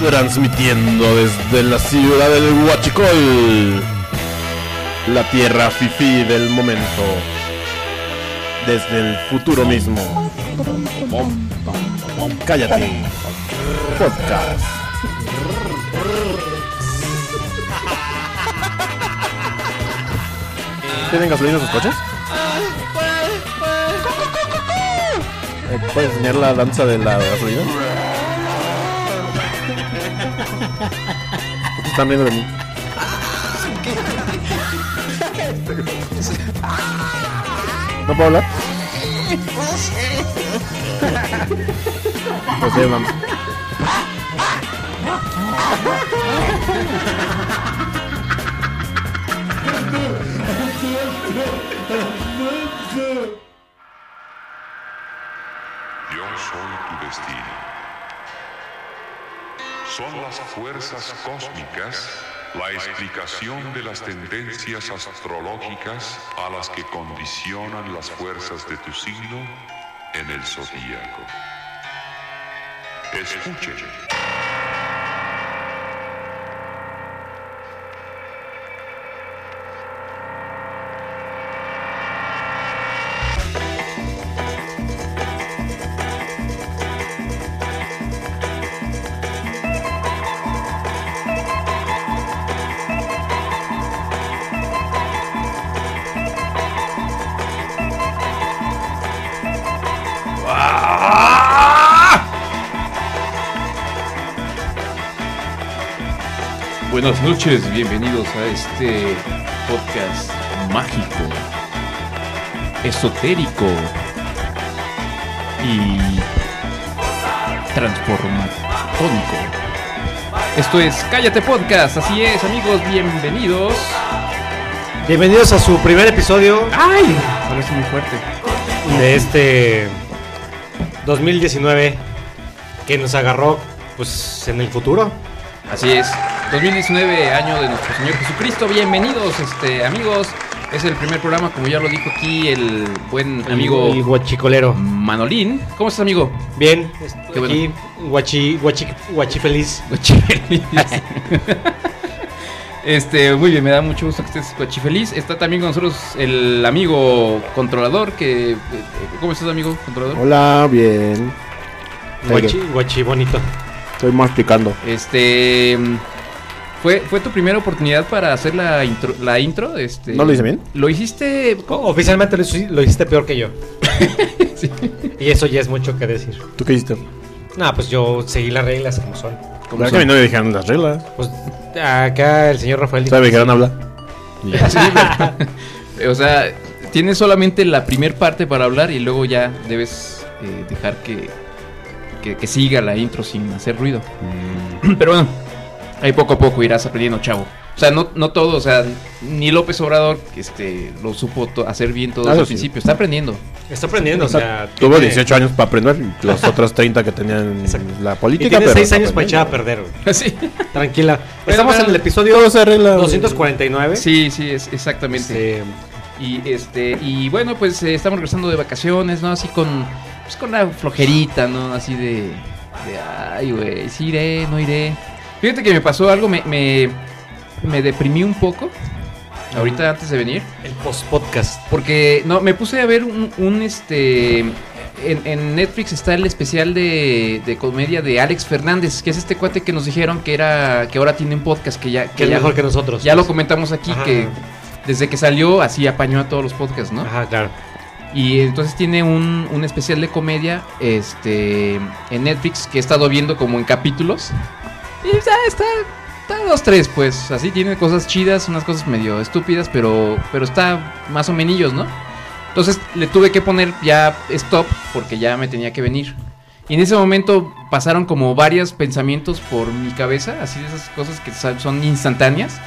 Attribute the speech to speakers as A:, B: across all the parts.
A: transmitiendo desde la ciudad del Huachicol, la tierra fifí del momento, desde el futuro mismo. Cállate, podcast. ¿Tienen gasolina sus coches? Eh, ¿Puedes enseñar la danza de la gasolina? ¿Por qué Están riendo de mí. ¿No puedo hablar? Pues sí, vamos.
B: Yo soy tu destino. Son las fuerzas cósmicas la explicación de las tendencias astrológicas a las que condicionan las fuerzas de tu signo en el zodíaco. Escuchen.
C: Buenas noches, bienvenidos a este podcast mágico, esotérico y transformatónico. Esto es Cállate Podcast, así es amigos, bienvenidos.
D: Bienvenidos a su primer episodio
C: ¡Ay! Parece muy fuerte.
D: de este 2019 que nos agarró pues en el futuro.
C: Así es, 2019, año de nuestro Señor Jesucristo, bienvenidos este amigos. Es el primer programa, como ya lo dijo aquí el buen amigo
D: El guachicolero.
C: Manolín. ¿Cómo estás amigo?
D: Bien,
C: Qué
D: estoy
C: bueno.
D: aquí guachi, guachi, guachi feliz.
C: Guachifeliz. Este, muy bien, me da mucho gusto que estés guachifeliz. Está también con nosotros el amigo controlador que... eh, ¿Cómo estás, amigo controlador?
A: Hola, bien.
D: Guachi, guachi bonito.
A: Estoy masticando.
C: Este... ¿Fue, ¿Fue tu primera oportunidad para hacer la intro? La intro este,
A: ¿No lo hice bien?
C: Lo hiciste...
D: O- Oficialmente lo, hici- lo hiciste peor que yo.
C: Sí.
D: Y eso ya es mucho que decir.
A: ¿Tú qué hiciste?
D: Nada, pues yo seguí las reglas como son.
C: ¿Cómo
A: ¿Verdad que a mí
C: son?
A: no me dijeron las reglas.
D: Pues acá el señor Rafael
A: O
D: dijo,
A: sea, me dijeron hablar. Y ya.
C: o sea, tienes solamente la primer parte para hablar y luego ya debes eh, dejar que, que, que siga la intro sin hacer ruido. Pero bueno, ahí poco a poco irás aprendiendo, chavo. O sea, no, no todo, o sea, ni López Obrador este, lo supo to- hacer bien todo
A: Ah, eso
C: desde el
A: sí.
C: principio. Está aprendiendo.
D: está aprendiendo, o sea...
A: Tuvo
D: tiene-
A: 18 años para aprender y los otros 30 que tenían
D: Exacto.
A: la
D: Y
A: política.
D: tiene
A: pero
D: 6
A: está
D: años para echar a
A: aprendiendo.
D: perder, güey.
C: Sí,
D: Tranquila. Estamos
C: pero-
D: en el episodio
A: Todo se arregla. güey.
D: 249.
C: sí, sí es, exactamente.
D: Este,
C: Y este y bueno, pues eh, estamos regresando de vacaciones, ¿no? Así con pues con la flojerita, ¿no? Así de de ay, güey, sí iré, no iré. Fíjate que me pasó algo, me me, me deprimí un poco ahorita antes de venir,
D: el post-podcast.
C: porque no me puse a ver un, un, este en, en Netflix está el especial de, de comedia de Alex Fernández, que es este cuate que nos dijeron que era que ahora tiene un podcast que ya
D: Que es
C: ya,
D: mejor que nosotros.
C: ya lo comentamos aquí
D: Ajá.
C: que desde que salió así apañó a todos los podcasts, ¿no?
D: Ajá, claro.
C: Y entonces tiene un, un especial de comedia este, en Netflix que he estado viendo como en capítulos. Y ya está, está dos, tres, pues. Así tiene cosas chidas, unas cosas medio estúpidas, pero, pero está más o menillos, ¿no? Entonces le tuve que poner ya stop porque ya me tenía que venir. Y en ese momento pasaron como varios pensamientos por mi cabeza, así de esas cosas que sa- son instantáneas.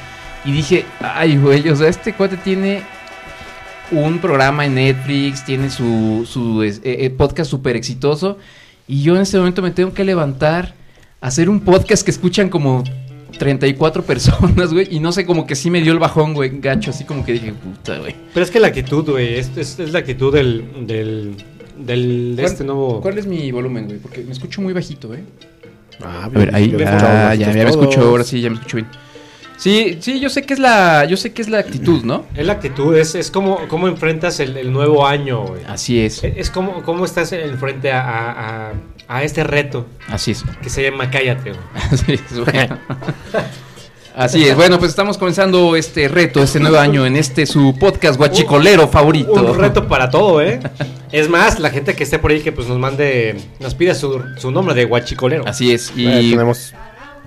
C: Y dije, ay, güey, o sea, este cuate tiene un programa en Netflix, tiene su, su es- eh, eh, podcast súper exitoso. Y yo en este momento me tengo que levantar, a hacer un podcast que escuchan como 34 personas, güey. Y no sé, como que sí me dio el bajón, güey, gacho. Así como que dije, puta, güey.
D: Pero es que la actitud, güey, es, es, es la actitud del, del, del de
C: ¿Cuál-
D: este nuevo...
C: ¿Cuál es mi volumen, güey? Porque me escucho muy bajito, ¿eh?
A: Ah,
C: A ver, ahí.
A: bien, bien,
C: Ah,
A: bien,
C: ya
A: bien,
C: me
A: todos.
C: escuchó, ahora sí, ya me escuchó bien. Sí, sí, yo sé que es la, yo sé que es la actitud, ¿no?
D: Es la actitud, es, es como, como enfrentas el, el nuevo año, güey.
C: Así es,
D: Es, es como, como estás enfrente a, a- a- a este reto
C: así es.
D: que se llama Cállate, güey.
C: Así es, bueno. Así es, bueno, pues estamos comenzando este reto, este nuevo año, en este su podcast guachicolero favorito.
D: Un reto para todo, ¿eh? Es más, la gente que esté por ahí que pues nos mande, nos pida su, su nombre de guachicolero.
C: Así es, y
A: Eh, tenemos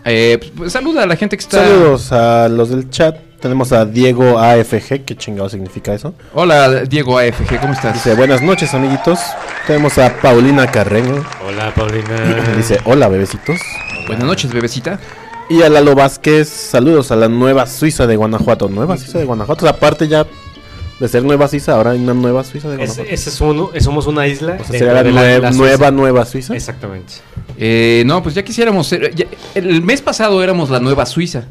C: eh, pues, pues, saluda a la gente que está.
A: saludos a los del chat. Tenemos a Diego AFG, ¿qué chingado significa eso?
C: Hola, Diego AFG, ¿cómo estás?
A: Dice, buenas noches, amiguitos. Tenemos a Paulina Carreño.
D: Hola, Paulina.
A: que Dice, hola, bebecitos.
C: Buenas noches, bebecita.
A: Y a Lalo Vázquez, saludos a la nueva Suiza de Guanajuato. Nueva Suiza de Guanajuato. O sea, aparte ya de ser nueva Suiza, ahora hay una nueva Suiza de
D: Es,
A: Guanajuato.
D: ese es uno, somos una isla.
A: o sea,
D: dentro
A: sería la,
D: de
A: nue-
D: la
A: nueva,
D: Suiza.
A: nueva Suiza.
D: Exactamente.
C: Eh, no, pues ya quisiéramos ser. ya- el mes pasado éramos la nueva Suiza.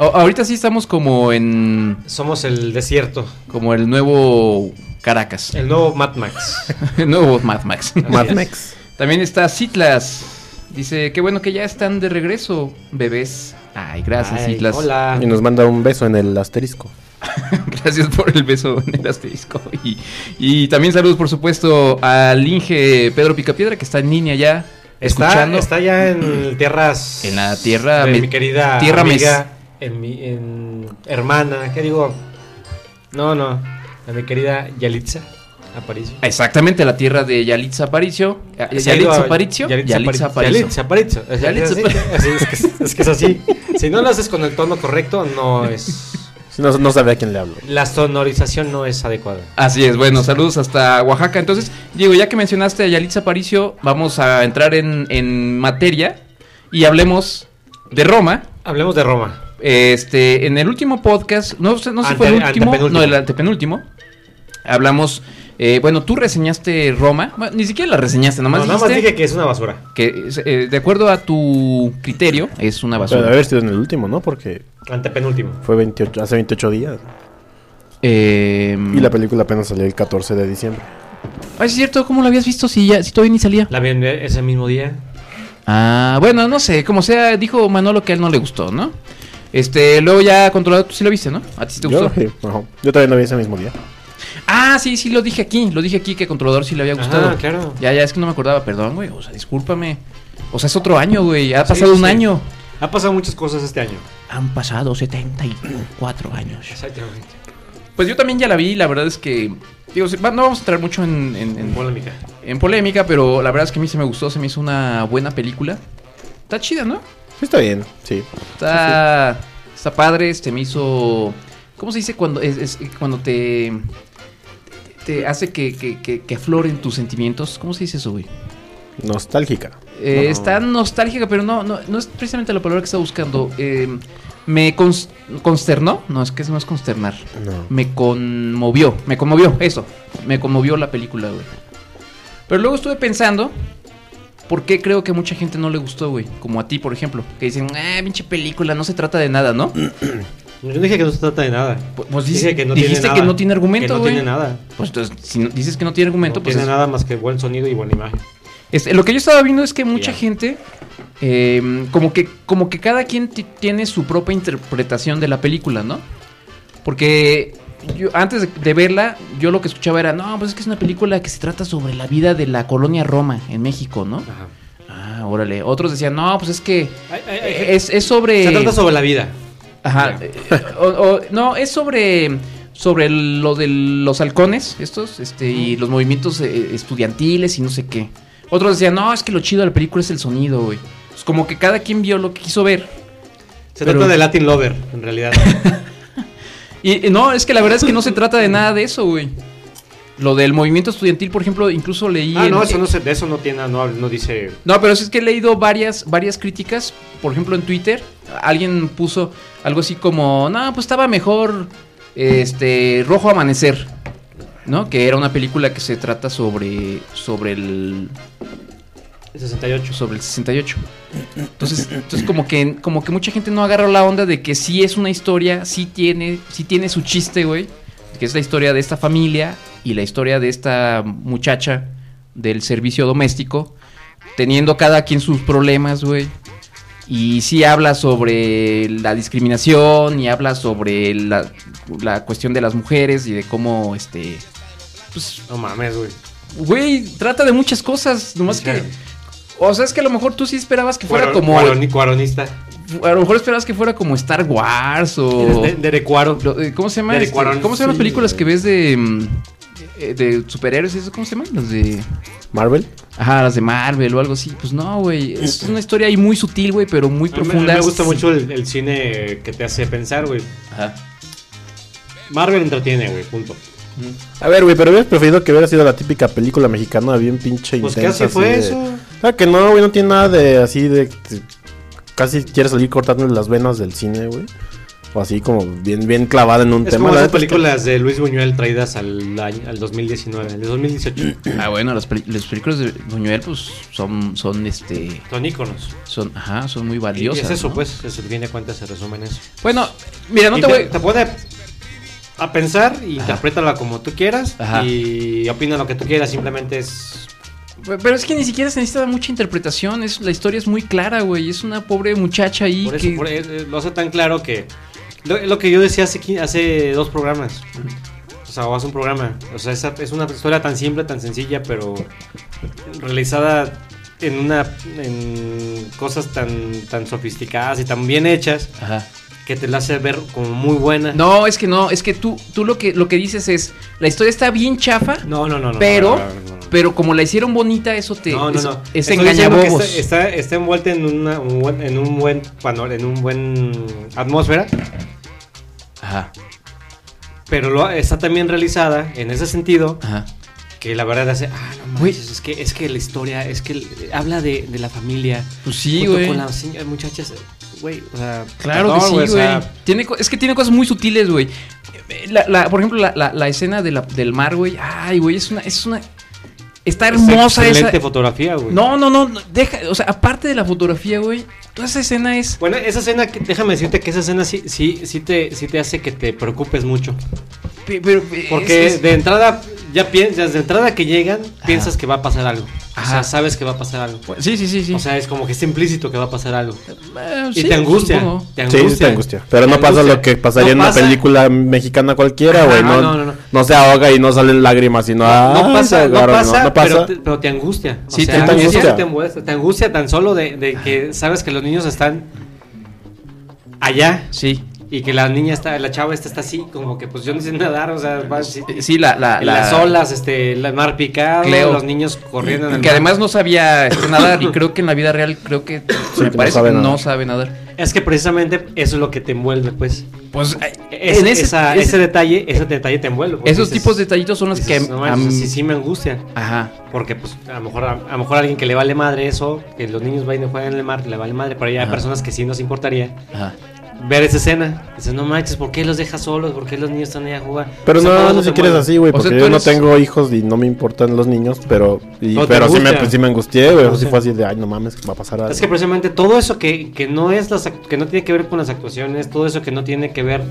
C: A- ahorita sí estamos como en.
D: Somos el desierto,
C: como el nuevo Caracas.
D: el nuevo Mad Max.
C: El nuevo Mad Max.
A: Mad
D: Así es.
A: Max.
C: También está Citlas. Dice, qué bueno que ya están de regreso, bebés. Ay, gracias,
D: Ay,
C: Citlas.
D: Hola.
A: Y nos manda un beso en el asterisco.
C: Gracias por el beso en el asterisco. Y, y también saludos, por supuesto, al Inge Pedro Picapiedra, que está en línea ya.
D: Está,
C: escuchando.
D: está ya en tierras.
C: En la tierra
D: de
C: me-
D: mi querida
C: tierra
D: amiga. En mi en hermana. ¿Qué digo? No, no. De mi querida Yalitza Aparicio.
C: Exactamente, la tierra de Yalitza Aparicio. Ah, Yalitza Aparicio.
D: Yalitza
C: Yalitza
D: Aparicio.
C: Aparicio.
D: Yalitza Aparicio. Es-
C: Yalitza
D: es-
C: Aparicio.
D: es- es que es- Es que es así. Si no lo haces con el tono correcto, no es.
A: Si no, no sabe a quién le hablo.
D: La sonorización no es adecuada.
C: Así es, bueno, saludos hasta Oaxaca. Entonces, Diego, ya que mencionaste a Yalitza Aparicio, vamos a entrar en, en materia y hablemos de Roma.
D: Hablemos de Roma.
C: Este, en el último podcast, no, sé- no sé si fue el
D: Ante-
C: último,
D: antepenúltimo.
C: no, el antepenúltimo, hablamos, eh, bueno, tú reseñaste Roma, bueno, ni siquiera la reseñaste, nomás
D: No, nada más
C: dijiste
D: dije que es una basura.
C: que eh, de acuerdo a tu criterio es una
A: Pero debe
C: basura.
A: haber sido en el último, ¿no? Porque
D: Antepenúltimo.
A: fue 28, hace 28 días.
C: Eh,
A: Y la película apenas salió el 14 de diciembre.
C: Ah, es cierto, ¿cómo la habías visto si ya si todavía ni salía?
D: La vi en ese mismo día.
C: Ah, bueno, no sé, como sea, dijo Manolo que a él no le gustó, ¿no? Este, luego ya controlado, tú sí lo viste, ¿no? A ti sí te
A: Yo,
C: gustó.
A: sí, ajá. Yo también la vi ese mismo día.
C: Ah, sí, sí, lo dije aquí, lo dije aquí que controlador sí le había gustado.
D: Ah, claro.
C: Ya, ya, es que no me acordaba, perdón, güey. O sea, discúlpame. O sea, es otro año, güey. Ha
D: Sí,
C: pasado
D: sí,
C: un
D: sí.
C: año.
D: Ha pasado muchas cosas este año.
C: Han pasado 74 años.
D: Exactamente.
C: Pues yo también ya la vi, la verdad es que. Digo, sí, va- no vamos a entrar mucho en, en- en-
D: Polémica.
C: en polémica, pero la verdad es que a mí se me gustó, se me hizo una buena película. Está chida, ¿no?
A: Sí, está bien, sí.
C: Está. Está padre, este me hizo. ¿Cómo se dice cuando es, es- cuando te. te hace que, que, que, que afloren tus sentimientos? ¿Cómo se dice eso, güey?
A: Nostálgica.
C: Eh,
D: No.
C: Está nostálgica, pero no, no, no es precisamente la palabra que está buscando. Eh, me cons- consternó. No, es que eso no es consternar.
A: No.
C: Me conmovió. Me conmovió, eso. Me conmovió la película, güey. Pero luego estuve pensando. ¿Por qué creo que a mucha gente no le gustó, güey? Como a ti, por ejemplo. Que dicen, ah, pinche película, no se trata de nada, ¿no?
D: Yo dije que no se trata de nada.
C: Pues, pues
D: Dije
C: dice-
D: que no
C: dijiste
D: tiene
C: que
D: nada.
C: no tiene
D: Que
C: argumento,
D: no
C: güey.
D: tiene nada.
C: Pues entonces, si no- dices que no tiene argumento,
D: no
C: pues.
D: tiene
C: es-
D: nada más que buen sonido y buena imagen.
C: Este, lo que yo estaba viendo es que mucha
D: Ya.
C: gente, eh, como, que, como que cada quien ti- tiene su propia interpretación de la película, ¿no? Porque yo, antes de, de verla, yo lo que escuchaba era, no, pues es que es una película que se trata sobre la vida de la colonia Roma en México, ¿no?
D: Ajá.
C: Ah, órale. Otros decían, no, pues es que
D: Ay, ay, ay,
C: es, es sobre...
D: se trata sobre la vida.
C: Ajá. eh, o- o- no, es sobre sobre lo de los halcones, estos, este, y los movimientos eh, estudiantiles y no sé qué. Otros decían, no, es que lo chido de la película es el sonido, güey. Es como que cada quien vio lo que quiso ver.
D: Se
C: Pero-
D: trata de Latin Lover, en realidad.
C: Y eh, no, es que la verdad es que no se trata de nada de eso, güey. Lo del movimiento estudiantil, por ejemplo, incluso leí.
D: ah,
C: en- eh,
D: no, eso no se, de eso no tiene, no, no dice.
C: No, pero es que he leído varias, varias críticas. Por ejemplo, en Twitter, alguien puso algo así como, no, pues estaba mejor este Rojo Amanecer, ¿no? Que era una película que se trata sobre, sobre, el,
D: 68.
C: sobre el 68. Entonces, entonces como, que, como que mucha gente no agarró la onda de que sí es una historia, sí tiene, sí tiene su chiste, güey. Que es la historia de esta familia y la historia de esta muchacha del servicio doméstico, teniendo cada quien sus problemas, güey. Y sí habla sobre la discriminación y habla sobre la, la cuestión de las mujeres y de cómo, este, pues,
D: No mames, güey.
C: güey, trata de muchas cosas, nomás que...
D: Claro.
C: O sea, es que a lo mejor tú sí esperabas que fuera
D: Cuaro-
C: como...
D: cuaroni- cuaronista.
C: A lo mejor esperabas que fuera como Star Wars o...
D: Eres de- de Cuaro.
C: Lo- eh, ¿Cómo se llama?
D: Derek
C: este?
D: Warren.
C: ¿Cómo se llaman las
D: Sí,
C: películas
D: güey.
C: que ves de, mm, eh, de superhéroes? y ¿Eso cómo se llaman? Las de.
A: Marvel.
C: Ajá, las de Marvel o algo así. Pues no, güey. Es una historia ahí muy sutil, güey, pero muy
D: A mí- a mí
C: profunda.
D: Me gusta mucho el, el cine que te hace pensar, güey.
C: Ajá.
D: Marvel entretiene, güey, punto.
A: A ver, güey, pero hubieras preferido que hubiera sido la típica película mexicana bien pinche
D: Pues
A: intensa.
D: casi fue
A: así de-
D: eso.
A: Ah, que no, güey, no tiene nada de así de... de- Casi quieres salir cortándole las venas del cine, güey. O así como bien, bien clavada en un
D: Es
A: tema.
D: como
A: La
D: esas
A: neta es que-
D: películas de Luis Buñuel traídas al, año- al 2019, al 2018.
C: Ah, bueno, las, peli- las películas de Buñuel, pues son, son, este.
D: Son íconos.
C: Son, ajá, son muy
D: Y
C: valiosas.
D: es eso,
C: ¿no?
D: pues, es el fin de cuentas se resume en eso.
C: Bueno, mira, no
D: Y
C: te
D: te,
C: voy.
D: te pone a pensar y interprétala como tú quieras
C: Ajá.
D: y opina lo que tú quieras, simplemente es...
C: Pero es que ni siquiera se necesita mucha interpretación. Es, la historia es muy clara, güey. Es una pobre muchacha ahí
D: Por eso,
C: que.
D: por- eh, eh, lo hace tan claro que... Lo, lo que yo decía hace, qui- hace dos programas. O sea, o hace un programa. O sea, esa- es una historia tan simple, tan sencilla, pero realizada en una en cosas tan tan sofisticadas y tan bien hechas
C: Ajá.
D: que te la hace ver como muy buena.
C: No, es que no, es que tú, tú lo que lo que dices es, la historia está bien chafa,
D: no, no, no. no,
C: pero,
D: no, no, no, no.
C: pero como la hicieron bonita, eso te
D: No, no,
C: es,
D: no.
C: es
D: Estoy diciendo
C: engañabobos.
D: que Está, está, está envuelta en una un buen, en un buen panor, en un buen atmósfera,
C: Ajá,
D: pero lo, está también realizada en ese sentido
C: ajá.
D: que la verdad hace, ah, no
C: Güey.
D: manches, es que es que la historia, es que el- habla de, de la familia,
C: Pues sí,
D: junto
C: güey.
D: con las señ- muchachas, güey, o sea,
C: Claro
D: perdón,
C: que sí,
D: o
C: güey.
D: sea,
C: Tiene co- es que tiene cosas muy sutiles, güey. Eh, la- la- por ejemplo, la, la- la escena de la- del mar, güey. Ay, güey, es una es una está
D: es
C: hermosa esa.
D: excelente fotografía, güey.
C: No, no, no, no, deja, o sea, aparte de la fotografía, güey, toda esa escena es
D: Bueno, esa escena, que- déjame decirte que esa escena sí, sí, sí te, sí te hace que te preocupes mucho.
C: pe- pero, eh,
D: Porque
C: es- es-
D: de entrada, ya piensas, de entrada que llegan, piensas que va a pasar algo. O
C: Ajá.
D: sea, sabes que va a pasar algo.
C: Sí, sí, sí, sí.
D: O sea, es como que está implícito que va a pasar algo.
C: Eh,
D: Y
C: sí,
D: te angustia.
C: supongo.
A: Sí,
D: Te angustia.
A: sí te angustia. Pero
D: Te
A: no pasa
D: angustia.
A: lo que pasaría
D: No
A: en
D: pasa-
A: una película mexicana cualquiera,
D: Ajá,
A: güey. No,
D: no, no, no.
A: no se ahoga y no salen lágrimas, sino...
D: No, no
A: "Ah, se
D: pasa, no
A: ahogaron",
D: pasa,
A: no pasa.
D: Pero, te, pero te angustia. O
C: Sí,
D: sea,
A: te
D: eso
A: angustia.
D: Te, molesta, te angustia tan solo de, de que sabes que los niños están allá
C: Sí.
D: y que la niña está, la chava esta está así, como que pues yo no sé nadar, o sea, va así.
C: Eh, Sí, la, la, la-
D: las olas, este, el mar picado,
C: Cleo.
D: los niños corriendo en el
C: Que
D: mar.
C: además no sabía este, nadar y creo que en la vida real creo que me
A: que no
C: parece
A: sabe
C: que no
A: nadar.
C: sabe nadar.
D: Es que precisamente eso es lo que te envuelve, pues.
C: Pues eh,
D: Es-
C: en ese-
D: esa-
C: ese-
D: ese detalle, ese detalle te envuelve. porque
C: esos
D: dices-
C: tipos de detallitos son los que
D: dices, "No
C: a
D: manches,
C: mí-
D: sí, sí me angustia.
C: Ajá.
D: Porque pues a lo mejor a, a lo mejor a alguien que le vale madre eso, que los niños vayan a jugar en el mar, le vale madre, pero ya hay
C: Ajá.
D: personas que sí nos importaría
C: Ajá.
D: ver esa escena. Dices, no manches, ¿por qué los dejas solos? ¿Por qué los niños están ahí a jugar?
A: Pero
D: O sea, todo
A: no,
D: eso
A: no
D: te
A: si quieres
D: mueve.
A: así, güey,
C: O sea,
A: porque
C: tú
A: yo no
C: eres-
A: tengo hijos y no me importan los niños, pero y-
D: No te
A: pero sí me, pues,
D: gusta.
A: sí me angustié, güey, o sea, sí
D: Ajá.
A: fue así de, ay, no mames, que va a pasar algo.
D: Es que precisamente todo eso que, que no es las act- que no tiene que ver con las actuaciones, todo eso que no tiene que ver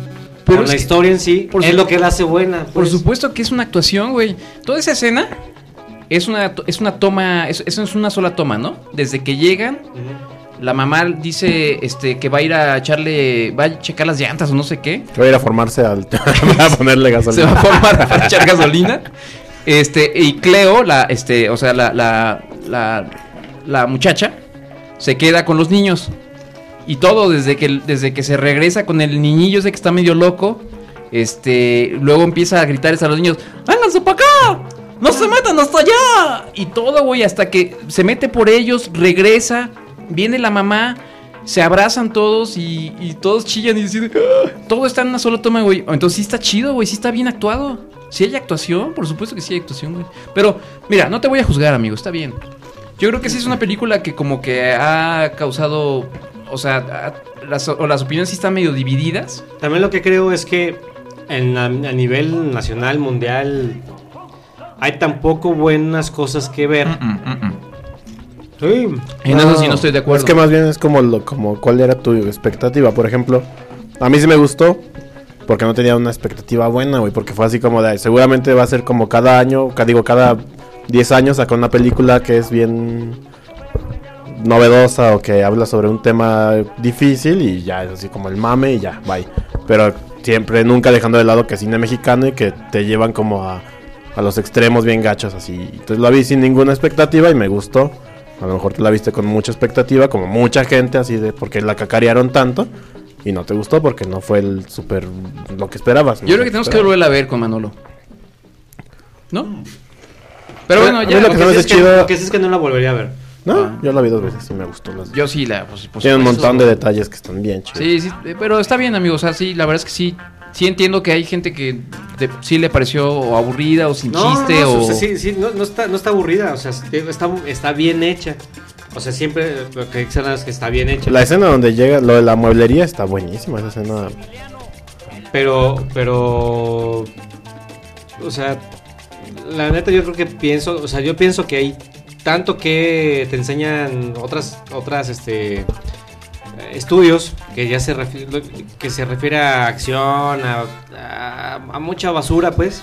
C: Pero
D: con
C: es
D: la
C: que-
D: historia en sí,
C: por
D: es
C: su-
D: lo que la hace buena.
C: Por
D: pues.
C: supuesto que es una actuación, güey. Toda esa escena es una, to- es una toma, es, es una sola toma, ¿no? Desde que llegan,
D: Ujú.
C: la mamá dice este, que va a ir a echarle, va a checar las llantas o no sé qué.
A: Voy a ir a formarse al a ponerle
C: se va a
A: gasolina.
C: formar para echar gasolina. Este, y Cleo, la, este, o sea, la, la, la, la muchacha, se queda con los niños. Y todo, desde que, el- desde que se regresa con el niñillo ese que está medio loco, este, luego empieza a gritarles a los niños, ¡Háganse para acá! ¡No se metan hasta allá! Y todo, güey, hasta que se mete por ellos, regresa, viene la mamá, se abrazan todos y, y todos chillan y dicen, "Ah". todo está en una sola toma, güey. Entonces sí está chido, güey, sí está bien actuado. Si hay actuación, por supuesto que sí hay actuación, güey. Pero, mira, no te voy a juzgar, amigo, está bien. Yo creo que sí es una película que como que ha causado, o sea, ha- las, o las opiniones sí están medio divididas.
D: También lo que creo es que en la- a nivel nacional, mundial, hay tampoco buenas cosas que ver.
C: Mm,
D: Sí.
C: En eso sí no estoy de acuerdo.
A: Ah, Es que más bien es como lo, como cuál era tu expectativa, por ejemplo. A mí sí me gustó, porque no tenía una expectativa buena, güey, porque fue así como de, "Ay, seguramente va a ser como cada año, ca- digo, cada 10 años saca una película que es bien novedosa o que habla sobre un tema difícil y ya es así como el mame y ya, bye. Pero siempre, nunca dejando de lado que es cine mexicano y que te llevan como a, a los extremos bien gachos así. Entonces la vi sin ninguna expectativa y me gustó. A lo mejor te la viste con mucha expectativa, como mucha gente, así de porque la cacarearon tanto y no te gustó porque no fue el super lo que esperabas.
C: Yo creo que tenemos que volverla a ver con Manolo. ¿No? Pero bueno,
A: A mí
C: ya.
A: lo
C: lo
A: que
C: que
A: se me
C: sí
A: hace
C: es que-
A: chido-
D: Lo que sí es que no la volvería a ver.
A: No,
C: Ah.
A: yo la vi dos veces y me gustó. Las...
C: Yo sí la. Pues, por
A: Tiene un
C: supuesto.
A: montón de detalles que están bien chidos.
C: Sí, sí, eh, pero está bien, amigos. O sea, sí, la verdad es que sí. Sí entiendo que hay gente que de- sí le pareció o aburrida o sin
D: No,
C: chiste
D: no,
C: o.
D: o sea, sí, sí, no, no está, no está aburrida, o sea, está, está bien hecha. O sea, siempre lo que dicen es que está bien hecha.
A: La escena donde llega, lo de la mueblería está buenísima, esa escena.
D: Pero, pero. O sea, la neta, yo creo que pienso. O sea, yo pienso que hay tanto que te enseñan otras, otras, este. eh, Estudios que ya se, refi- lo- que se refiere a acción, a, a- a mucha basura, pues.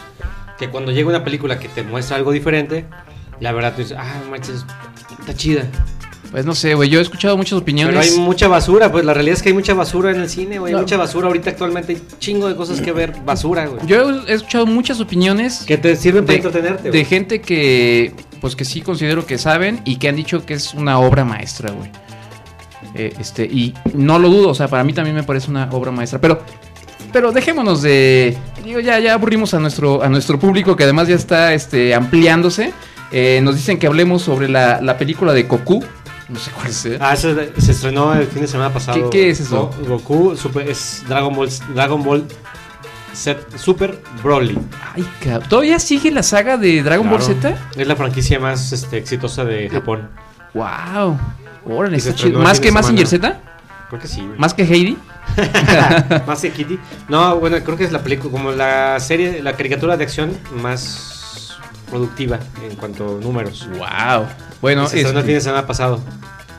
D: Que cuando llega una película que te muestra algo diferente, la verdad tú dices, ah, manches, está chida.
C: Pues no sé, güey. Yo he escuchado muchas
D: Pero
C: opiniones.
D: hay mucha basura, pues la realidad es que hay mucha basura en el cine, güey. Hay
C: No.
D: mucha basura ahorita actualmente, hay chingo de cosas que ver, basura, güey.
C: Yo he escuchado muchas opiniones.
D: Que te sirven para
C: de,
D: entretenerte.
C: de
D: güey.
C: gente que pues que sí considero que saben y que han dicho que es una obra maestra, güey. Eh, este, y no lo dudo, o sea, para mí también me parece una obra maestra, pero pero dejémonos de digo ya ya aburrimos a nuestro a nuestro público que además ya está este ampliándose. Eh, nos dicen que hablemos sobre la, la película de Goku, no sé cuál sea.
D: Ah, eso es de- se estrenó el fin de semana
C: ¿Qué-
D: pasado.
C: qué es eso?
D: Go- Goku Super- es Dragon Ball, Dragon Ball Z- Super Broly.
C: Ay, cab- ¿Todavía sigue la saga de Dragon Ball Z?
D: Claro. Es la franquicia más este, exitosa de Japón.
C: Wow. Órale,
D: Y se
C: está chido.
D: estrenó el
C: Más
D: fin
C: que
D: de
C: Massinger Z,
D: semana. Creo que sí. güey.
C: más que Heidi.
D: más que Kitty. No, bueno, creo que es la película, como la serie, la caricatura de acción más productiva en cuanto a números.
C: Wow. Bueno,
D: se
C: este-
D: estrenó el fin de semana pasado.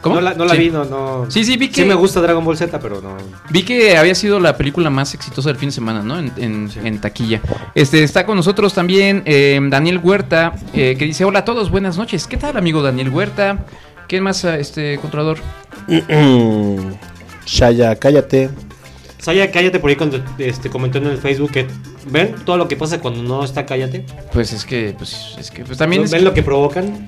C: ¿Cómo?
D: No la, no la
C: Sí.
D: vi, no, no.
C: Sí, sí, vi que,
D: Sí me gusta Dragon Ball Z, pero no.
C: vi que había sido la película más exitosa del fin de semana, ¿no? En, en-
D: Sí.
C: en taquilla. Este, está con nosotros también eh, Daniel Huerta, eh, que dice, hola a todos, buenas noches. ¿Qué tal, amigo Daniel Huerta? ¿Qué más, ah, este, controlador?
A: Shaya, cállate.
D: Saya, cállate por ahí cuando este, comentó en el Facebook que ven todo lo que pasa cuando no está cállate.
C: Pues es que, pues, es que, pues también es-
D: ven lo que provocan.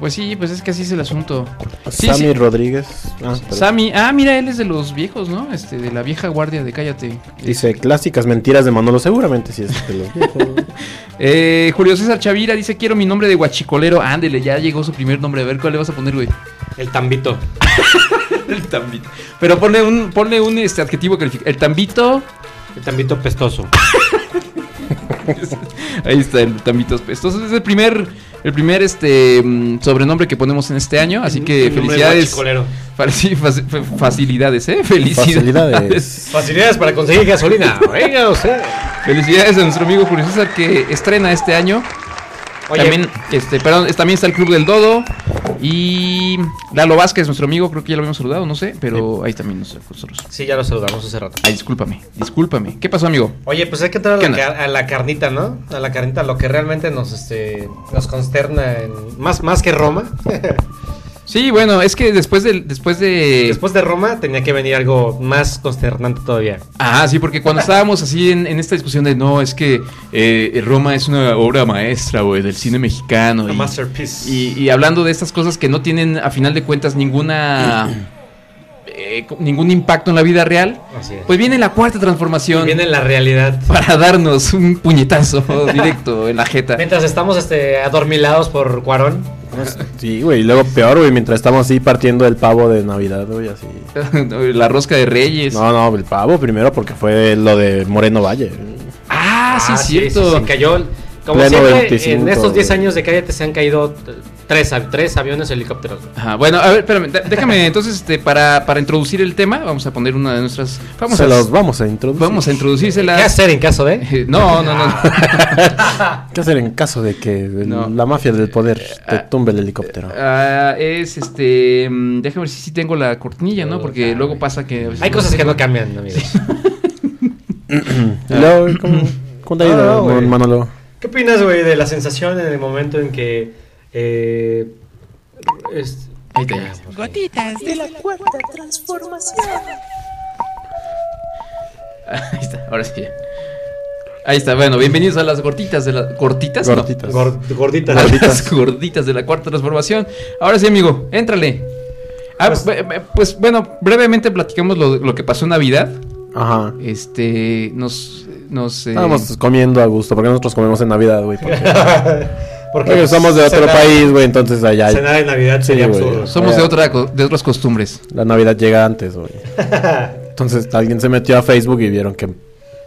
C: pues sí, pues es que así es el asunto. Sí,
A: Sammy
C: sí.
A: Rodríguez. Ah, perdón.
C: Sammy, ah, mira, él es de los viejos, ¿no? Este, de la vieja guardia de Cállate.
A: Dice clásicas mentiras de Manolo, seguramente sí es de los viejos.
C: Eh, Julio César Chavira dice, quiero mi nombre de guachicolero. Ándele, ya llegó su primer nombre. A ver, ¿cuál le vas a poner, güey?
D: El tambito.
C: El tambito. Pero ponle un, ponle un este, adjetivo calificado. El tambito.
D: El tambito pestoso.
C: Ahí está, el tambito. Entonces es el primer, el primer este, mm, sobrenombre que ponemos en este año. Así que
D: El nombre
C: felicidades.
D: guachicolero.
C: Fa- sí, faci- fa- facilidades, ¿eh? Felicidades.
A: Facilidades.
D: Facilidades para conseguir gasolina. Oiga, usted.
C: Felicidades a nuestro amigo Julio César que estrena este año.
D: Oye,
C: También, este, perdón, es- también está el Club del Dodo. Y Lalo Vázquez, nuestro amigo, creo que ya lo habíamos saludado, no sé, pero ahí también nos nosotros.
D: Sí, ya lo saludamos hace rato.
C: Ay, discúlpame, discúlpame. ¿Qué pasó, amigo?
D: Oye, pues hay que entrar a
C: ¿Qué
D: la,
C: onda?
D: car- a la carnita, ¿no? A la carnita, lo que realmente nos, este, nos consterna en- más, más que Roma.
C: Sí, bueno, es que después del, después de.
D: Después de Roma tenía que venir algo más consternante todavía.
C: Ah, sí, porque cuando estábamos así en, en esta discusión de no, es que eh, Roma es una obra maestra, güey, del cine mexicano.
D: A
C: Y,
D: masterpiece.
C: y- y hablando de estas cosas que no tienen, a final de cuentas, ninguna. eh, co- ningún impacto en la vida real.
D: Así es.
C: Pues viene la cuarta
D: Y
C: transformación.
D: viene la realidad.
C: para darnos un puñetazo directo en la jeta.
D: Mientras estamos este, adormilados por Cuarón.
A: sí, güey, y luego peor, güey, mientras estamos así partiendo el pavo de Navidad, güey, así.
C: La rosca de Reyes.
A: No, no, el pavo primero porque fue lo de Moreno Valle.
C: Ah, sí, es cierto.
D: se cayó. Como
A: Pleno
D: siempre,
A: 25,
D: en estos 10
A: güey.
D: años de cállate se han caído t- tres, av- tres aviones helicópteros.
C: Ajá, bueno, a ver, espérame, dé- déjame entonces este, para, para introducir el tema, vamos a poner una de nuestras... Vamos,
A: Se
C: a,
A: los vamos a introducir.
C: vamos a
D: ¿Qué
C: introducírselas.
D: hacer en caso de?
C: Eh, No, no, no.
D: Ah.
A: ¿Qué hacer en caso de que el-
C: No.
A: la mafia del poder te
C: ah,
A: tumbe el helicóptero?
C: Ah, es este... mm, Déjame ver si sí tengo la cortinilla, ¿no? Porque luego pasa que... a veces
D: Hay cosas que
C: tengo.
D: no cambian, amigos.
A: Y
C: eh,
A: luego, ¿cómo, cómo te ha
D: No,
A: ido,
D: no, güey.
A: mon- Manolo?
D: ¿Qué opinas, güey, de la sensación en el momento en que eh, es-
C: Ahí te llegas.
E: Gotitas de la cuarta transformación.
C: Ahí está, ahora sí. Ahí está, bueno, bienvenidos a las gorditas de la. ¿Cortitas? No.
A: Gorditas.
D: Gord- gordita.
C: A las gorditas de la cuarta transformación. Ahora sí, amigo, éntrale. Ah,
D: Pues-
C: bu- bu- pues bueno, brevemente platicamos lo, lo que pasó en Navidad.
A: Ajá.
C: Este, nos. nos eh,
A: Estábamos comiendo a gusto, porque nosotros comemos en Navidad, güey. Porque,
D: Porque
A: porque somos de otro
D: cenar-
A: país, güey, entonces allá
D: Cenar en Navidad sería
A: güey.
D: absurdo.
C: somos de,
A: Ya.
C: otra, co- de otras costumbres.
A: la Navidad llega antes, güey. Entonces alguien se metió a Facebook y vieron que...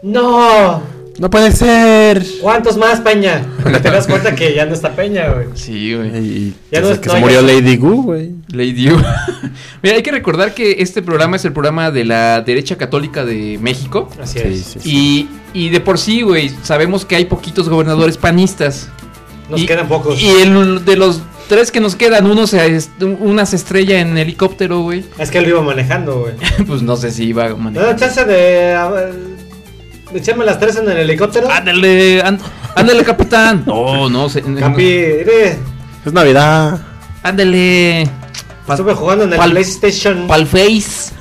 D: ¡No!
A: ¡No puede ser!
D: ¿Cuántos más, Peña? Porque te das cuenta que ya no está Peña, güey.
C: Sí,
A: Y,
C: güey.
A: y que
D: Ya no
A: se-
D: es-
A: que
D: no,
A: se
D: ya
A: murió
D: no-
A: Lady Goo, güey.
C: Lady U. Mira, hay que recordar que este programa es el programa de la derecha católica de México.
D: Así
A: Sí,
D: es.
A: sí, sí.
C: Y, y de por sí, güey, sabemos que hay poquitos gobernadores panistas.
D: Nos
C: Y-
D: quedan pocos.
C: Y el, de los tres que nos quedan, uno se, est- una se estrella en helicóptero, güey.
D: Es que él lo iba manejando, güey.
C: Pues no sé si iba a
D: ¿No da
C: manejar.
D: chance de, a ver, de echarme las tres en el helicóptero?
C: Ándale, ánd- ándale, capitán. No, no sé.
D: Capi, mire,
A: Es Navidad.
C: Ándale.
D: estuve jugando en el
C: pal-
D: PlayStation
C: Pal face.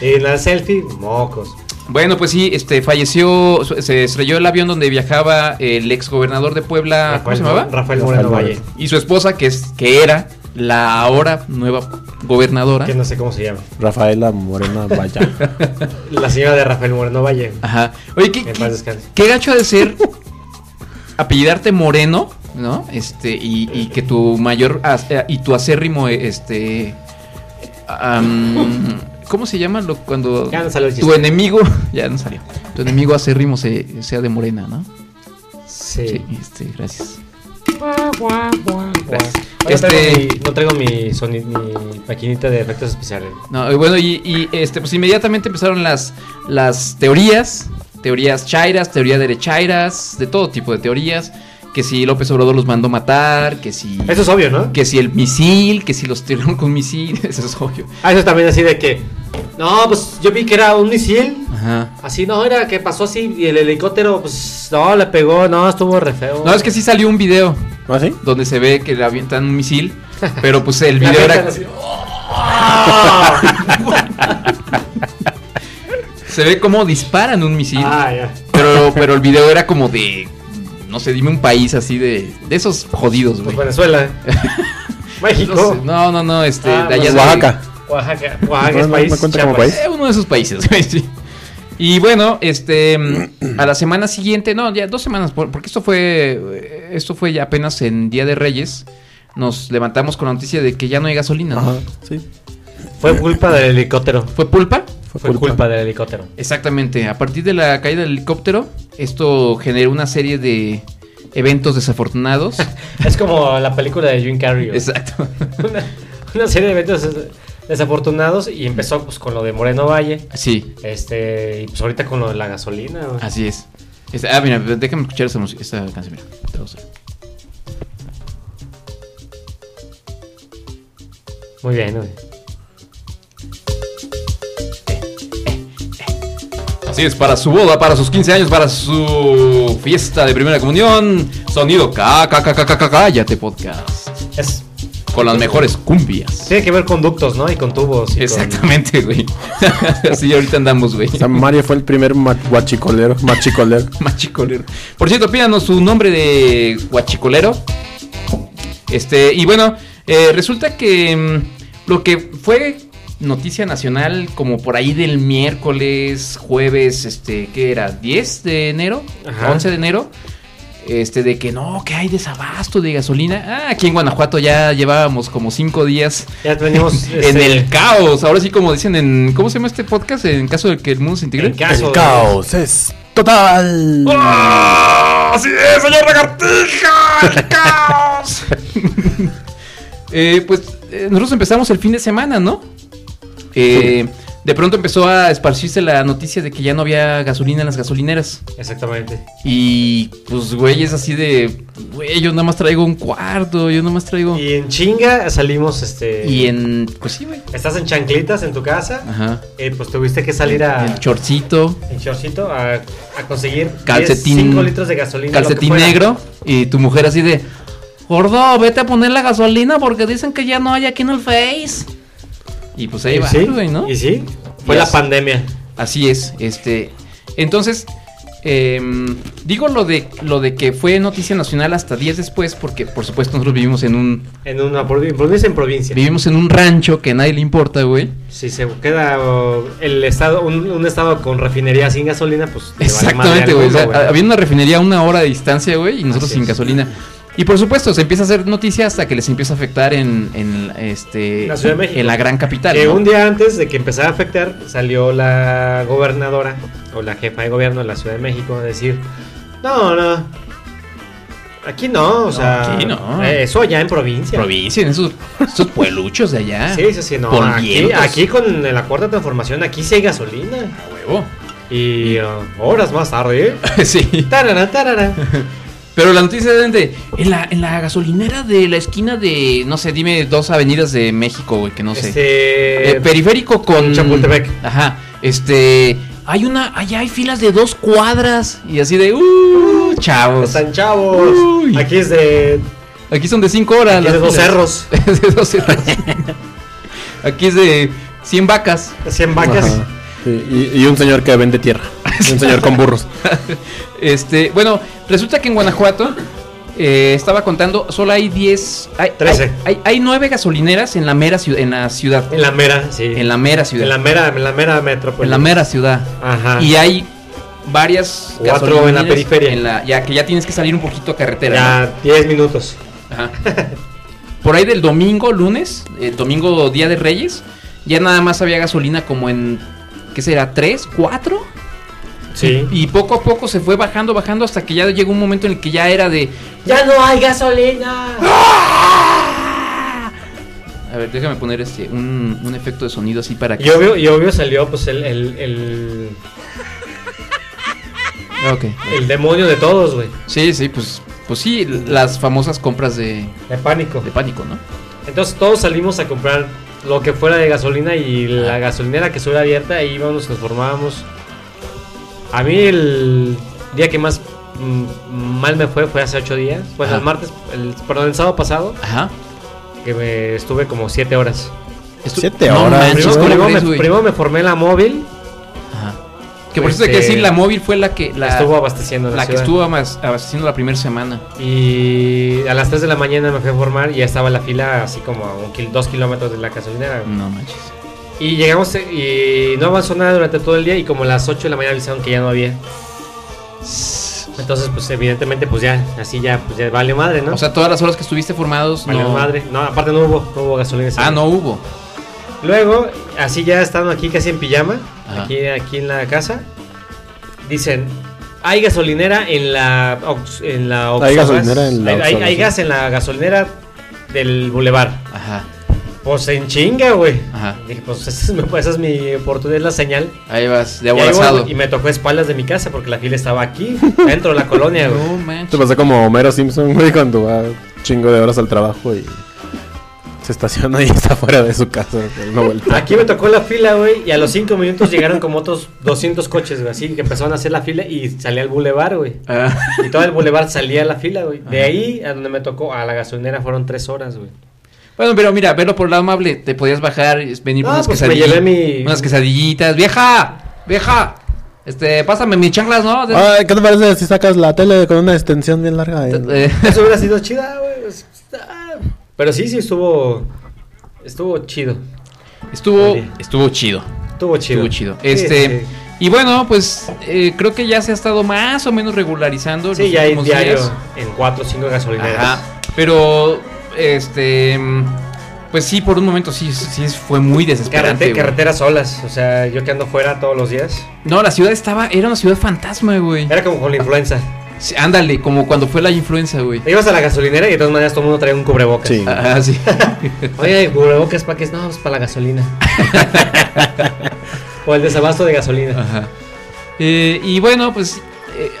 D: y en la selfie, mocos.
C: Bueno, pues sí, este falleció, su- se estrelló el avión donde viajaba el exgobernador de Puebla, Ah, ¿cómo se llamaba?
D: Rafael Moreno
A: Rafael
D: Valle,
C: Y su esposa, que es que era la ahora nueva gobernadora.
D: que no sé cómo se llama.
A: Rafaela Morena Vaya.
D: La señora de Rafael Moreno Valle.
C: Ajá. Oye, ¿qué,
D: En
C: qué-
D: paz descanse.
C: qué gacho ha de ser apellidarte Moreno, ¿no? Este, y, y que tu mayor as- eh, y tu acérrimo, eh, este. am, ¿Cómo se llama lo, cuando
D: Ya no salió el
C: tu
D: chiste.
C: enemigo, ya no salió, tu enemigo acérrimo se, sea de morena, ¿no?
D: Sí.
C: este, gracias.
D: Gracias.
C: Este-
D: no traigo mi, soni- mi maquinita de efectos especiales.
C: No, y bueno, y, y, este, pues inmediatamente empezaron las, las teorías, teorías chairas, teoría derechairas, de todo tipo de teorías, que si López Obrador los mandó matar, que si...
D: Eso es obvio, ¿no?
C: Que si el misil, que si los tiraron con misil, eso es obvio.
D: Ah, eso también así de que. No, pues yo vi que era un misil.
C: Ajá.
D: Así no, era que pasó así y el helicóptero, pues no, le pegó, no, estuvo re feo.
C: No, es que sí salió un video
A: ¿Ah, sí?
C: donde se ve que le avientan un misil, pero pues el
D: La
C: video
D: neta,
C: era...
D: así, ¡Oh!
C: Se ve cómo disparan un misil,
D: Ah, ya.
C: pero, pero el video era como de... No sé, dime un país así de... De esos jodidos,
D: Pues
C: güey.
D: Venezuela. México.
C: No, sé, no, no, no, este...
D: Ah,
C: de allá
D: pues,
C: de-
A: Oaxaca.
D: Oaxaca. Oaxaca
A: No,
D: es
A: no,
D: país.
A: no cuenta como
D: Chiapas.
A: país.
C: Eh, uno de esos países, güey, sí. Y bueno, este mm, a la semana siguiente, no, ya dos semanas, por- porque esto fue eh, esto fue ya apenas en Día de Reyes, nos levantamos con la noticia de que ya no hay gasolina. ¿no?
A: Ajá, sí.
D: Fue culpa del helicóptero.
C: ¿Fue pulpa?
A: Fue,
D: Fue
A: culpa.
D: culpa del helicóptero.
C: Exactamente, a partir de la caída del helicóptero, esto generó una serie de eventos desafortunados.
D: Es como la película de Jim Carrey. güey.
C: Exacto.
D: Una, una serie de eventos desafortunados y empezó pues con lo de Moreno Valle.
C: Sí,
D: Este, y pues ahorita con lo de la gasolina. güey.
C: así es. Este- ah, mira, déjame escuchar esa, mus- esa canción, mira. Te va a gustar.
D: Muy bien, güey.
C: Así es, para su boda, para sus 15 años, para su fiesta de primera comunión. Sonido KKKKK, cállate podcast.
D: Es,
C: Con las mejores cumbias.
D: tiene que ver con ductos, ¿no? Y con tubos. Y con,
C: Exactamente, güey. Así ahorita andamos, güey.
A: O sea, Mario fue el primer ma- guachicolero. Machicolero.
C: Machicolero. Por cierto, pídanos su nombre de guachicolero. Este, y bueno, eh, resulta que mm, lo que fue noticia nacional como por ahí del miércoles, jueves, este, ¿qué era? ¿10 de enero?
D: Ajá.
C: 11 de enero. Este, de que no, que hay desabasto de gasolina. Ah, aquí en Guanajuato ya llevábamos como 5 días
D: ya este, tenemos.
C: en el caos. Ahora sí, como dicen en. ¿Cómo se llama este podcast? En caso de que el mundo se integre.
D: El caso.
A: El caos es total.
C: ¡Así es, señor lagartija! ¡El caos! Eh, pues eh, nosotros empezamos el fin de semana, ¿no? Eh, de pronto empezó a esparcirse la noticia de que ya no había gasolina en las gasolineras.
D: Exactamente.
C: Y pues, güey, es así de. Güey, yo nada más traigo un cuarto, yo nada más traigo. Y,
D: Y en chinga salimos, este.
C: en. Pues sí, güey.
D: Estás en chanclitas en tu casa.
C: Ajá.
D: eh, pues tuviste que salir a.
C: El chorcito,
D: en shortcito a, a conseguir
C: Calcetín-
D: 5 litros de gasolina. lo que
C: calcetín
D: fuera.
C: negro. Y tu mujer así de. gordo, vete a poner la gasolina porque dicen que ya no hay aquí en el Face. Y pues ahí
D: ¿Y
C: va,
D: Eh, sí?
C: güey, ¿no?
D: ¿Y sí? Fue
C: Y
D: la
C: así-
D: pandemia.
C: Así es, este. Entonces, em, digo lo de lo de que fue noticia nacional hasta días después, porque por supuesto nosotros vivimos en un
D: En una provi- provincia en provincia.
C: vivimos en un rancho que a nadie le importa, güey.
D: Si se queda oh, el estado, un, un estado con refinería sin gasolina, pues le vale madre
C: Exactamente,
D: al
C: güey. O
D: mundo,
C: sea, había una refinería a una hora de distancia, güey, y nosotros
D: Así
C: sin
D: es.
C: gasolina. Y por supuesto, se empieza a hacer noticia hasta que les empieza a afectar en, en, este,
D: La Ciudad de México.
C: en la gran capital.
D: Que
C: ¿no?
D: un día antes de que empezara a afectar, salió la gobernadora o la jefa de gobierno de la Ciudad de México a decir: No, no, aquí no, o sea,
C: aquí no.
D: eh, eso allá en provincia.
C: provincia, en esos, esos puebluchos de allá.
D: Sí, sí, sí, no.
C: Con
D: Aquí,
C: vientos.
D: aquí con la cuarta transformación, aquí sí hay gasolina.
C: A huevo.
D: Y oh, horas más tarde.
C: sí.
D: Tarara, tarara.
C: Pero la noticia es de en la, en la gasolinera de la esquina de, no sé, dime dos avenidas de México, güey, que no sé.
D: Este,
C: Eh, periférico con
D: Chapultepec.
C: Ajá. Este, hay una allá hay filas de dos cuadras y así de, uh, chavos.
D: Están chavos.
C: Uy.
D: Aquí es de.
C: Aquí son de 5 horas.
D: Aquí
C: las
D: es de dos
C: filas.
D: cerros.
C: Es de dos cerros. Aquí es de 100 vacas.
D: 100 vacas.
A: Ajá. Y, y- y un señor que vende tierra. Y un señor con burros.
C: Este, bueno, resulta que en Guanajuato eh, estaba contando, solo hay 10 hay,
D: Trece.
C: hay, hay, hay 9 gasolineras en la mera ciudad, en la ciudad.
D: En la mera, sí.
C: En la mera ciudad.
D: En la mera, en la mera pues. metrópoli.
C: en la mera ciudad.
D: Ajá.
C: Y hay varias
D: Cuatro
C: gasolineras
D: en la periferia.
C: en la- ya que ya tienes que salir un poquito a carretera. ¿no?
D: ya 10 minutos.
C: Ajá. Por ahí del domingo, lunes, el domingo día de Reyes, ya nada más había gasolina como en, ¿qué será? ¿Tres? ¿Cuatro?
D: Sí.
C: Y poco a poco se fue bajando, bajando hasta que ya llegó un momento en el que ya era de...
D: ¡Ya no hay gasolina!
C: A ver, déjame poner este un, un efecto de sonido así para que...
D: Y obvio, y obvio salió pues el, el, el,
C: Ah, ok.
D: el demonio de todos, güey.
C: Sí, sí, pues, pues sí, las famosas compras de,
D: De pánico.
C: de pánico, ¿no?
D: Entonces todos salimos a comprar lo que fuera de gasolina y
C: Ah.
D: la gasolinera que estuviera abierta ahí íbamos, nos formábamos. A mí el día que más mm, mal me fue fue hace 8 días. Bueno,
C: Ajá.
D: el martes, el, perdón, el sábado pasado,
C: Ajá.
D: que me estuve como 7 horas.
C: Estu-
A: Siete
C: No
A: horas,
C: manches,
D: Primero,
C: ¿cómo
D: primero
C: crees,
D: me,
C: güey?
D: primero me formé en la móvil,
C: Ajá. Que por eso hay que
D: Este,
C: decir, la móvil fue la que la,
D: estuvo abasteciendo
C: la,
D: la,
C: que
D: ciudad.
C: estuvo amas- abasteciendo la primera semana.
D: Y a las 3 de la mañana me fui a formar y ya estaba la fila así como a 2 kilómetros de la gasolinera. güey.
C: No manches.
D: Y llegamos eh, y no avanzó nada durante todo el día y como a las 8 de la mañana avisaron que ya no había. Entonces, pues evidentemente, pues ya, así ya, pues ya valió madre, ¿no?
C: O sea, todas las horas que estuviste formados
D: valió
C: no.
D: madre. No, aparte no hubo, no hubo gasolina. ese
C: Ah,
D: día.
C: no hubo.
D: Luego, así ya estando aquí casi en pijama,
C: Ajá.
D: aquí, aquí en la casa, dicen, hay gasolinera en la... Ox- en la
A: Hay
D: Oxogas.
A: gasolinera en la
D: Hay- hay-
A: Oxogas,
D: hay
A: sí.
D: gas en la gasolinera del bulevar.
C: Ajá.
D: Pues en chinga, güey.
C: Ajá.
D: Dije, pues esa es, mi- esa es mi oportunidad, es la señal.
C: Ahí vas, de
D: Y, ahí voy,
C: abrazado.
D: güey, y me tocó espaldas de mi casa porque la fila estaba aquí, dentro de la colonia, güey.
C: No
A: Te
C: manches.
A: pasa como Homero Simpson, güey, cuando va chingo de horas al trabajo y se estaciona y está fuera de su casa. güey, No vuelve.
D: Aquí me tocó la fila, güey, y a los 5 minutos llegaron como otros 200 coches, güey, así que empezaron a hacer la fila y salía al bulevar, güey.
C: Ah,
D: Y todo el bulevar salía a la fila, güey. De
C: Ajá.
D: ahí a donde me tocó, a la gasolinera fueron 3 horas, güey.
C: Bueno, pero mira, verlo por el lado amable, te podías bajar, es- venir por
D: Ah,
C: unas
D: pues me
C: quesadillitas.
D: llevé mi-
C: Unas quesadillitas. ¡Vieja! ¡Vieja! Este, pásame mis chanclas, ¿no? De-
D: Ah,
A: Ay, ¿Qué te parece si sacas la tele con una extensión bien larga? eh?
C: Eh,
D: Eso hubiera sido chida, güey. pues, ah. Pero sí, sí, estuvo. Estuvo chido.
C: Estuvo,
D: Vale.
C: estuvo chido.
D: Estuvo chido.
C: Estuvo chido.
D: Sí,
C: Este.
D: sí.
C: Y bueno, pues eh, creo que ya se ha estado más o menos regularizando.
D: Sí,
C: los
D: ya hay
C: últimos
D: diario
C: días.
D: en 4 o 5 gasolineras.
C: Ajá. Pero, este. mm, Pues sí, por un momento sí, sí fue muy desesperante.
D: Carrete-
C: güey.
D: carreteras solas, o sea, yo que ando fuera todos los días.
C: No, la ciudad estaba. Era una ciudad fantasma, güey.
D: Era como con la influenza.
C: Sí, ándale, como cuando fue la influenza, güey.
D: Te ibas a la gasolinera y de todas maneras todo el mundo traía un cubrebocas.
A: Sí.
C: Ah, sí.
D: Oye, ¿el cubrebocas para qué es? No, pues para la gasolina. o el desabasto de gasolina.
C: Ajá. Eh, y bueno, pues eh,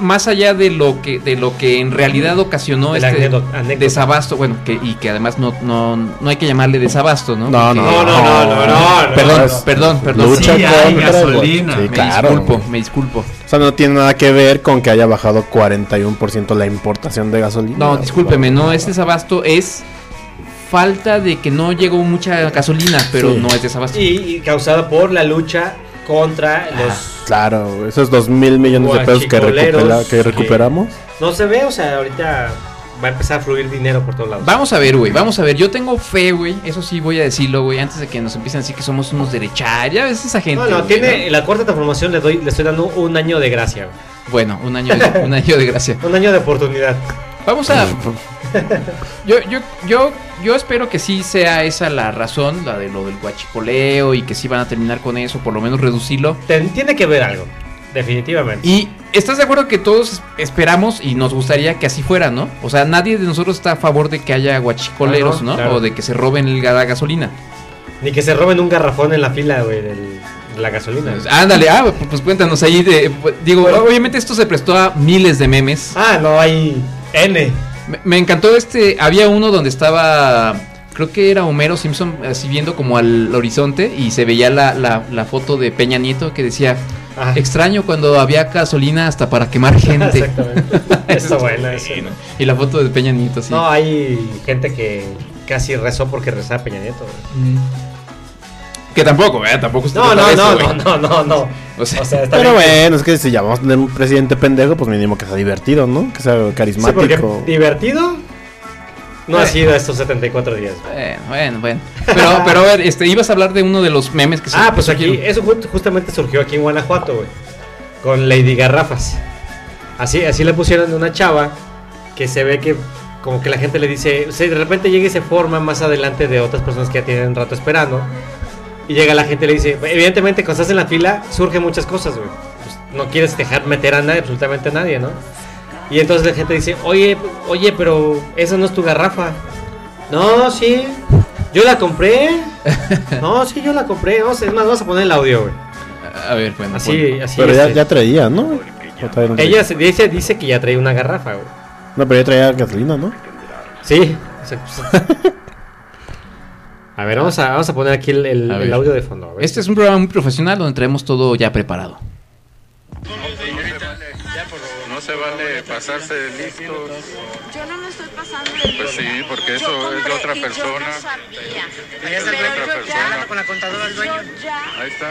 F: más allá de lo que, de lo que en realidad ocasionó
D: De la
F: este
D: anécdo- anécdota.
F: desabasto, bueno, que, y que además no, no, no hay que llamarle desabasto, ¿no?
A: No,
F: Porque-
A: no, no, no, no, no, no.
F: Perdón,
A: Es-
F: perdón, perdón.
A: Lucha
G: Sí,
A: contra
G: hay
A: el-
G: gasolina.
A: Sí,
G: Me
F: me
A: claro.
F: disculpo, me disculpo.
A: O sea, no tiene nada que ver con que haya bajado 41% la importación de gasolina.
F: No, discúlpeme, no es desabasto, es falta de que no llegó mucha gasolina, pero
A: Sí.
F: no es desabasto.
D: Y, y causada por la lucha
F: Ah,
D: contra los...
A: Claro, esos 2 mil millones de pesos que,
D: Guachicoleros,
A: recupera- que
D: sí.
A: recuperamos.
D: No se ve, o sea, ahorita va a empezar a fluir dinero por todos lados.
F: Vamos a ver, güey, vamos a ver. Yo tengo fe, güey. Eso sí voy a decirlo, güey, antes de que nos empiecen a decir que somos unos derechar. Ya ves esa gente.
D: No, no,
F: güey,
D: tiene la cuarta transformación le doy, le estoy dando un año de gracia, güey.
F: ¿no? Bueno, un año, de- un año de gracia.
D: un año de oportunidad.
F: Vamos a. Yo, yo, yo, yo espero que sí sea esa la razón, la de lo del guachicoleo y que sí van a terminar con eso, por lo menos reducirlo.
D: Ten- tiene que ver algo, definitivamente.
F: Y estás de acuerdo que todos esperamos y nos gustaría que así fuera, ¿no? O sea, nadie de nosotros está a favor de que haya guachicoleros,
D: Ajá,
F: ¿no?
D: claro.
F: O de que se roben el, la gasolina.
D: Ni que se roben un garrafón en la fila, güey, del- de la gasolina.
F: Pues, ándale, ah, pues, pues cuéntanos ahí. De, digo, obviamente esto se prestó a miles de memes.
D: Ah, no, hay N.
F: Me, me encantó este. Había uno donde estaba. Creo que era Homero Simpson así viendo como al horizonte y se veía la, la- la foto de Peña Nieto que decía:
D: Ah,
F: Extraño cuando había gasolina hasta para quemar gente.
D: Exactamente.
F: Eso
D: Eso
F: es
D: bueno, eso.
F: bueno. y la foto de Peña Nieto, sí.
D: No, hay gente que casi rezó porque rezaba Peña Nieto. güey.
F: Mm. Que tampoco, ¿verdad? Tampoco se
D: No,
F: trata
D: no,
F: de eso,
D: no,
F: güey.
D: no, no, no, no.
F: O sea,
D: está
A: Pero
D: bien que-
A: bueno, es que si ya vamos a tener un presidente pendejo, pues mínimo que sea divertido, ¿no? Que sea
D: Sí, porque
A: carismático.
D: divertido no ha
F: Eh.
D: sido estos 74 días. güey.
F: Bueno, Eh, bueno, bueno. Pero, pero a ver, este, ibas a hablar de uno de los memes que se
D: Ah, pues aquí,
F: surgieron.
D: eso ju- justamente surgió aquí en Guanajuato, güey. Con Lady Garrafas. Así, así le pusieron de una chava que se ve que como que la gente le dice, o sea, de repente llega y se forma más adelante de otras personas que ya tienen rato esperando. Y llega la gente y le dice, evidentemente cuando estás en la fila surgen muchas cosas, güey. Pues, no quieres dejar meter a nadie, absolutamente a nadie, ¿no? Y entonces la gente dice, oye, oye, pero esa no es tu garrafa. No, sí, yo la compré. No, sí, yo la compré. Vamos, es más, vamos a poner el audio, güey. Ah.
F: A ver, bueno.
D: Así,
F: Ah, bueno.
D: así.
A: pero ya,
D: este.
A: ya traía, ¿no? O todavía no traía.
D: Ella se dice, dice que ya traía una garrafa, güey.
A: No, pero ya traía gasolina, ¿no?
D: Sí. o sea, pues- a ver, vamos a, vamos a poner aquí el, el-
F: A
D: el
F: ver.
D: audio de fondo. güey.
F: Este es un programa muy profesional donde traemos todo ya preparado.
H: No se vale pasarse de listos.
I: Yo no me estoy pasando de
H: Pues
I: lista.
H: sí, porque eso
I: Yo
H: es de
I: compré
H: otra
I: y
H: persona.
I: Yo no sabía.
H: Ella es de
I: Pero
H: otra
I: yo
H: persona.
I: ya, yo ya,
H: Ahí está.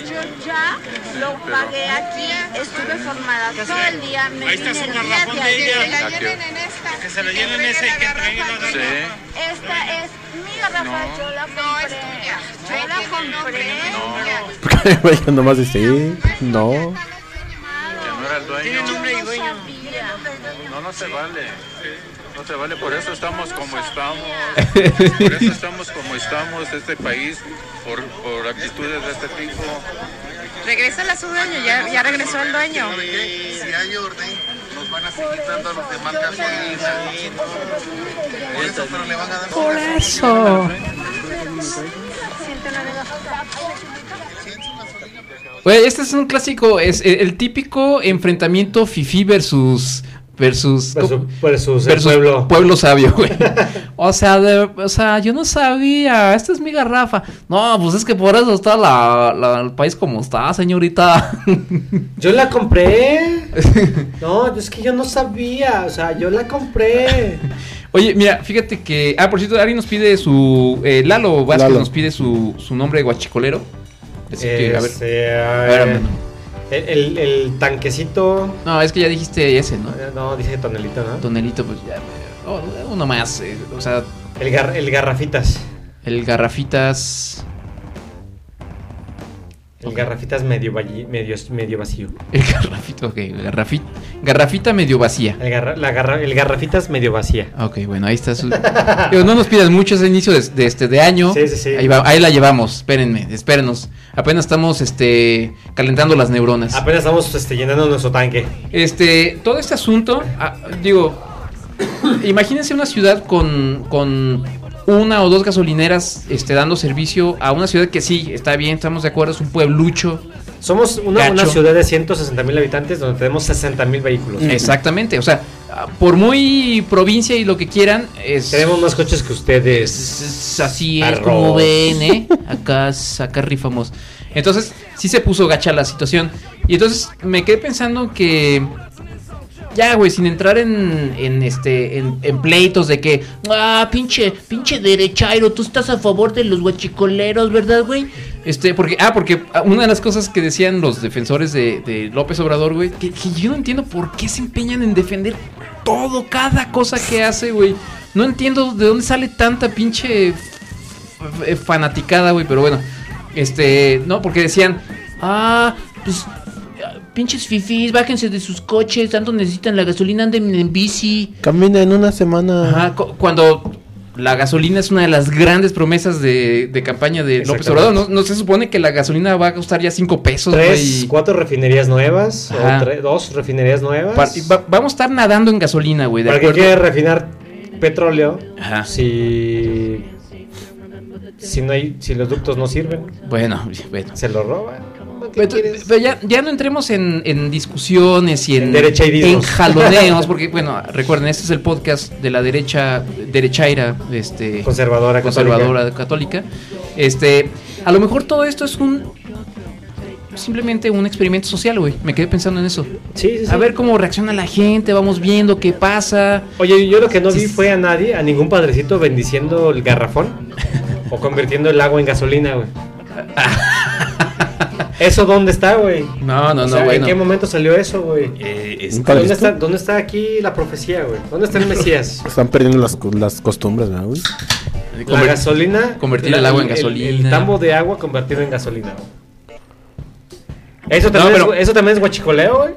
I: yo ya lo pagué aquí. Estuve formada todo el día. Me
J: Ahí está
I: vine
J: su
I: el día
J: garrafón
I: de
J: de
I: ayer.
J: ella.
H: Aquí.
J: Que se lo llenen ese y que traigan la
H: Sí.
J: garrafa.
I: Esta es mi garrafa.
H: No.
I: Yo la compré. Yo la compré.
A: Porque nomás dice, sí, no.
H: Que no era el dueño.
I: Yo no sabía.
H: No, no se vale. No se vale. Por eso estamos como estamos. Por eso estamos como estamos. Este país. Por, por actitudes de este tipo.
J: Regrésala a su dueño, ya, ya regresó el dueño.
H: Si hay orden, nos van a seguir dando los demás Por eso, pero le van a dar. Por
F: Güey, este es un clásico, es el, el típico enfrentamiento fifi versus versus
D: Versus,
F: ¿cómo?
D: versus el
F: versus
D: pueblo.
F: sabio, güey. O sea, de- o sea, yo no sabía, esta es mi garrafa. No, pues es que por eso está la, la- el país como está, señorita.
D: Yo la compré. No, es que yo no sabía. O sea, yo la compré.
F: Oye, mira, fíjate que ah, por cierto, Ari nos pide su eh, Lalo Vázquez
A: Lalo.
F: nos pide su, su nombre de guachicolero. Así que, a ver.
D: Este, a
F: ver,
D: ver,
F: amigo.
D: el, el- el tanquecito.
F: No, es que ya dijiste ese, ¿no?
D: eh, No, dice tonelito, ¿no?
F: Tonelito, pues ya. eh, oh, uno más. eh, o sea,
D: El, gar- el garrafitas.
F: el garrafitas.
D: El garrafitas medio, valli- medio, medio vacío.
F: El garrafito, ok. el garrafi- garrafita medio vacía.
D: El, garra- la garra- el garrafitas medio vacía.
F: Ok, bueno, ahí está su. Digo, no nos pidas mucho, es el inicio de, de este de año.
D: Sí, sí, sí.
F: Ahí, va- ahí la llevamos, espérenme, espérenos. Apenas estamos este calentando las neuronas.
D: Apenas estamos este, llenando nuestro tanque.
F: Este, todo este asunto, ah, digo, imagínense una ciudad con, con una o dos gasolineras este, dando servicio a una ciudad que sí, está bien, estamos de acuerdo, es un pueblucho,
D: Somos una, una
C: Gacho.
D: ciudad de 160 mil habitantes donde tenemos 60 mil vehículos.
C: Exactamente, o sea, ah, por muy provincia y lo que quieran, es,
D: Tenemos más coches que ustedes.
C: es- es así es
D: Arroz.
C: como ven, ¿eh? Acá, es- acá rifamos. Entonces, sí se puso gacha la situación. Y entonces me quedé pensando que. Ya, güey, sin entrar en, en este en, en pleitos de que, ah, pinche, pinche derechairo, tú estás a favor de los guachicoleros, ¿verdad, güey? Este, porque, ah, porque ah, una de las cosas que decían los defensores de, de López Obrador, güey, que, que yo no entiendo por qué se empeñan en defender todo, cada cosa que hace, güey. No entiendo de dónde sale tanta pinche eh, fanaticada, güey, pero bueno. Este, no, porque decían, ah, pues, ah, pinches fifís, bájense de sus coches, tanto necesitan la gasolina, anden en bici.
A: Camina en una semana.
C: Ajá, cu- cuando la gasolina es una de las grandes promesas de, de campaña de López
D: Exactamente.
C: Obrador, ¿no, no se supone que la gasolina va a costar ya 5 pesos,
D: Tres,
C: güey?
D: cuatro refinerías nuevas. o
C: Ajá.
D: tre- dos refinerías nuevas.
C: Pa- y va- vamos a estar nadando en gasolina, güey, de
D: ¿Para qué
C: acuerdo. Ah.
D: quiere refinar petróleo
C: Ajá.
D: si, si, no hay, si los ductos no sirven?
C: Bueno, bueno.
D: ¿Se lo roban? ¿Qué
C: Pero,
D: quieres?
C: pero ya, ya no entremos en, en discusiones y en,
D: Derecha y dismos.
C: en jaloneos, porque bueno, recuerden, este es el podcast de la derecha, derechaira, este,
D: Conservadora,
C: conservadora católica. Este, a lo mejor todo esto es un simplemente un experimento social, güey. Me quedé pensando en eso.
D: católica. Sí, sí, sí.
C: A ver cómo reacciona la gente, vamos viendo qué pasa.
D: Oye, yo lo que no
C: Sí,
D: vi
C: sí.
D: fue a nadie, a ningún padrecito bendiciendo el garrafón o convirtiendo el agua en gasolina, güey. ¿Eso dónde está, güey?
C: No, no,
D: O
C: no,
D: sea, ¿En
C: bueno.
D: qué momento salió eso, güey?
C: Eh,
A: Un
C: este-
D: ¿Dónde
A: padrecito.
D: está, ¿Dónde está aquí la profecía, güey? ¿Dónde está el Mesías?
A: Están perdiendo las, co- las costumbres, ¿verdad, güey?
D: La gasolina.
C: convertir
D: la-
C: el agua en gasolina.
D: El, tambo de agua convertido en gasolina. güey. Eso también,
C: No, pero-
D: es, eso también es guachicoleo, güey.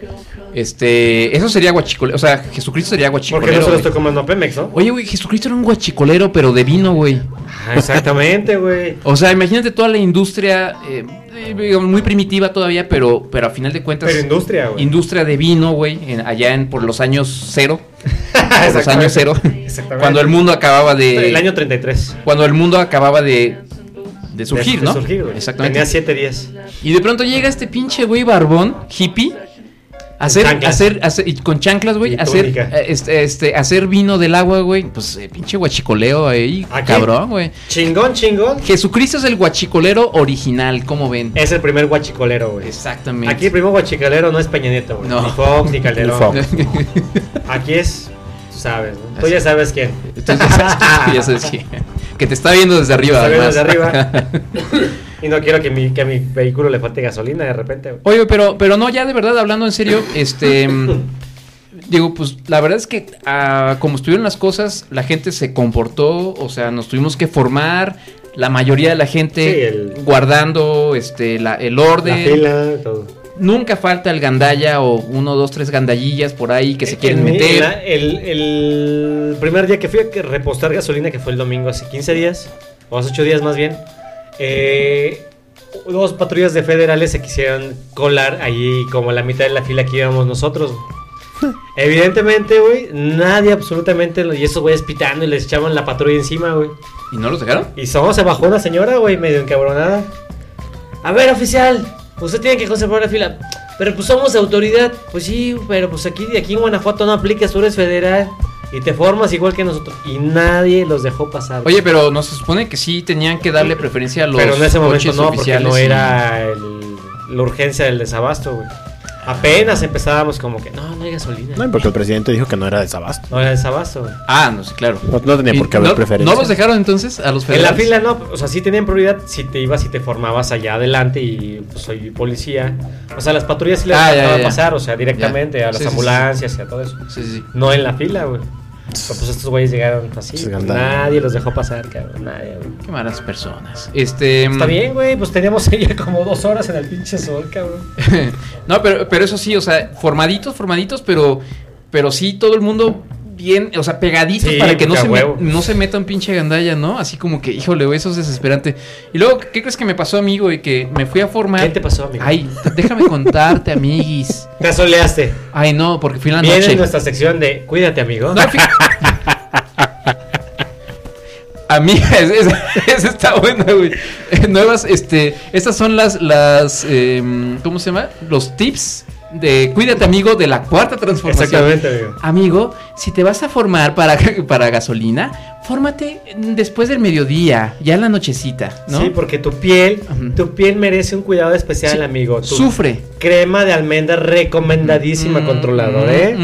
C: este, eso sería guachicolero, o sea, Jesucristo sería guachicolero.
D: Porque no se lo
C: güey.
D: estoy comiendo a Pemex, ¿no?
C: Oye, güey, Jesucristo era un guachicolero, pero de vino, güey.
D: Ah, exactamente, güey.
C: O sea, imagínate toda la industria, eh, eh, digamos, muy primitiva todavía, pero, pero a final de cuentas,
D: Pero industria, güey.
C: industria de vino, güey, en- allá en, por los años cero, por los
D: Exactamente.
C: años cero,
D: Exactamente.
C: cuando el mundo acababa de,
D: El año 33.
C: cuando el mundo acababa de, de surgir,
D: De- de
C: ¿no?
D: surgir, güey.
C: Exactamente.
D: Tenía 7 días.
C: Y de pronto llega este pinche güey barbón, hippie. a Hacer, a
D: chanclas.
C: hacer, a hacer- y con chanclas, güey,
D: Y
C: a hacer,
D: túnica.
C: eh, este, este, hacer vino del agua, güey, pues eh, pinche guachicoleo ahí,
D: ¿A qué?
C: cabrón, güey.
D: Chingón, chingón.
C: Jesucristo es el guachicolero original, ¿cómo ven?
D: Es el primer guachicolero, güey.
C: Exactamente.
D: Aquí el primer guachicolero no es Peña Nieto, güey.
C: No.
D: Ni Fox, ni
A: Ni
D: Calderón.
A: Fox.
D: Aquí es, tú sabes, ¿no? Tú
C: Así.
D: ya sabes quién.
C: Entonces, ya sabes que- ya sabes que, que te está viendo desde arriba.
D: Está viendo
C: además.
D: desde Y no quiero que, mi, que a mi vehículo le falte gasolina de repente, güey.
C: Oye, pero, pero no, ya de verdad, hablando en serio, este. mm, Digo, pues la verdad es que ah, como estuvieron las cosas, la gente se comportó, o sea, nos tuvimos que formar, la mayoría de la gente
D: Sí, el-
C: guardando este la- el
D: La
C: orden.
D: fila, todo.
C: Nunca falta el gandalla o uno, dos, tres gandallillas por ahí que se quieren
D: Eh, En mi-
C: meter.
D: la- el, el primer día que fui a que- repostar gasolina, que fue el domingo hace 15 días, o hace 8 días más bien, eh, dos patrullas de federales se quisieron colar ahí como a la mitad de la fila que íbamos nosotros. Evidentemente, güey, nadie absolutamente, lo- y esos güeyes pitando y les echaban la patrulla encima, güey.
C: ¿Y no los dejaron?
D: Y solo se bajó una señora, güey, medio encabronada. A ver, oficial, usted tiene que conservar la fila. Pero pues somos autoridad. Pues sí, pero pues aquí, aquí en Guanajuato no aplicas, tú eres federal. Y te formas igual que nosotros. Y nadie los dejó pasar.
C: Oye, pero no se supone que sí tenían que darle preferencia a los
D: pero en ese momento
C: coches
D: no, porque
C: oficiales.
D: no
C: y-
D: era el- la urgencia del desabasto, güey. Apenas empezábamos como que, no, no hay gasolina.
A: No, porque el presidente dijo que no era desabasto.
D: No era desabasto, güey.
C: Ah, no sé, claro.
A: No, no tenía
C: ¿Y
A: por qué haber
C: no-
A: preferencia.
C: ¿No los dejaron entonces a los
D: En
C: federales?
D: la fila no, o sea, sí tenían prioridad si te ibas y te formabas allá adelante y pues soy policía. O sea, las patrullas sí las
C: Ah, ya,
D: dejaban
C: ya.
D: pasar, o sea, directamente
C: Ya.
D: a las
C: Sí, sí, sí.
D: ambulancias y a todo eso.
C: Sí, sí, sí.
D: No en la fila, güey. Pero, pues estos güeyes llegaron así.
A: Sí,
D: pues,
A: gandalla.
D: nadie los dejó pasar, cabrón. Nadie, güey.
C: Qué malas personas. Este.
D: Está bien, güey, pues teníamos ella como dos horas en el pinche sol, cabrón.
C: no, pero, pero eso sí, o sea, formaditos, formaditos, pero, pero sí todo el mundo bien, o sea, pegaditos
D: Sí,
C: para que no
D: porque
C: se,
D: a
C: me-
D: huevo.
C: no se meta un pinche gandalla, ¿no? Así como que, híjole, güey, eso es desesperante. Y luego, ¿qué crees que me pasó, amigo? Y que me fui a formar.
D: ¿Qué te pasó, amigo?
C: Ay, déjame contarte, amiguis.
D: Te asoleaste.
C: Ay, no, porque fui en la
D: Viene
C: noche.
D: nuestra sección de Cuídate, amigo.
C: No, fí- Amiga, esa, esa- esa está buena, güey. Eh, Nuevas, este, estas son las, las, em, ¿cómo se llama? Los tips de cuídate, amigo, de la cuarta transformación.
K: amigo.
C: Amigo, si te vas a formar para, para gasolina, fórmate después del mediodía, ya en la nochecita, ¿no?
D: Sí, porque tu piel,
C: Ajá.
D: tu piel merece un cuidado especial,
C: Sí.
D: amigo. Tu
C: Sufre.
D: crema de almendra recomendadísima,
C: Mm,
D: controlador,
C: mm,
D: ¿eh?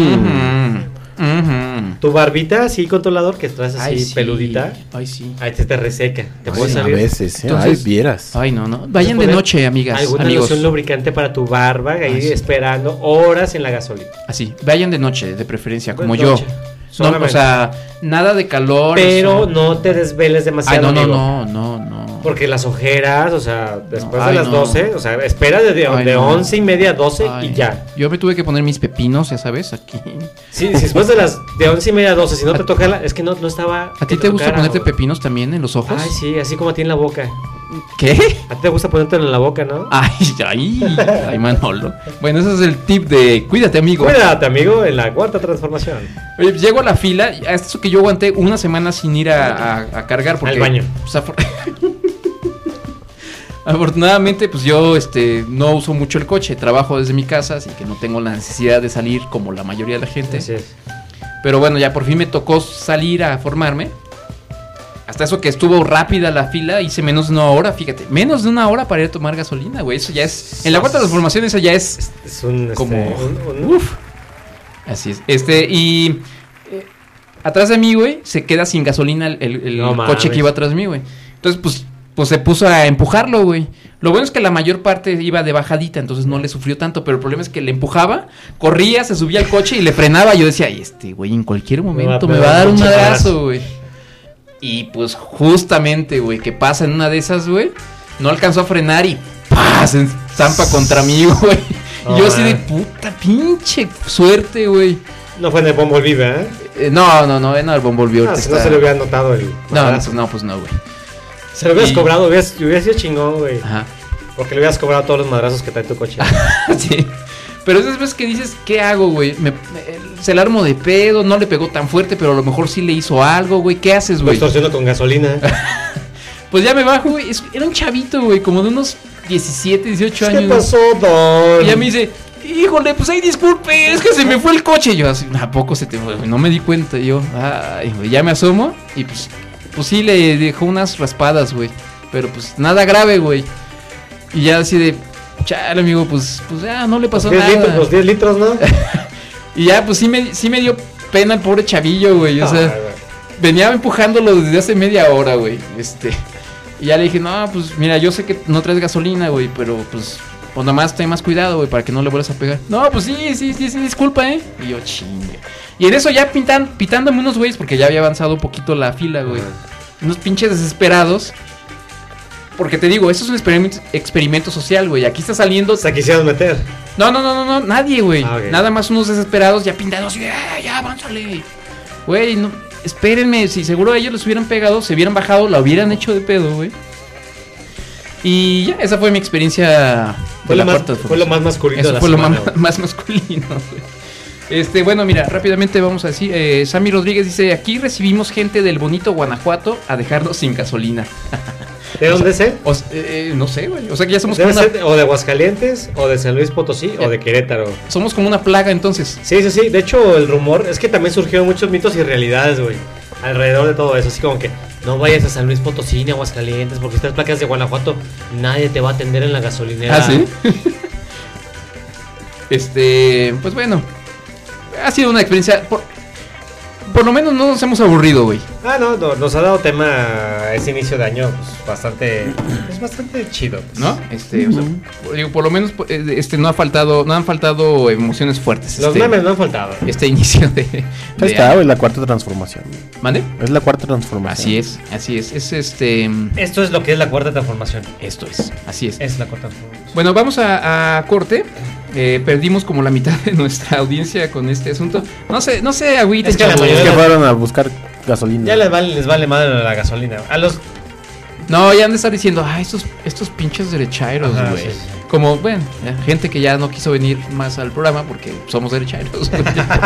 C: mm, mm, mm.
D: Tu barbita, sí, controlador, que estás así
C: Ay, sí.
D: peludita.
C: Ay, sí.
D: Ahí te, te reseca. Te puede
A: a
D: salir.
A: veces, ¿eh?
C: Entonces-
A: Ay, vieras.
C: Ay, no, no. Vayan de
D: poner
C: noche, amigas,
D: Alguna
C: amigos.
D: loción lubricante para tu barba, ahí
C: Ay, sí.
D: esperando horas en la gasolina.
C: Así, vayan de noche, de preferencia, como
D: De
C: yo.
D: noche,
C: No, o
D: solamente.
C: sea, nada de calor. o
D: Pero
C: sea-
D: no te desveles
C: Ay, no,
D: demasiado.
C: no,
D: amigo.
C: no, no, no.
D: Porque las ojeras, o sea, después
C: Ay,
D: de las
C: no.
D: 12, o sea, espera de, de,
C: Ay,
D: de
C: no.
D: 11 y media a 12
C: Ay,
D: y ya.
C: Yo me tuve que poner mis pepinos, ya sabes, aquí.
D: Sí, si después de las de 11 y media a 12, si no te toca la, es que no, no estaba.
C: ¿A ti
D: que
C: te gusta
D: tocara,
C: ponerte
D: güey.
C: pepinos también en los ojos?
D: Ay, sí, así como a ti en la boca.
C: ¿Qué?
D: A ti te gusta ponértelo en la boca, ¿no?
C: Ay, ay, ay, Manolo. Bueno, ese es el tip de cuídate, amigo.
D: Cuídate, amigo, en la cuarta transformación.
C: Oye, llego a la fila, a esto que yo aguanté una semana sin ir a, a- a cargar porque
D: Al baño.
C: pues, afor- Afortunadamente, pues yo este, no uso mucho el coche, trabajo desde mi casa, así que no tengo la necesidad de salir como la mayoría de la gente.
D: Así es.
C: Pero bueno, ya por fin me tocó salir a formarme. Hasta eso que estuvo rápida la fila, hice menos de una hora, fíjate, menos de una hora para ir a tomar gasolina, güey. Eso ya es. En la cuarta transformación, eso ya es
D: Es un. este,
C: Como-
D: un- un-
C: Así es. Este, y eh, atrás de mí, güey, se queda sin gasolina el, el- el
D: No
C: coche
D: mames.
C: que iba atrás de mí, güey. Entonces, pues, pues se puso a empujarlo, güey. Lo bueno es que la mayor parte iba de bajadita, entonces no le sufrió tanto, pero el problema es que le empujaba, corría, se subía al coche y le frenaba. Yo decía, "Ay, este, güey, en cualquier momento me va a dar un
D: pinche madrazo".
C: madrazo, güey. Y pues justamente, güey, que pasa en una de esas, güey, no alcanzó a frenar y ¡pah! se zampa contra mí, güey.
D: No
C: Y yo así de
D: mames.
C: puta pinche suerte, güey.
D: No fue en el Bumble Viva, ¿eh?
C: Eh, no, no, no, eh, no, el Bumblebee
D: No,
C: ahorita
D: Ah, si no
C: está-
D: se le hubiera notado el.
C: no, no,
D: madrazo.
C: pues no, pues no, güey.
D: Se lo hubieras
C: Y-
D: cobrado, hubieras, hubieras sido chingón, güey.
C: Ajá.
D: Porque le hubieras cobrado todos los madrazos que trae tu coche.
C: sí. Pero esas veces que dices, ¿qué hago, güey? Me- me- se la armo de pedo, no le pegó tan fuerte, pero a lo mejor sí le hizo algo, güey. ¿Qué haces,
D: Lo
C: güey?
D: extorsiono con gasolina.
C: Pues ya me bajo, güey. Es- Era un chavito, güey, como de unos 17, 18
D: ¿Qué
C: años.
D: pasó, Don?
C: Y ya me dice, híjole, pues ahí disculpe, es que se me fue el coche. Y yo así, ¿a poco se te fue? güey? No me di cuenta. Y yo, ay, güey, ya me asomo y pues, pues sí le dejó unas raspadas, güey. Pero pues nada grave, güey. Y ya así de, chale, amigo, pues, pues ya no le pasó
D: 10 litros,
C: nada.
D: los 10 litros, ¿no?
C: Y ya, pues sí me, sí me dio pena el pobre chavillo, güey. O sea,
D: Ay, güey.
C: venía empujándolo desde hace media hora, güey. Este. Y ya le dije, no, pues mira, yo sé que no traes gasolina, güey, pero pues, pues nomás ten más cuidado, güey, para que no le vuelvas a pegar. No, pues sí, sí, sí, sí, disculpa, ¿eh? Y yo, chingue. Y en eso ya pintan, pitándome unos güeyes, porque ya había avanzado un poquito la fila, güey. Unos pinches desesperados. Porque te digo, eso es un experimento, experimento social, güey. Aquí está saliendo
D: O sea, quisieron meter.
C: no, no, no, no, no, nadie, güey.
D: Ah, ok.
C: Nada más unos desesperados ya pintados. Ya, ya, avánzale. Güey, no, espérenme. Si seguro ellos les hubieran pegado, se hubieran bajado, la hubieran hecho de pedo, güey. Y ya, esa fue mi experiencia. de
D: Fue
C: la
D: lo, más,
C: cuarta
D: fue lo más masculino de
C: Eso
D: la
C: fue lo
D: semana,
C: más,
D: güey.
C: más masculino, güey. Este, bueno, mira, rápidamente vamos a decir. eh, Sammy Rodríguez dice: Aquí recibimos gente del bonito Guanajuato a dejarnos sin gasolina.
D: ¿De dónde es él?
C: O s- eh, eh, no sé, güey. O sea que ya somos como,
D: Debe
C: una,
D: ser de- o de Aguascalientes, o de San Luis Potosí, o de Querétaro.
C: somos como una plaga entonces.
D: Sí, sí, sí. De hecho, el rumor es que también surgieron muchos mitos y realidades, güey. Alrededor de todo eso. Así como que no vayas a San Luis Potosí ni a Aguascalientes, porque estas placas de Guanajuato nadie te va a atender en la gasolinera.
C: ¿Ah, sí? este, pues bueno. Ha sido una experiencia. Por, por lo menos no nos hemos aburrido, güey.
D: Ah, no, no, nos ha dado tema ese inicio de año pues, bastante, pues, bastante chido. pues.
C: ¿No? Este, o sea, por- digo, por lo menos po- eh, este, no ha faltado. No han faltado emociones fuertes.
D: Los
C: este,
D: memes no han faltado.
C: Este inicio de. de
A: Ahí está, güey, la cuarta transformación.
C: ¿Mande?
A: Es la cuarta transformación.
C: Así es, así es. Es este.
D: Esto es lo que es la cuarta transformación.
C: Esto es, así es.
D: Es la cuarta transformación.
C: Bueno, vamos a, a corte. Eh, perdimos como la mitad de nuestra audiencia con este asunto. No sé, no sé, agüita,
D: Es que la
A: Es
D: mayoría-
A: que fueron a buscar gasolina.
D: Ya les vale, les vale madre la gasolina. A los
C: No, ya han de estar diciendo, ah, estos, estos pinches derechairos,
F: Ajá,
C: güey.
F: sí, sí.
C: Como, bueno, eh, gente que ya no quiso venir más al programa porque somos derechairos. güey.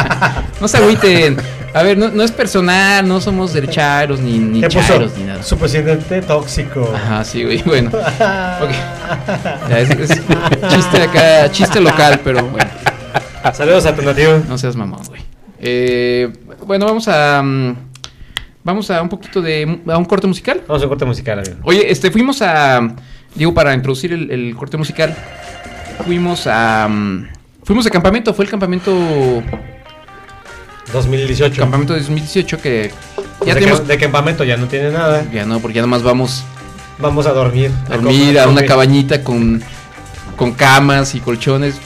C: no se agüiten. A ver, no, no es personal, no somos derechairos ni, ni
F: ¿Qué
C: chairos ni nada.
F: puso? Su presidente tóxico.
C: Ajá, sí, güey, bueno. Ok. Ya, es, es chiste acá, chiste local, pero bueno.
D: Saludos a Tonatiuh.
C: No seas mamón, güey. Eh, bueno, vamos a. mm, Vamos a un poquito de. a un corte musical.
D: Vamos a un corte musical, amigo.
C: Oye, este, fuimos a. Digo, para introducir el, el corte musical, fuimos a. mm, Fuimos de campamento, fue el campamento.
D: 2018.
C: Campamento de 2018 que.
D: Pues
C: Ya
D: de,
C: tenemos.
D: ca- de campamento ya no tiene nada.
C: Ya no, porque ya nomás vamos
D: Vamos a dormir.
C: a dormir a una
D: comer.
C: cabañita con. con camas y colchones.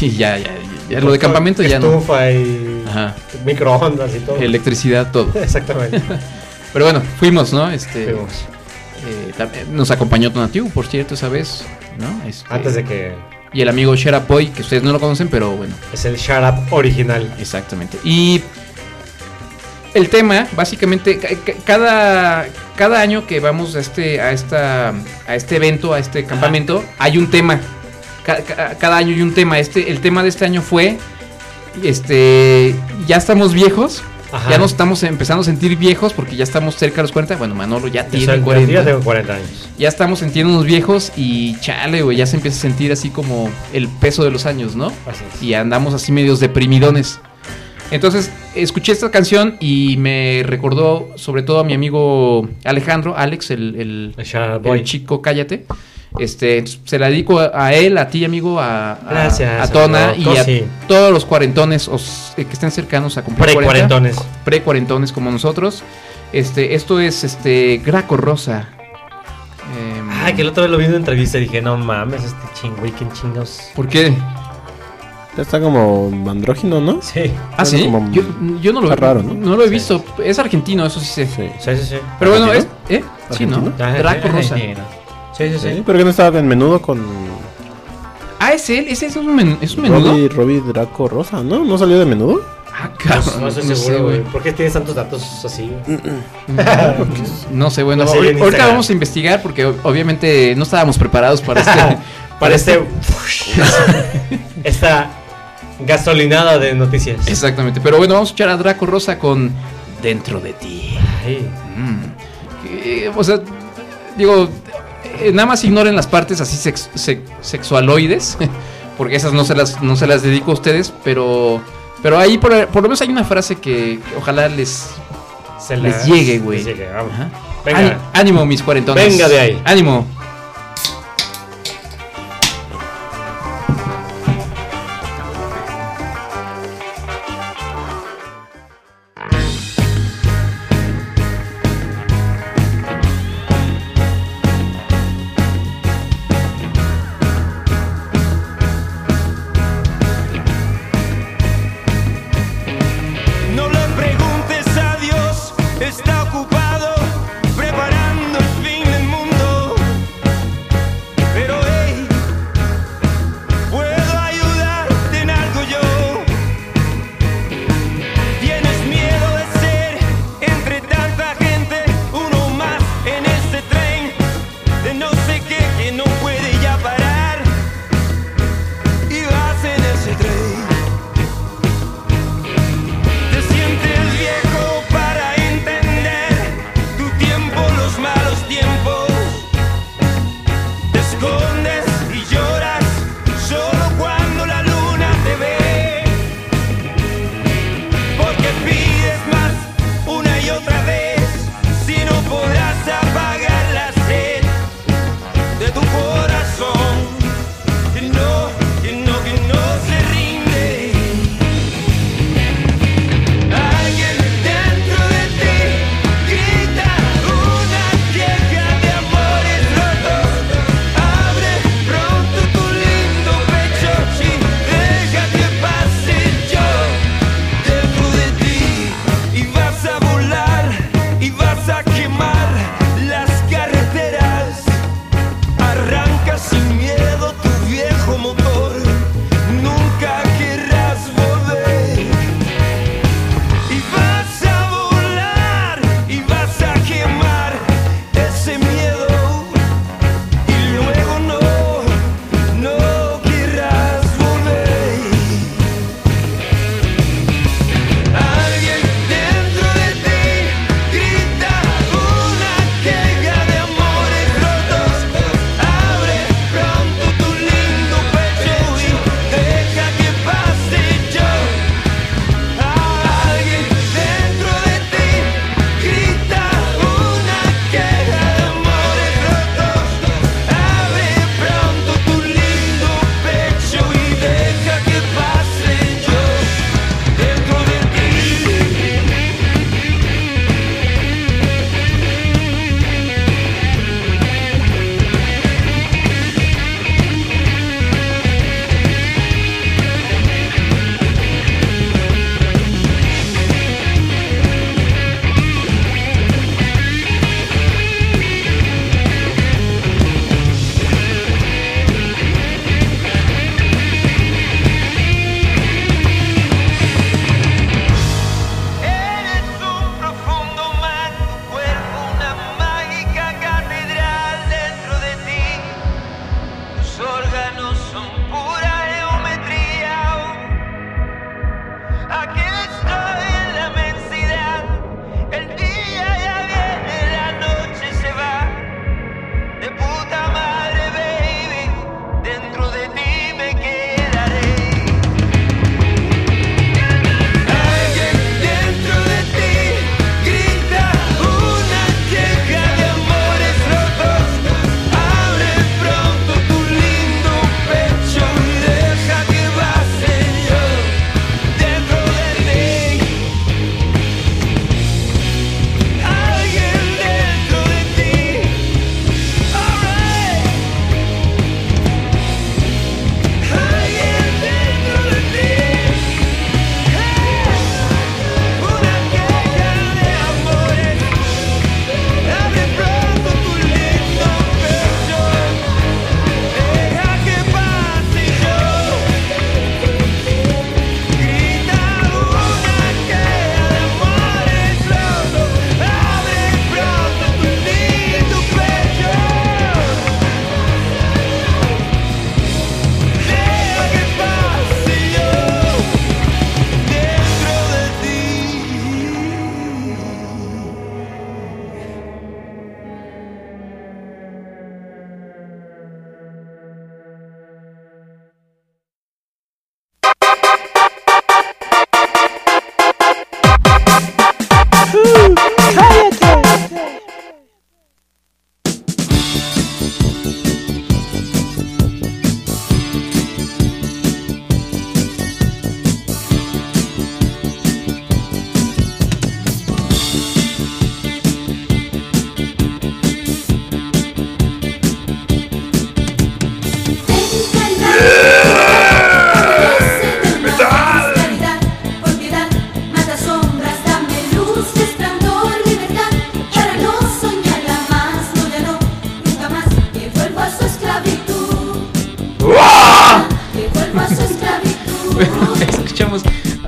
C: Y ya, ya, ya, ya, Lo de campamento ya no.
F: Estufa y
C: Ajá.
F: microondas y todo.
C: Electricidad, todo.
F: Exactamente.
C: Pero bueno, fuimos, ¿no? Este.
F: Fuimos.
C: Eh, tam- nos acompañó Tonatiu, por cierto, esa vez, ¿no? Este,
D: Antes de que.
C: Y el amigo Sherapoy, que ustedes no lo conocen, pero bueno,
D: Es el shut up original.
C: exactamente. Y el tema, básicamente, ca- ca- cada, cada año que vamos a este, a, esta, a este evento, a este campamento, hay un tema. Ca- ca- cada año hay un tema. Este, el tema de este año fue, este, ya estamos viejos.
D: Ajá.
C: Ya nos estamos empezando a sentir viejos porque ya estamos cerca de los 40. Bueno, Manolo ya
D: Yo soy-
C: tiene
D: yo
C: 40.
D: ya tengo 40 años.
C: ya estamos sintiéndonos viejos y chale, güey, ya se empieza a sentir así como el peso de los años, ¿no?
D: Así es.
C: Y andamos así medios deprimidones. Entonces, escuché esta canción y me recordó sobre todo a mi amigo Alejandro, Alex, el, el,
D: El shut up
C: el
D: boy.
C: chico Cállate. Este, entonces, se la dedico a, a él, a ti, amigo, a, a,
D: Gracias,
C: a Tona
D: amigo.
C: y a
D: Sí.
C: todos los cuarentones os- eh, que estén cercanos a cumplir 40
D: Pre-cuarentones.
C: pre-cuarentones como nosotros. Este, esto es este Graco Rosa. Em,
D: Ay, Ah, que el otro vez lo vi en una entrevista y dije, no mames, este chingüey, ¿quién chingos?
C: ¿Por qué?
A: Ya está como andrógino, ¿no?
D: Sí.
C: Ah, sí.
A: como-
C: yo, yo no lo,
A: está raro, ¿no?
C: lo he
D: Sí.
C: visto. Es argentino, eso sí sé.
A: Sí.
D: Sí, sí, sí.
C: Pero bueno, es.
A: ¿Argentino?
C: ¿Eh? Sí, ¿no?
A: ¿Argentino?
C: Graco Rosa.
D: Sí, sí,
A: Sí,
D: sí.
A: pero que no estaba en menudo con
C: Ah, es él, ese es un, men- es un menudo.
A: Robbie, Robbie Draco Rosa, ¿no? ¿No salió de menudo?
C: Ah,
D: No,
C: cabrón.
D: no estoy seguro, güey. ¿Por qué tienes tantos datos así?
C: Mm, No sé, bueno,
D: Lo
C: ahor-
D: seguí en
C: ahorita
D: Instagram.
C: vamos a investigar porque ob- obviamente no estábamos preparados para este.
D: Para este. esta gasolinada de noticias.
C: Exactamente. Pero bueno, vamos a echar a Draco Rosa con Dentro de ti.
D: Ay,
C: Mm. Eh, o sea, digo, eh, nada más ignoren las partes así sex- sex- sexualoides, porque esas no se las, no se las dedico a ustedes, pero, pero ahí por, por lo menos hay una frase que, que ojalá les...
D: se
C: Les
D: la-
C: llegue, güey.
D: les llegue, vamos.
C: Ajá.
D: Venga.
C: Ani- Ánimo, mis cuarentones.
D: Venga de ahí.
C: Ánimo.
I: No le preguntes a Dios, está ocupado preparando el fin del mundo. Pero hey, puedo ayudarte en algo yo. Tienes miedo de ser entre tanta gente uno más en este tren de no sé qué que no puede ya parar. Y vas en ese tren. Te sientes viejo para entender tu tiempo, los malos tiempos. Te escondes y lloras solo cuando la luna te ve. Porque pides más una y otra vez, si no podrás apagar la sed de tu corazón.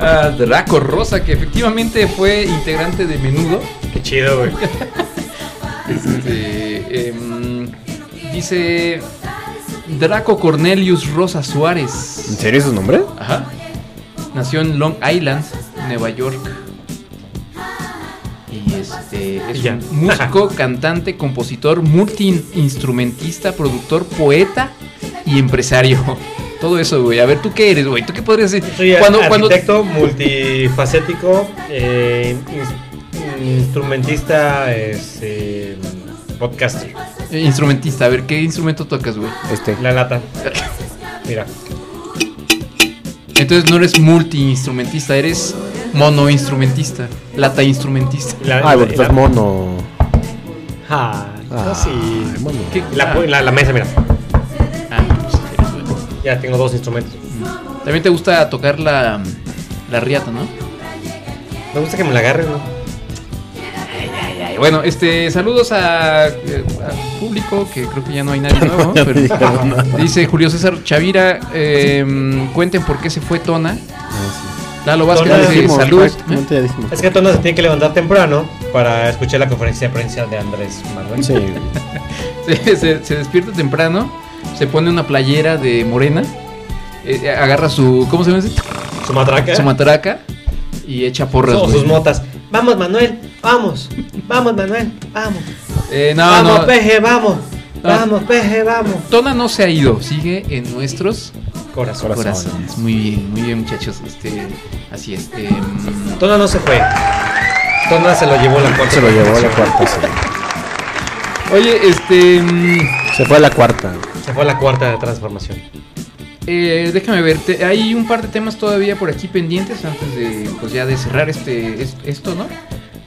F: a Draco Rosa, que efectivamente fue integrante de Menudo.
D: Qué chido, güey.
F: Este, em, dice Draco Cornelius Rosa Suárez.
A: ¿En serio es su nombre?
F: Ajá. Nació en Long Island, Nueva York. Y este es
D: Ya.
F: un músico, cantante, compositor, multiinstrumentista, productor, poeta y empresario. Todo eso, güey. A ver, ¿tú qué eres, güey? ¿Tú qué podrías decir?
D: Soy
F: Cuando- cuando-
D: arquitecto multifacético, eh, ins- instrumentista, es, eh, podcaster.
F: Eh, Instrumentista, a ver, ¿qué instrumento tocas, güey?
A: Este.
D: La lata. Mira.
F: Entonces no eres multiinstrumentista, eres monoinstrumentista, lata instrumentista.
A: Ay, porque estás ah, mono.
D: Ah,
A: Ah,
D: sí.
A: mono.
F: ¿Qué?
D: La, pu- la- la mesa, mira.
F: Ah, pues, eres, güey.
D: Ya tengo dos instrumentos.
F: También te gusta tocar la, la riata, ¿no?
D: Me gusta que me la agarren, ¿no?
F: Y bueno, este, saludos a, eh, al público, que creo que ya no hay nadie nuevo.
A: ya
F: pero-
A: dijeron nada.
F: dice Julio César Chavira, eh, cuenten por qué se fue Tona. Lalo Vázquez
D: Tona
F: dice, Eh,
A: dijimos,
F: saludos.
A: prácticamente ya dijimos.
D: Es que Tono se tiene que levantar temprano para escuchar la conferencia de prensa de Andrés Manuel.
A: Sí, güey.
F: Se, se- se despierta temprano, se pone una playera de morena, eh, agarra su, ¿cómo se llama ese?
D: Su matraca.
F: Su mataraca y echa porras,
D: o
F: güey.
D: sus motas. Vamos, Manuel, vamos. Vamos, Manuel, vamos.
F: Eh, no,
D: vamos,
F: no.
D: peje, vamos.
F: No.
D: Vamos, peje, vamos.
F: Tona no se ha ido, sigue en nuestros
D: Corazón.
F: corazones. Muy bien, muy bien, muchachos. Este, así es. em,
D: Tona no se fue. Tona se lo llevó la cuarta.
A: Se lo llevó a la cuarta, sí.
F: Oye, este. mm,
A: Se fue a la cuarta.
D: Se fue a la cuarta transformación.
F: eh, déjame verte. Hay un par de temas todavía por aquí pendientes antes de, pues ya de cerrar este, es- esto, ¿no?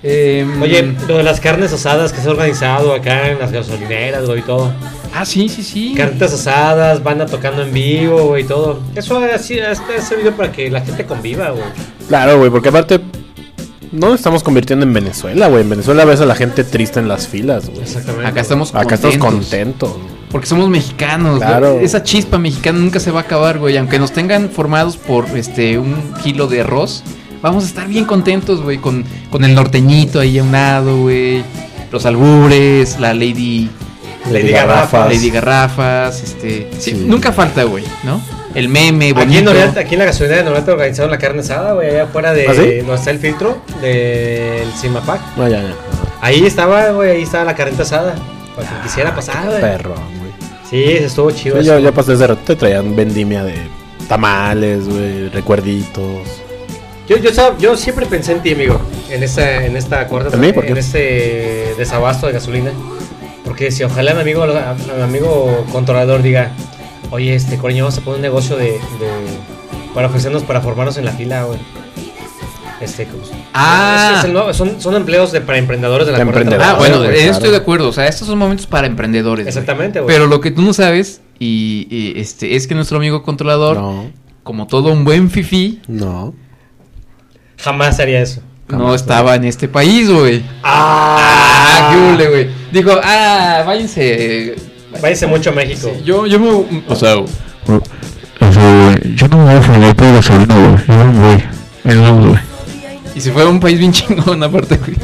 F: Em,
D: Oye, lo de las carnes asadas que se ha organizado acá en las gasolineras, güey, y todo.
F: Ah, sí, sí, sí.
D: Carnitas asadas, banda tocando en vivo, güey, y todo. Eso ha, sí, ha- este, ha servido para que la gente conviva, güey.
A: Claro, güey, porque aparte. No nos estamos convirtiendo en Venezuela, güey. En Venezuela ves a la gente triste en las filas, güey.
D: Exactamente.
F: Acá estamos contentos.
A: Acá estás contento.
F: Porque somos mexicanos.
A: Claro.
F: güey. Esa chispa mexicana nunca se va a acabar, güey. Aunque nos tengan formados por este un kilo de arroz, vamos a estar bien contentos, güey. Con, con el norteñito ahí a un lado, güey. Los albures, la Lady
D: Lady
A: Garrafas.
F: Lady Garrafas, este. sí,
A: Sí.
F: nunca falta, güey, ¿no? El meme,
D: Aquí en,
F: bonito.
D: Noriat- aquí en la gasolinera de Norte organizaron la carne asada, güey, allá afuera de
A: ¿Ah, sí?
D: donde está el filtro del Cimapac.
A: No, ya, ya.
D: Ahí estaba, güey, ahí estaba la carnita asada. Para
F: Ah,
D: quien quisiera pasar, güey.
A: Perro, güey.
D: Sí, estuvo chido.
A: Sí, yo,
D: eso.
A: yo pasé ese rato, te traían vendimia de tamales, güey, recuerditos.
D: Yo, yo, sab- yo siempre pensé en ti, amigo, en esta, en esta cuarta,
A: ¿En mí? ¿Por qué?
D: en este desabasto de gasolina. Porque si ojalá mi amigo, a mi amigo controlador diga, oye, este coño, vamos a poner un negocio de, de- para ofrecernos, para formarnos en la fila, güey. Este, pues,
F: Ah.
D: es- es el nuevo- son, son empleos de, para emprendedores de la
A: De
D: cuarta
A: emprendedores.
F: Ah,
D: transformación,
F: bueno,
A: güey,
F: en eso
A: claro.
F: estoy de acuerdo. O sea, estos son momentos para emprendedores. güey.
D: Exactamente, güey.
F: Pero lo que tú no sabes, y, y, este, es que nuestro amigo controlador,
A: No,
F: como todo un buen fifí,
A: no.
D: Jamás haría eso.
F: no estaba en este país, güey.
D: Ah,
F: Ah, qué hule, güey. Dijo, ah, váyanse.
D: Váyase mucho a México.
F: Yo, yo me. O sea,
L: yo no me voy a formar por gasolina, güey. Yo no me voy. Me lo hago, güey.
F: y se fue a un país bien chingón, aparte, güey.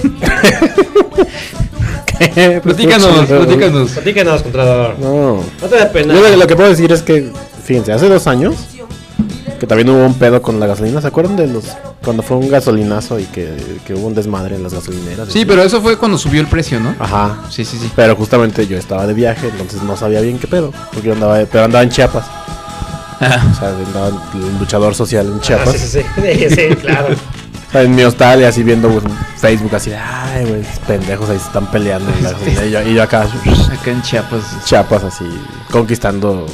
F: platícanos,
D: Pues,
F: platícanos.
D: Platícanos, controlador.
A: No.
D: No te da pena.
A: Yo lo, lo que puedo decir es que, fíjense, hace dos años, que también hubo un pedo con la gasolina, ¿se acuerdan de los... cuando fue un gasolinazo y que, que hubo un desmadre en las gasolineras?
F: Sí, pero eso fue cuando subió el precio,
L: Ah.
F: ¿no?
A: Ajá.
F: Sí, sí, sí.
A: Pero justamente yo estaba de viaje, entonces no sabía bien qué pedo, porque yo andaba, de- pero andaba en Chiapas,
F: Ah,
A: o sea, andaba en luchador social en
D: Ah,
A: Chiapas.
D: sí, sí, sí. sí, claro.
A: En mi hostal y así viendo güey, Facebook así, ay, güey, esos pendejos ahí se están peleando. en la gasolinera", y, yo, y yo acá,
F: Acá en Chiapas.
A: Chiapas así, conquistando...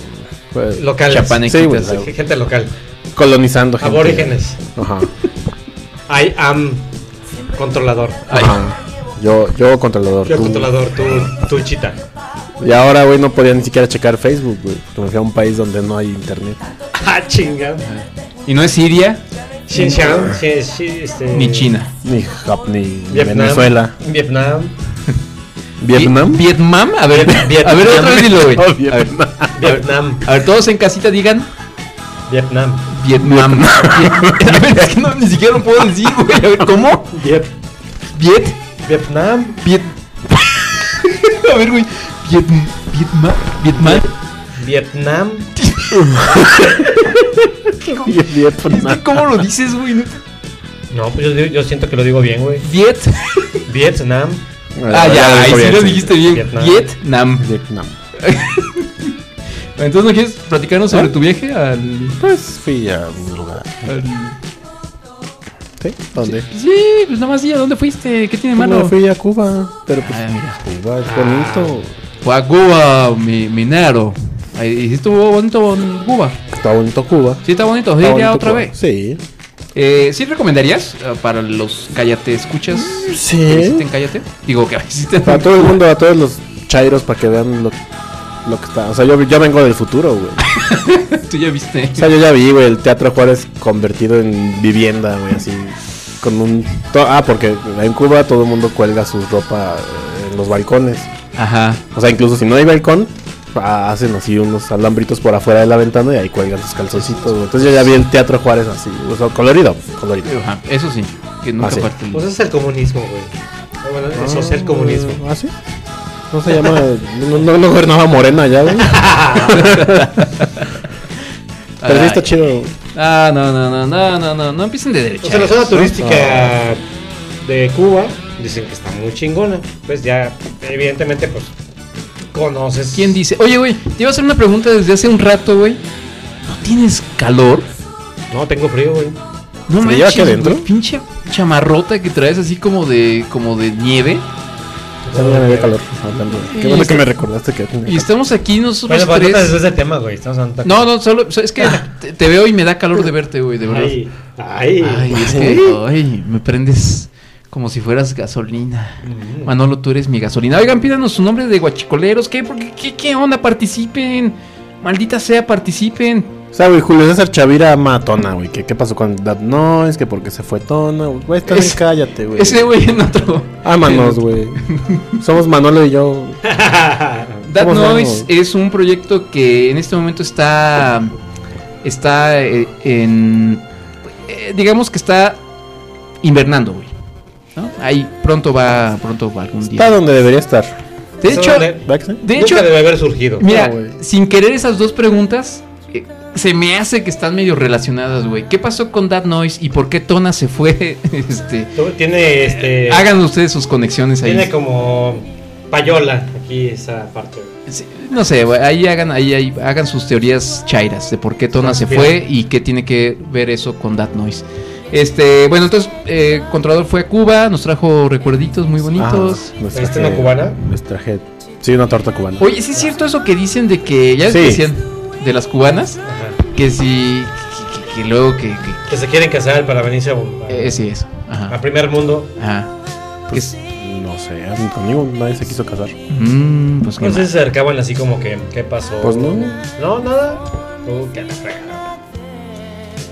A: pues,
D: Locales.
F: Chapanequitas.
A: Sí, güey, o sea,
D: Gente local.
A: colonizando gente.
D: Aborígenes.
A: Ajá.
D: I am controlador.
F: Ay.
A: ajá. Yo, yo controlador.
D: Yo
A: tú.
D: controlador, tú, tú chita.
A: Y ahora, güey, no podía ni siquiera checar Facebook, güey. porque me fui a un país donde no hay internet.
D: Ah, chinga.
F: Y no es Siria
D: Xinjiang. Xi- Xi- este,
F: ni China.
A: Ni Jap, ni ni
D: Vietnam,
A: Venezuela.
D: Vietnam.
A: Vietnam.
F: Vi- Vietnam. A ver,
D: Viet-
F: a ver otra vez dilo, güey.
A: No,
F: A ver,
A: Vietnam.
D: Vietnam.
F: a ver, todos en casita digan
D: Vietnam.
F: Vietnam. a ver, es que no, ni siquiera lo puedo decir, güey. A ver, ¿cómo? Viet. Viet. Vietnam. Viet. a ver, güey. Viet. Vietnam. Vietnam.
D: Vietnam.
A: pues,
F: Es que, ¿Cómo lo dices, güey? No-
D: No, pues yo, digo- yo siento que lo digo bien, güey.
F: Viet.
D: Vietnam.
F: Ah, ya, ahí sí lo dijiste bien.
D: Vietnam.
F: Vietnam. Entonces, ¿no quieres platicarnos sobre tu viaje al.
A: Pues fui a un lugar. ¿Sí? ¿Dónde?
F: Sí, pues nada más di a dónde fuiste, qué tiene de malo.
A: Bueno, fui a Cuba, pero pues
F: Ah,
A: Cuba es bonito.
F: Fue a Cuba, mi, minero. Ahí sí estuvo bonito en Cuba.
A: Está bonito Cuba.
F: Sí, está bonito. Sí,
A: Está
F: ya
A: bonito
F: otra
A: Cuba.
F: vez.
A: Sí.
F: Eh, ¿Sí recomendarías eh, para los cállate escuchas?
A: Sí.
F: que visiten cállate? Digo que visiten.
A: Para todo el mundo, a todos los chairos, para que vean lo, lo que está. O sea, yo, yo vengo del futuro, güey.
F: Tú ya viste.
A: O sea, yo ya vi, güey, el Teatro Juárez convertido en vivienda, güey, así. Con un. to- ah, porque en Cuba todo el mundo cuelga su ropa eh, en los balcones.
F: Ajá.
A: O sea, incluso si no hay balcón, ah, hacen así unos alambritos por afuera de la ventana y ahí cuelgan sus calzoncitos, güey. Entonces yo ya vi el Teatro Juárez así, o sea, colorido, colorido.
F: Ajá, eso sí, que nunca
A: Ah, sí.
F: falta el-
D: Pues es el comunismo, güey. Ah, Bueno, eso es el comunismo.
A: ¿Ah, sí? No se llama. no, no, no gobernaba Morena ya, güey. Pero sí está
F: Ay.
A: chido.
F: Ah, no, no, no, no, no, no, no empiecen de derecha.
D: O sea, la zona turística de Cuba dicen que está muy chingona. Pues ya, evidentemente, pues conoces.
F: ¿Quién dice? Oye, güey, te iba a hacer una pregunta desde hace un rato, güey. ¿No tienes calor?
D: No, tengo frío, güey.
F: No
A: ¿Frío aquí adentro?
F: güey, pinche chamarrota que traes así como de como de nieve.
A: Ah, También había calor hablando.
F: Y
A: Qué bueno
F: está-
A: que me recordaste que tenía
F: Y estamos aquí nosotros
D: Bueno, pues, pero no te
F: tres.
D: desvíes del tema, güey. Estamos hablando de-
F: No, no, solo so- es que te, te veo y me da calor de verte, güey, de verdad.
D: Ay, ay,
F: Ay, es que ay, me prendes como si fueras gasolina. Manolo, tú eres mi gasolina. Oigan, pídanos su nombre de guachicoleros. ¿Qué, ¿Por qué, qué, qué onda? Participen. Maldita sea, participen.
A: O sea, güey, Julio César Chavira ama a Tona, güey. ¿Qué, qué pasó con Dad? No, es que porque se fue Tona, güey. Güey, está bien,
F: Es-
A: cállate, güey.
F: Ese güey en otro.
A: Ámanos, güey. Somos Manolo y yo.
F: That
A: ¿Cómo se llama?
F: Noise es un proyecto que en este momento está. Está eh, en. eh, digamos que está invernando, güey. ¿no? Ahí pronto va. Pronto va algún
A: Está
F: día.
A: donde debería estar.
F: De
D: Eso
F: hecho,
D: debe-
A: ¿Verdad que sí?
F: de
D: nunca
F: hecho,
D: debe haber surgido.
F: mira,
A: No, güey.
F: sin querer esas dos preguntas. eh, Se me hace que están medio relacionadas, güey. ¿Qué pasó con That Noise y por qué Tona se fue? Este,
D: Tú- Tiene este.
F: hagan ustedes sus conexiones Eh, ahí.
D: Tiene como payola aquí esa parte.
F: Sí, No sé, güey, ahí hagan, ahí, ahí hagan sus teorías chairas de por qué Tona se fue y qué tiene que ver eso con That Noise. Este, bueno, entonces eh, Controlador fue a Cuba, nos trajo recuerditos muy bonitos.
A: Ah, les
D: ¿Trajiste
A: traje-
D: una cubana?
A: Les traje. Sí, una torta cubana.
F: Oye, ¿sí es cierto eso que dicen de que ya ves que
A: Sí.
F: decían de las cubanas?
D: Ajá.
F: Que si que, que- que luego que, que-
D: Que se quieren casar para venirse a, a-
F: eh, sí, eso.
D: a
F: Ajá.
D: primer mundo.
F: Ajá. Que
A: Pues,
F: es-
A: No sé, conmigo nadie se quiso casar.
F: mm, pues, qué
D: Entonces se acercaban así como que, ¿qué pasó?
A: Pues no.
D: No, nada. Uh, qué la fregada.
F: mal.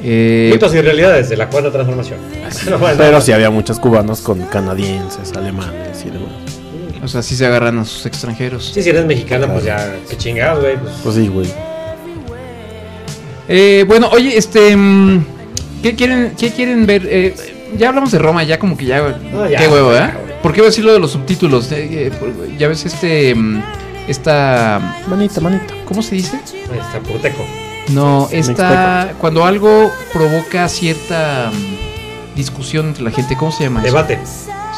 F: Eh,
D: Mitos y realidades de la cuarta transformación. No, bueno,
A: Pero sí había muchos cubanos con canadienses, alemanes y demás.
F: o sea, sí se agarran a sus extranjeros.
D: Sí, si eres mexicana, pues ya, qué chingados, güey. Pues,
A: Pues sí, güey.
F: Eh, bueno, oye, este. mm, ¿Qué quieren, qué quieren ver? Eh, ya hablamos de Roma, ya como que ya.
D: No, ya,
F: qué huevo,
D: ya,
F: ¿eh?
D: güey.
F: ¿Por qué voy a decir lo de los subtítulos? Eh, eh, por- ya ves este. mm, Esta.
A: Manita, manita.
F: ¿Cómo se dice?
D: está puteco.
F: No, esta. Cuando algo provoca cierta mm, discusión entre la gente, ¿cómo se llama? eso?
D: Debate.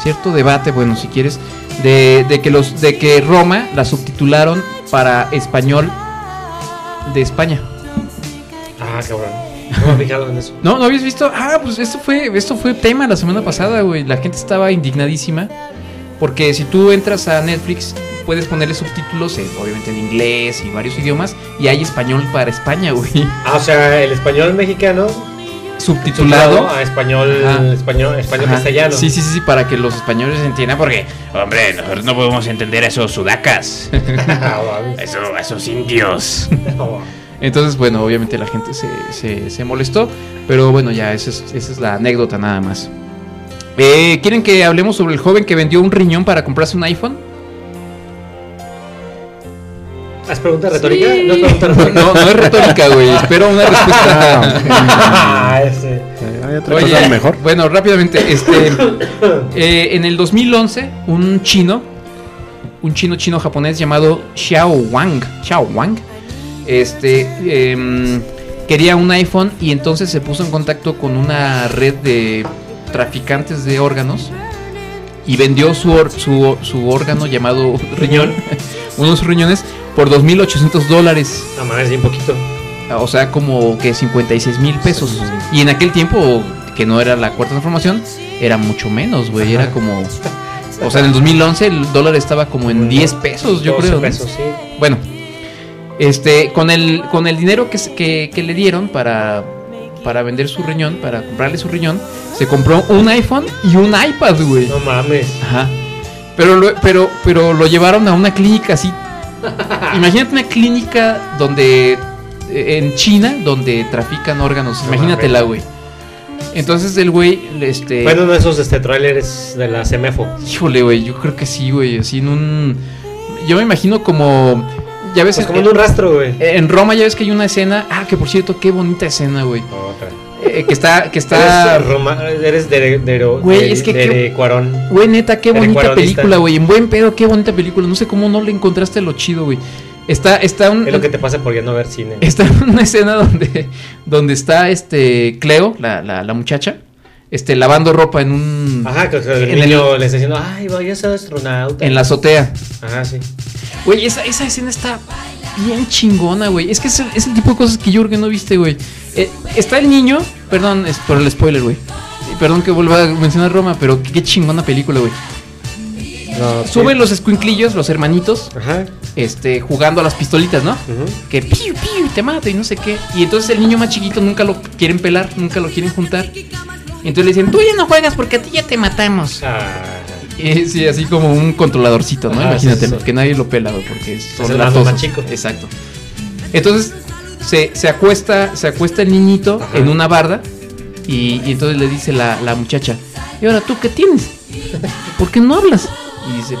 F: Cierto debate, bueno, si quieres, de, de que los de que Roma la subtitularon para español de España.
D: Ah, cabrón. No me he fijado en eso.
F: No, ¿no habías visto? Ah, pues esto fue, esto fue tema la semana pasada, güey. La gente estaba indignadísima. Porque si tú entras a Netflix, puedes ponerle subtítulos, eh, obviamente en inglés y varios idiomas. Y hay español para España, güey.
D: Ah, o sea, el español mexicano.
F: Subtitulado.
D: a español,
F: Ajá.
D: español, español
F: Ah. Ajá.
D: castellano.
F: Sí, sí, sí, sí, para que los españoles entiendan. Porque, hombre, nosotros no podemos entender a esos sudacas.
D: Ah, vale.
F: Eso, a esos indios.
D: No.
F: Entonces, bueno, obviamente la gente se, se- se molestó, pero bueno, ya esa es, esa es la anécdota nada más. Eh, ¿Quieren que hablemos sobre el joven que vendió un riñón para comprarse un iPhone?
D: ¿Es pregunta retórica?
F: Sí.
D: No es pregunta retórica.
F: No, no es retórica, güey. Espero una respuesta.
D: Ah, Ese.
A: Ah, Hay otra cosa mejor.
F: Bueno, rápidamente, este, eh, en el 2011, un chino, un chino chino japonés llamado Xiao Wang, Xiao Wang, este, em, quería un iPhone y entonces se puso en contacto con una red de traficantes de órganos y vendió su, or- su, su órgano llamado riñón, unos riñones, por 2.800 dólares.
D: No mames, bien poquito.
F: O sea, como que 56 mil pesos. Y en aquel tiempo, que no era la cuarta transformación, era mucho menos, güey. Era como. O sea, en el 2011 el dólar estaba como en 10 pesos, yo
D: 12
F: creo. ¿no?
D: pesos, sí.
F: Bueno, este, con el, con el dinero que, se- que, que le dieron para, para vender su riñón, para comprarle su riñón, se compró un iPhone y un iPad, güey.
D: No mames.
F: Ajá. Pero lo, pero, pero lo llevaron a una clínica así. Imagínate una clínica donde. eh, En China, donde trafican órganos. Imagínatela, güey. Entonces el güey. Este,
D: Fue en uno de esos este, trailers de la CMFO.
F: Híjole, güey. Yo creo que sí, güey. Así en un. Yo me imagino como. Ya ves.
D: Pues como en un rastro, güey.
F: En Roma ya ves que hay una escena. Ah, que por cierto, qué bonita escena, güey.
D: Otra.
F: Eh, que está. Que está.
D: Eres, Roma, eres de, de, de,
F: Güey, es que
D: de,
F: qué-
D: Cuarón.
F: Güey, neta, qué
D: Eres
F: bonita
D: cuaronista.
F: película, güey. En buen pedo, qué bonita película. No sé cómo no le encontraste lo chido, güey. Está, está un-
D: Es lo que te pasa por ya no ver cine.
F: está una escena donde, donde está este Cleo, la, la, la muchacha, este, lavando ropa en un.
D: Ajá, que que el
F: En el-
D: niño le está diciendo, ay, voy a ser astronauta.
F: en la azotea.
D: Ajá, sí.
F: Güey, esa, esa escena está bien chingona, güey. Es que es el, es el tipo de cosas que yo creo que no viste, güey. Eh, está el niño, perdón es por el spoiler, güey. Eh, Perdón que vuelva a mencionar Roma, pero qué, qué chingona película, güey. Suben los escuinclillos, los hermanitos,
D: Ajá.
F: este, jugando a las pistolitas, ¿no? Que piu, piu, te mato y no sé qué. Y entonces el niño más chiquito nunca lo quieren pelar, nunca lo quieren juntar. Y entonces le dicen, tú ya no juegas porque a ti ya te matamos.
D: Ah,
F: Eh, sí, así como un controladorcito, ¿no?
D: Ajá,
F: Imagínate,
D: Ah, sí, sí, sí.
F: que nadie lo pela, güey, porque son
D: es el
F: latosos.
D: lado más chico.
F: Exacto. Entonces, se, se acuesta, se acuesta el niñito en una barda y, y entonces le dice la, la muchacha, ¿y ahora tú qué tienes? ¿Por qué no hablas? Y dice,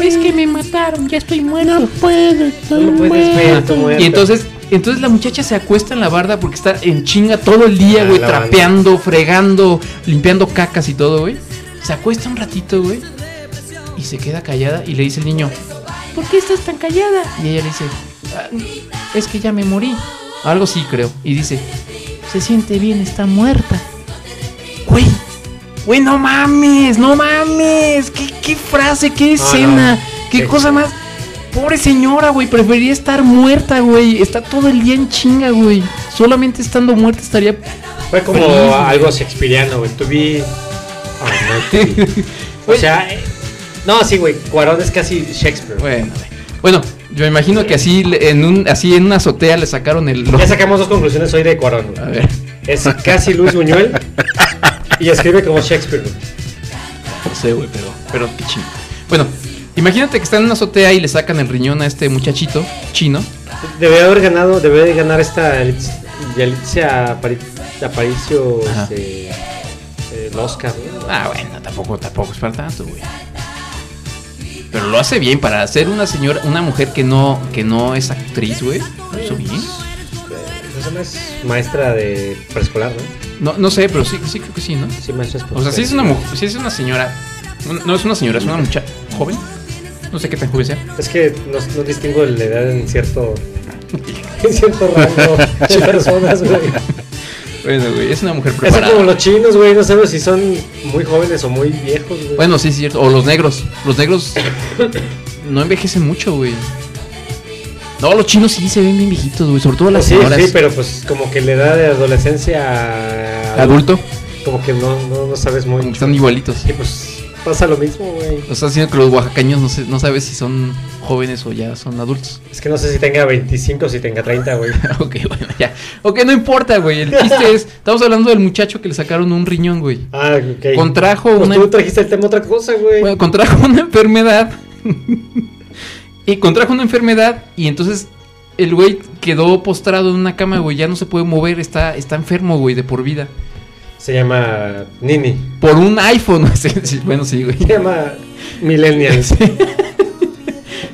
C: Es que me mataron, ya estoy muerto. No puedo, estoy
D: No puedes ver, tú muerto.
F: y entonces, entonces la muchacha se acuesta en la barda porque está en chinga todo el día,
D: Ah,
F: güey,
D: la
F: trapeando, fregando, limpiando cacas y todo, güey. Se acuesta un ratito, güey, y se queda callada y le dice el niño,
C: ¿Por qué estás tan callada?
F: y ella le dice, "Ah, es que ya me morí. Algo sí, creo. Y dice,
C: Se siente bien, está muerta.
F: güey, güey, no mames, no mames. Qué, qué frase, qué
D: No,
F: escena,
D: no.
F: qué
D: Sí.
F: cosa más. Pobre señora, güey, preferiría estar muerta, güey. Está todo el día en chinga, güey. Solamente estando muerta estaría
D: Fue como
F: Feliz, güey.
D: algo shakespeareano, güey. To be. Ah, no, to be. o sea, eh, no, sí, güey. Cuarón es casi Shakespeare.
F: Bueno, güey. bueno, yo imagino que así le- en un así en una azotea le sacaron el
D: Ya sacamos dos conclusiones hoy de Cuarón. güey.
F: A ver,
D: Es casi Luis Buñuel y escribe como Shakespeare. güey.
F: no sé, güey, pero pero qué chino. Bueno, imagínate que están en una azotea y le sacan el riñón a este muchachito chino.
D: Debe haber ganado, debe de ganar esta Yalitz- Yalitza Apari- Aparicio
F: Ajá.
D: este, eh, el Oscar. ¿no?
F: Ah, bueno, tampoco tampoco es para tanto, güey. Pero lo hace bien para ser una señora, una mujer que no que no es actriz, güey. Lo hizo bien.
D: Esa no es maestra de preescolar, ¿no?
F: No no sé, pero sí sí creo que sí, ¿no?
D: Sí, maestra de
F: O sea, si es una mujer, si es una señora, no es una señora, es una muchacha joven. No sé qué tan joven sea.
D: Es que no, no distingo la edad en cierto, en cierto rango de personas, güey.
F: Bueno, güey, es una mujer
D: Eso es
F: preparada.
D: como los chinos, güey. No sabemos si son muy jóvenes o muy viejos, güey.
F: Bueno, sí, es cierto. O los negros. Los negros no envejecen mucho, güey. No, los chinos sí se ven bien viejitos, güey. Sobre todo las
D: sí,
F: señoras.
D: sí, pero pues como que la edad de adolescencia a-
F: Adulto,
D: como que no, no, no sabes muy
F: como que están igualitos.
D: Y pues pasa lo mismo, güey.
F: O sea, haciendo que los oaxacaños no, sé, no sabes si son jóvenes o ya son adultos.
D: Es que no sé si tenga 25 o si tenga 30, güey.
F: ok, bueno, ya. Ok, no importa, güey. El chiste es, estamos hablando del muchacho que le sacaron un riñón, güey.
D: Ah, ok.
F: Contrajo
D: Pues
F: una...
D: tú trajiste el tema otra cosa, güey.
F: Bueno, contrajo una enfermedad. y contrajo una enfermedad y entonces el güey quedó postrado en una cama, güey. Ya no se puede mover, está, está enfermo, güey, de por vida.
D: Se llama Nini.
F: Por un iPhone. sí, sí, bueno, sí, güey.
D: Se llama Millennials.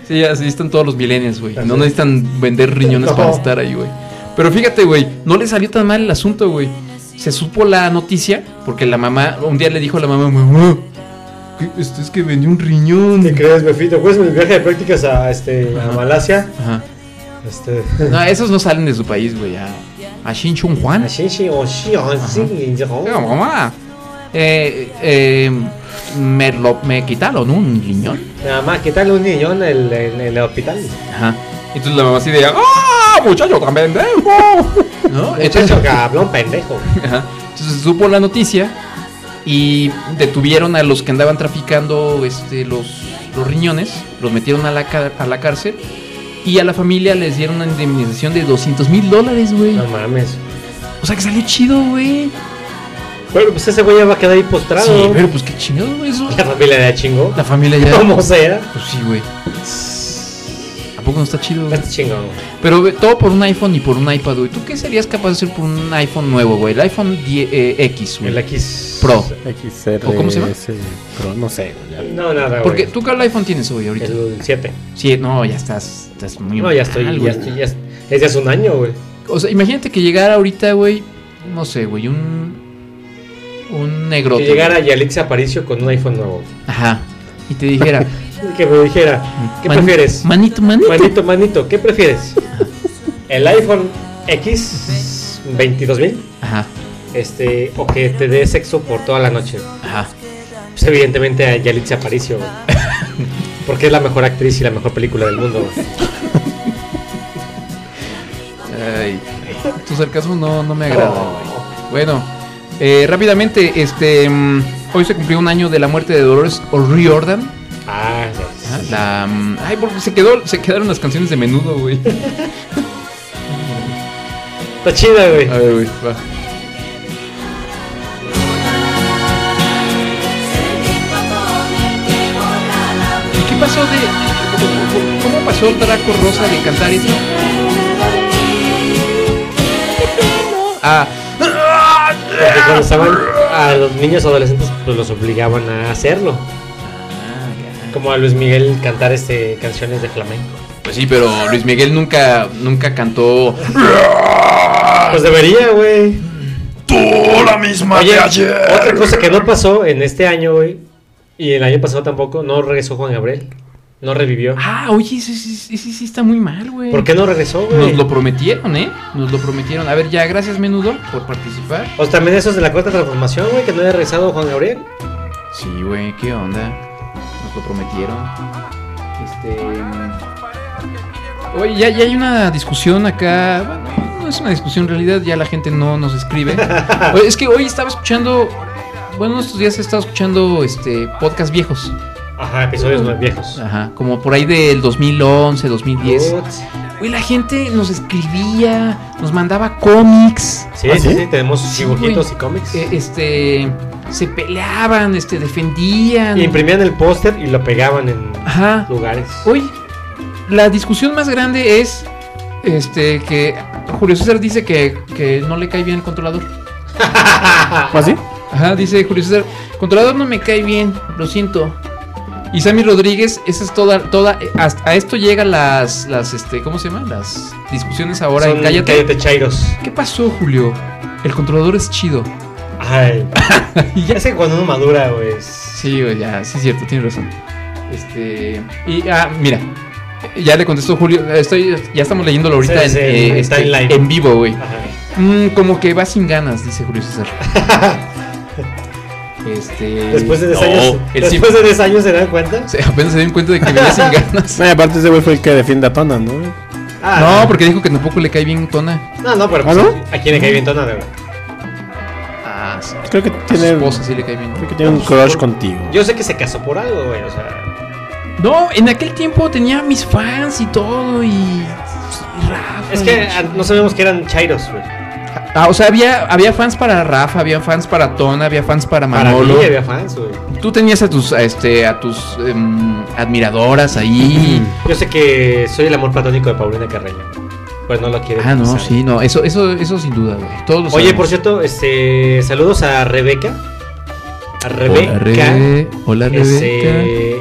F: Sí, así están todos los millennials, güey. No necesitan vender riñones para estar ahí, güey. Pero fíjate, güey, no le salió tan mal el asunto, güey. Se supo la noticia porque la mamá, un día le dijo a la mamá, mamá, ¿qué- esto es que vendió un riñón.
M: ¿Qué crees, Befito?
D: Pues
M: ¿Cuál es mi viaje de prácticas a, este, a Malasia?
F: Ajá.
M: Este...
F: No, esos no salen de su país, güey. A, a Shin Chun Juan. A
M: Shin
F: mamá. Eh, eh, me, lo, me quitaron un riñón.
D: Nada más, ¿qué tal un niño en el, en el hospital?
F: Ajá. Y entonces la mamá así de, ¡ah, muchacho tan pendejo! ¿No?
D: Muchacho cabrón pendejo.
F: Ajá. Entonces supo la noticia y detuvieron a los que andaban traficando este, los, los riñones, los metieron a la, ca- a la cárcel y a la familia les dieron una indemnización de 200 mil dólares, güey. No
D: mames.
F: O sea que salió chido, güey.
D: Pero pues ese güey ya va a quedar ahí postrado.
F: Sí, pero pues qué chingado, güey. Eso.
D: La familia de chingo.
F: La familia ya.
D: Como sea.
F: Pues sí, güey. ¿A poco no está chido?
D: Está chingón, güey.
F: Pero güey, todo por un iPhone y por un iPad, güey. ¿Tú qué serías capaz de hacer por un iPhone nuevo, güey? El iPhone 10, eh, X, güey.
D: El X.
F: Pro.
A: XR.
F: ¿O cómo se llama?
A: Pro, no sé, güey, ya.
D: No, nada,
F: Porque
D: güey.
F: tú qué iPhone tienes hoy ahorita?
D: El 7.
F: Sí, no, ya estás, estás muy
D: No, ya
F: mal,
D: estoy, ya
F: güey.
D: estoy, ya es- es ya hace un año, güey.
F: O sea, imagínate que llegara ahorita, güey, no sé, güey, un un negro.
D: Que llegara Yalitza Aparicio con un iPhone nuevo.
F: Ajá. Y te dijera,
D: Que me dijera, ¿qué
F: Man-
D: prefieres?
F: Manito, manito.
D: Manito, manito, ¿qué prefieres? ¿El iPhone X 22000?
F: Ajá.
D: Este, o que te dé sexo por toda la noche.
F: Ajá.
D: Pues evidentemente a Yalitza Aparicio, güey. Porque es la mejor actriz y la mejor película del mundo, güey.
F: Ay, tu sarcasmo no, no me agrada, güey. Bueno, eh, rápidamente, este, mm, hoy se cumplió un año de la muerte de Dolores O'Riordan.
D: Ah,
F: Ajá, la, mm, ay, porque se quedó, se quedaron las canciones de menudo, güey.
D: Está chida, güey.
F: A ver, güey, va. ¿Y qué pasó de.? cómo- ¿Cómo pasó Draco Rosa de cantar eso? Ah.
D: Porque cuando estaban a los niños adolescentes, pues los obligaban a hacerlo.
F: Ah,
D: Como a Luis Miguel cantar este canciones de flamenco.
F: Pues sí, pero Luis Miguel nunca, nunca cantó.
D: Pues debería, güey.
A: Ah. Tú la misma
D: Oye, otra cosa que no pasó en este año, güey. Y el año pasado tampoco, no regresó Juan Gabriel. No revivió.
F: Ah, oye, ese sí, ese sí está muy mal, güey.
D: ¿Por qué no regresó, güey?
F: Nos lo prometieron, ¿eh? Nos lo prometieron. A ver, ya, gracias, menudo, por participar.
D: O Pues también esos de la cuarta transformación, güey, que no haya regresado Juan Gabriel.
F: Sí, güey, ¿qué onda? Nos lo prometieron. Este. mm, Oye, ya, ya hay una discusión acá. Bueno, no es una discusión, en realidad ya la gente no nos escribe. Oye, es que hoy estaba escuchando. Bueno, estos días he estado escuchando este podcast viejos.
D: Ajá, episodios más viejos.
F: Ajá, como por ahí del 2011, 2010.
D: Uts.
F: Güey, la gente nos escribía, nos mandaba cómics.
D: Sí, ¿Ah, sí, sí, tenemos dibujitos y cómics.
F: Eh, este. Se peleaban, este, defendían.
D: Y imprimían el póster y lo pegaban en
F: Ajá.
D: lugares.
F: Hoy, la discusión más grande es este que Julio César dice que, que no le cae bien el controlador. ¿Ah,
A: ¿Así?
F: Ajá, dice Julio César, controlador no me cae bien, lo siento. Y Sammy Rodríguez, esa es toda, toda, hasta- a esto llegan las, las, este, ¿cómo se llama? Las discusiones ahora
D: Son
F: en Cállate.
D: Cállate Chairos.
F: ¿Qué pasó, Julio? El controlador es chido.
D: Ay. ya sé que cuando uno madura, güey.
F: Sí, güey, ya, sí es cierto, tienes razón. Este, y, ah, mira, ya le contestó Julio, estoy, ya estamos leyéndolo ahorita
D: Sí, sí,
F: en, eh,
D: está
F: este,
D: en live.
F: en vivo, güey.
D: Ajá.
F: Mm, como que va sin ganas, dice Julio César. este,
D: Después de 10
F: no,
D: años.
F: él sí-
D: Después de 10 años se dan cuenta.
F: se- apenas se dio cuenta de que venía sin ganas.
A: No, y aparte ese güey fue el que defiende a Tona, ¿no?
D: Ah,
F: No, porque dijo que tampoco le cae bien Tona.
D: no, no, pero
A: ¿Ah,
D: pues,
A: no?
D: a quién le cae bien tona, güey.
F: Ah, sí.
A: Creo que
F: Su
A: tiene,
F: esposa sí le cae bien.
A: creo que tiene un crush contigo.
D: Yo sé que se casó por algo, güey. O sea,
F: No, en aquel tiempo tenía mis fans y todo y, y Rafa.
D: es que ah, no sabemos que eran chairos, güey.
F: Ah, o sea, había, había fans para Rafa, había fans para Tona, había fans para
D: Para mí
F: Manolo.
D: había fans, güey.
F: Tú tenías a tus, a este, a tus em, admiradoras ahí.
D: Yo sé que soy el amor platónico de Paulina Carreño. Pues no lo quiere.
F: ah, no,
D: confesar.
F: sí, no, eso, eso, eso sin duda, güey. Todos lo
D: Oye,
F: sabemos.
D: por cierto, este, saludos a Rebeca. A
F: Hola,
D: Rebeca.
F: Rebe. Hola, Rebeca.
D: Este,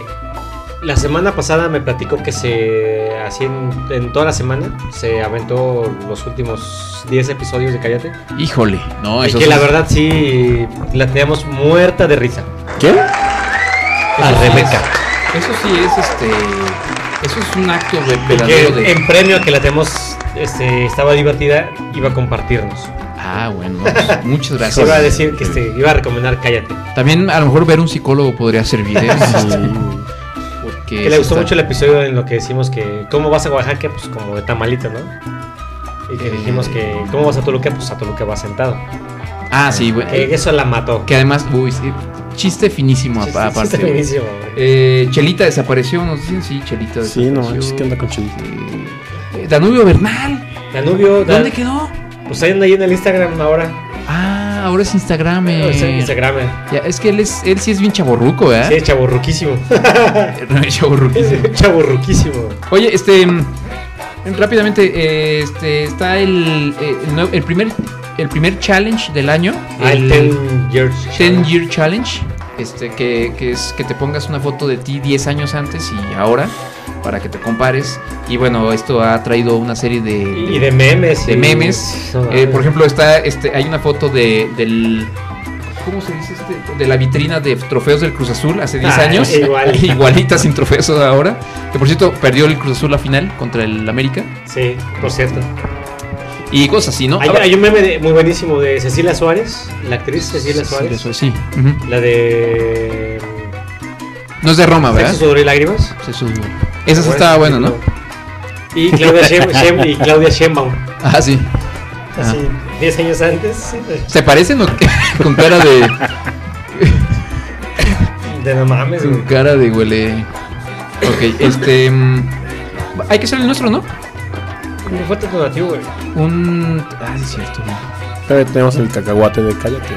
D: La semana pasada me platicó que se así en, en toda la semana se aventó los últimos 10 episodios de Cállate.
C: Híjole, no,
F: Ah,
D: y
C: eso
D: que
C: es-
D: la verdad sí la teníamos muerta de risa.
A: ¿Qué?
D: A Rebeca.
C: Eso sí es este. Eso es un acto de
D: Y que
C: verdadero de.
D: en premio a que la tenemos este, estaba divertida, iba a compartirnos.
C: Ah, bueno, pues, muchas gracias.
D: Iba a decir que este, iba a recomendar Cállate.
C: También a lo mejor ver un psicólogo podría servir. ¿eh?
D: Sí.
C: Porque
D: Que le gustó
C: está-
D: mucho el episodio en lo que decimos que ¿Cómo vas a Oaxaca? Pues como de tamalita, ¿no? Y
C: Eh,
D: que dijimos que ¿Cómo vas a Toluca? Pues a Toluca vas sentado.
C: Ah, sí, güey.
D: Que eso la mató.
C: Que además, uy, sí, chiste finísimo
D: Chiste-
C: apa- aparte.
D: chiste
C: güey.
D: finísimo, güey.
C: Eh, Chelita desapareció, nos dicen, sí, Chelita
A: Sí, no
C: desapareció.
A: manches, ¿qué onda con Chelita?
C: Eh, Danubio Bernal.
D: Danubio.
C: ¿Dónde quedó?
D: Pues ahí anda ahí en el Instagram ahora.
C: Ah, ahora es Instagram. eh.
D: Es el Instagram. eh.
C: Ya, es que él, es, él sí es bien chaborruco, ¿verdad?
D: Sí, es chaburruquísimo.
C: chaborruquísimo.
D: chaburruquísimo.
C: Oye, este. mm, Rápidamente, eh, este está el, eh, el, nue- el primer el primer challenge del año.
D: Ah, el 10 Year
C: 10 Year Challenge. Este, que, que es que te pongas una foto de ti 10 años antes y ahora para que te compares. Y bueno, esto ha traído una serie de.
D: Y de memes.
C: de
D: y-
C: memes.
D: No,
C: Eh, por ejemplo, está este, hay una foto de, del. ¿Cómo se dice este? De la vitrina de trofeos del Cruz Azul hace 10
D: Ah,
C: años.
D: igual.
C: Igualita sin trofeos ahora. Que por cierto, perdió el Cruz Azul la final contra el América.
D: Sí, por cierto.
C: Y cosas así, ¿no?
D: Hay, hay un meme de- muy buenísimo de Cecilia Suárez, la actriz Cecilia Suárez.
C: Sí. Ujú.
D: La de.
C: No es de Roma, ¿verdad?
D: Sexo, sudor y lágrimas.
C: Se sudó. Esa sí estaba buena, ¿no?
D: Y Claudia, Shem- Shem- y Claudia Sheinbaum.
C: Ah, sí. Ah.
D: Así, 10 años antes.
C: ¿Se parecen o qué? Con cara de.
D: De no mames, güey.
C: Con cara de huele. Ok, este. mm, Hay que ser el nuestro, ¿no?
D: Me fue tu donativo, güey.
C: Un. Ah, sí, es cierto. güey.
A: Pero tenemos el cacahuate de cállate.